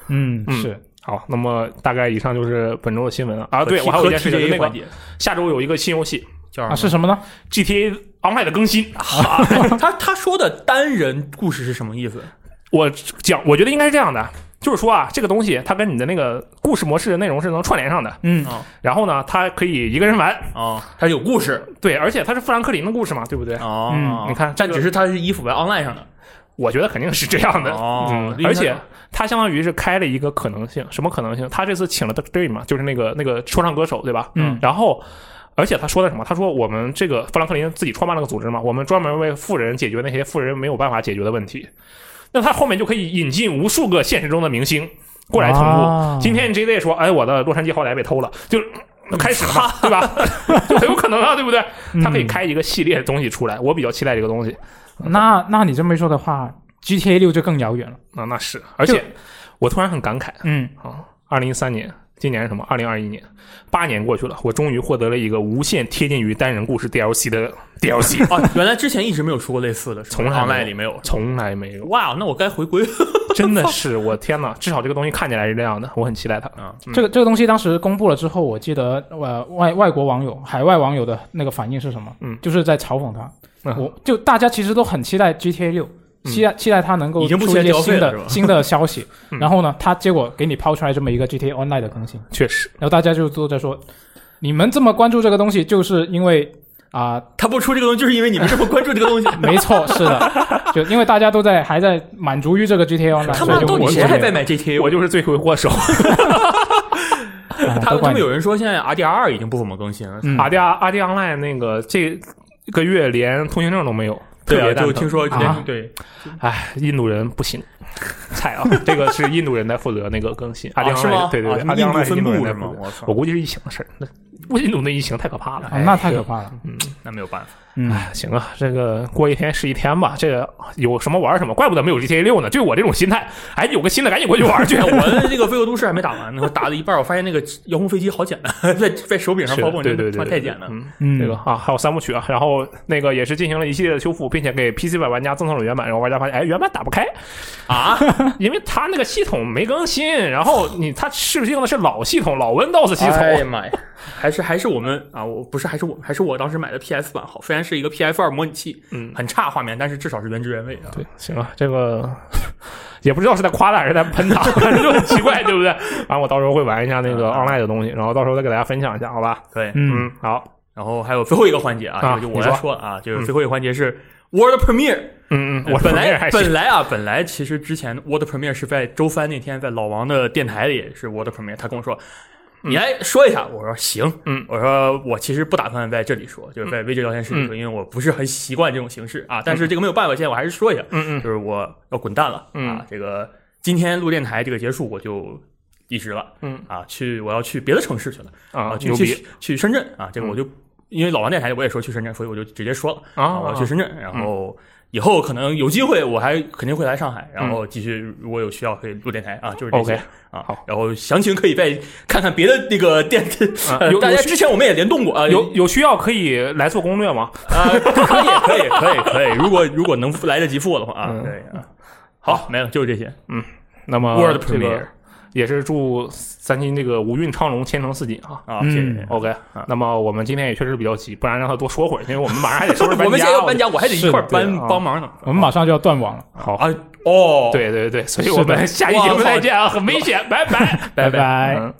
[SPEAKER 1] 嗯，
[SPEAKER 2] 嗯
[SPEAKER 1] 是
[SPEAKER 2] 好，那么大概以上就是本周的新闻了 啊。
[SPEAKER 3] 啊
[SPEAKER 2] 对，我还有一件事情，就是那
[SPEAKER 3] 环
[SPEAKER 2] 个
[SPEAKER 3] 节
[SPEAKER 2] 下周有一个新游戏
[SPEAKER 3] 叫什
[SPEAKER 1] 啊，
[SPEAKER 3] 么
[SPEAKER 1] 是什么呢？
[SPEAKER 2] GTA Online 的更新，
[SPEAKER 3] 他他说的单人故事是什么意思？
[SPEAKER 2] 我讲，我觉得应该是这样的，就是说啊，这个东西它跟你的那个故事模式的内容是能串联上的，
[SPEAKER 1] 嗯
[SPEAKER 3] 啊
[SPEAKER 2] 然后呢，它可以一个人玩，
[SPEAKER 3] 啊，他有故事
[SPEAKER 2] 对，而且它是富兰克林的故事嘛，对不对？
[SPEAKER 3] 啊
[SPEAKER 2] 你看这
[SPEAKER 3] 但
[SPEAKER 2] 个
[SPEAKER 3] 只是他是衣服在 online 上的
[SPEAKER 2] 我觉得肯定是这样的，
[SPEAKER 3] 哦
[SPEAKER 2] 嗯，而且它相当于是开了一个可能性，什么可能性？他这次请了 The Dream 嘛，就是那个那个说唱歌手，对吧？
[SPEAKER 1] 嗯
[SPEAKER 2] 然后。而且他说的什么？他说我们这个富兰克林自己创办了个组织嘛，我们专门为富人解决那些富人没有办法解决的问题。那他后面就可以引进无数个现实中的明星过来同步，
[SPEAKER 1] 啊
[SPEAKER 2] 今天你 J Z 说，哎，我的洛杉矶豪宅被偷了，就
[SPEAKER 1] 嗯
[SPEAKER 2] 开始了嘛，对吧？ 就很有可能啊，对不对？他可
[SPEAKER 1] 嗯
[SPEAKER 2] 以开一个系列的东西出来，我比较期待这个东西。
[SPEAKER 1] 那那你这么一说的话，GTA 六就更遥远了。
[SPEAKER 2] 啊，那是，而且我突然很感慨
[SPEAKER 1] 嗯，
[SPEAKER 2] 啊，二零一三年，今年是什么？二零二一年，八年过去了，我终于获得了一个无限贴近于单人故事 DLC 的 DLC，
[SPEAKER 3] 啊。原来之前一直没有出过类似 的，
[SPEAKER 2] 从来没有
[SPEAKER 3] online 里没有。
[SPEAKER 2] 从来没有，
[SPEAKER 3] 哇，那我该回归了。
[SPEAKER 2] 真的是，我天哪！至少这个东西看起来是这样的，我很期待它。
[SPEAKER 3] 啊
[SPEAKER 1] 这个这个东西当时公布了之后，我记得呃外外国网友、海外网友的那个反应是什么？
[SPEAKER 2] 嗯
[SPEAKER 1] 就是在嘲讽他。
[SPEAKER 2] 嗯
[SPEAKER 1] 我就大家其实都很期待 GTA 六，期待期待它能够
[SPEAKER 3] 嗯已经不
[SPEAKER 1] 出一
[SPEAKER 3] 缺
[SPEAKER 1] 些
[SPEAKER 3] 消费
[SPEAKER 1] 新
[SPEAKER 3] 了是吧
[SPEAKER 1] 的 新的消 息。
[SPEAKER 2] 嗯
[SPEAKER 1] 然后呢，他结果给你抛出来这么一个 GTA Online 的更新，
[SPEAKER 2] 确实，
[SPEAKER 1] 然后大家就都在说，你们这么关注这个东西，就是因为啊、
[SPEAKER 3] 他不出这个东西，就是因为你们这么关注这个东西。
[SPEAKER 1] 没错，是的，就因为大家都在还在满足于这个 GTA Online，
[SPEAKER 3] 他
[SPEAKER 1] 所以
[SPEAKER 3] 妈
[SPEAKER 1] 就
[SPEAKER 3] 到底
[SPEAKER 1] 我
[SPEAKER 3] 谁还在买 GTA？
[SPEAKER 2] 我就是罪魁祸首。
[SPEAKER 1] 哎
[SPEAKER 3] 他
[SPEAKER 1] 都
[SPEAKER 3] 他
[SPEAKER 1] 怪
[SPEAKER 3] 们
[SPEAKER 1] 你
[SPEAKER 3] 有人说现在 RDR 已经不怎么更新了。
[SPEAKER 1] 嗯
[SPEAKER 2] 阿迪阿阿迪 online 那个这个月连通行证都没有，
[SPEAKER 3] 对
[SPEAKER 2] 特
[SPEAKER 3] 啊，
[SPEAKER 2] 别蛋
[SPEAKER 3] 就
[SPEAKER 2] 疼
[SPEAKER 3] 听说
[SPEAKER 1] 啊
[SPEAKER 3] 对，
[SPEAKER 2] 哎，印度人不行，菜啊，这个是印度人在负责那个更新，阿迪
[SPEAKER 3] 啊是
[SPEAKER 2] online
[SPEAKER 3] 吗？
[SPEAKER 2] 对对对，
[SPEAKER 3] 啊
[SPEAKER 2] 阿迪
[SPEAKER 3] 印度
[SPEAKER 2] online 是
[SPEAKER 3] 分
[SPEAKER 2] 印度人
[SPEAKER 3] 布
[SPEAKER 2] 在
[SPEAKER 3] 是
[SPEAKER 2] 负
[SPEAKER 3] 吗？
[SPEAKER 2] 责，
[SPEAKER 3] 我操
[SPEAKER 2] 我！估计是疫情的事儿，那印度那疫情太可怕了
[SPEAKER 1] 啊啊，那太可怕了。
[SPEAKER 2] 嗯，
[SPEAKER 3] 那没有办法。
[SPEAKER 1] 嗯，
[SPEAKER 2] 哎，行啊，这个过一天是一天吧，这个有什么玩什么，怪不得没有 GTA 六呢。就我这种心态，哎，有个新的赶紧过去玩去
[SPEAKER 3] 哎。我的这个《飞游都市》还没打完呢，我打了一半，我发现那个遥控飞机好简单， 在在手柄上
[SPEAKER 2] 是
[SPEAKER 3] 操
[SPEAKER 2] 的
[SPEAKER 3] 控，
[SPEAKER 2] 对
[SPEAKER 3] 真
[SPEAKER 2] 对
[SPEAKER 3] 的
[SPEAKER 2] 对，
[SPEAKER 3] 他妈
[SPEAKER 2] 对
[SPEAKER 3] 太简单了。
[SPEAKER 2] 嗯，
[SPEAKER 1] 嗯
[SPEAKER 2] 这个啊，还有三部曲啊，然后那个也是进行了一系列的修复，并且给 PC 版玩家赠送了原版，然后玩家发现，哎，原版打不开
[SPEAKER 3] 啊，
[SPEAKER 2] 因为它那个系统没更新，然后你它适应的是老系统，老 Windows 系统，
[SPEAKER 3] 哎呀妈呀， 还是还是我们啊，我不是还是我还是我当时买的 PS 版好，虽然是一个 PS 二模拟器，
[SPEAKER 2] 嗯
[SPEAKER 3] 很差画面，但是至少是原汁原味啊。
[SPEAKER 2] 对，行啊，这个也不知道是在夸他还是在喷他，反正就很奇怪，对不对？完、我到时候会玩一下那个
[SPEAKER 3] 啊
[SPEAKER 2] online 的东西，然后到时候再给大家分享一下，好吧？
[SPEAKER 3] 对，
[SPEAKER 1] 嗯
[SPEAKER 2] 嗯，好，
[SPEAKER 3] 然后还有最后一个环节啊，
[SPEAKER 2] 啊
[SPEAKER 3] 这个就我
[SPEAKER 2] 你
[SPEAKER 3] 来
[SPEAKER 2] 说
[SPEAKER 3] 说了啊，就是最后一个环节是 World Premiere。
[SPEAKER 2] 嗯 嗯，我这
[SPEAKER 3] 本来
[SPEAKER 2] 还行
[SPEAKER 3] 本来啊，本来其实之前 World Premiere 是在周三那天，在老王的电台里是 World Premiere，他跟我说。你来说一下，我说行，
[SPEAKER 2] 嗯，
[SPEAKER 3] 我说我其实不打算在这里说，就是在微信聊天室
[SPEAKER 2] 嗯
[SPEAKER 3] 里说，因为我不是很习惯这种形式啊。但是这个没有办法，现在我还是说一下，
[SPEAKER 2] 嗯嗯
[SPEAKER 3] 就是我要滚蛋了、
[SPEAKER 2] 嗯
[SPEAKER 3] 啊！这个今天录电台这个结束，我就离职了，
[SPEAKER 2] 嗯
[SPEAKER 3] 啊，去我要去别的城市去了
[SPEAKER 2] 啊，
[SPEAKER 3] 去
[SPEAKER 2] 牛逼嗯
[SPEAKER 3] 去去深圳啊，这个我就、因为老王电台我也说去深圳，所以我就直接说了
[SPEAKER 2] 啊！
[SPEAKER 3] 我要去深圳，然后以后可能有机会我还肯定会来上海，然后继续如果有需要可以录电台啊，就是这些
[SPEAKER 2] OK，
[SPEAKER 3] 啊，
[SPEAKER 2] 好，
[SPEAKER 3] 然后详情可以再看看别的那个电，呃
[SPEAKER 2] 有
[SPEAKER 3] 大
[SPEAKER 2] 有
[SPEAKER 3] 家之前我们也联动过啊，
[SPEAKER 2] 有有需要可以来做攻略吗？
[SPEAKER 3] 啊，可以可以可以可以，如果如果能来得及付我的话啊，
[SPEAKER 2] 嗯
[SPEAKER 3] 可以啊。好，没了，就是这些。
[SPEAKER 2] 那么
[SPEAKER 3] World
[SPEAKER 2] 这个
[SPEAKER 3] Premiere
[SPEAKER 2] 也是祝三星这个五运昌隆，前程似锦啊！
[SPEAKER 3] 啊，
[SPEAKER 1] 嗯
[SPEAKER 3] 谢谢。
[SPEAKER 2] OK，那么我们今天也确实比较急，不然让他多说会儿，因为我们马上还得收 拾搬家。
[SPEAKER 3] 我们现在要搬家，我还得一块儿
[SPEAKER 2] 是的
[SPEAKER 3] 搬
[SPEAKER 2] 对啊
[SPEAKER 3] 帮忙呢。
[SPEAKER 1] 我们马上就要断网了，
[SPEAKER 2] 好，
[SPEAKER 3] 啊，哦，，
[SPEAKER 2] 对对对，所以
[SPEAKER 1] 是的
[SPEAKER 2] 我们下期节目再见啊，很危险，拜拜，
[SPEAKER 1] 拜拜
[SPEAKER 2] 嗯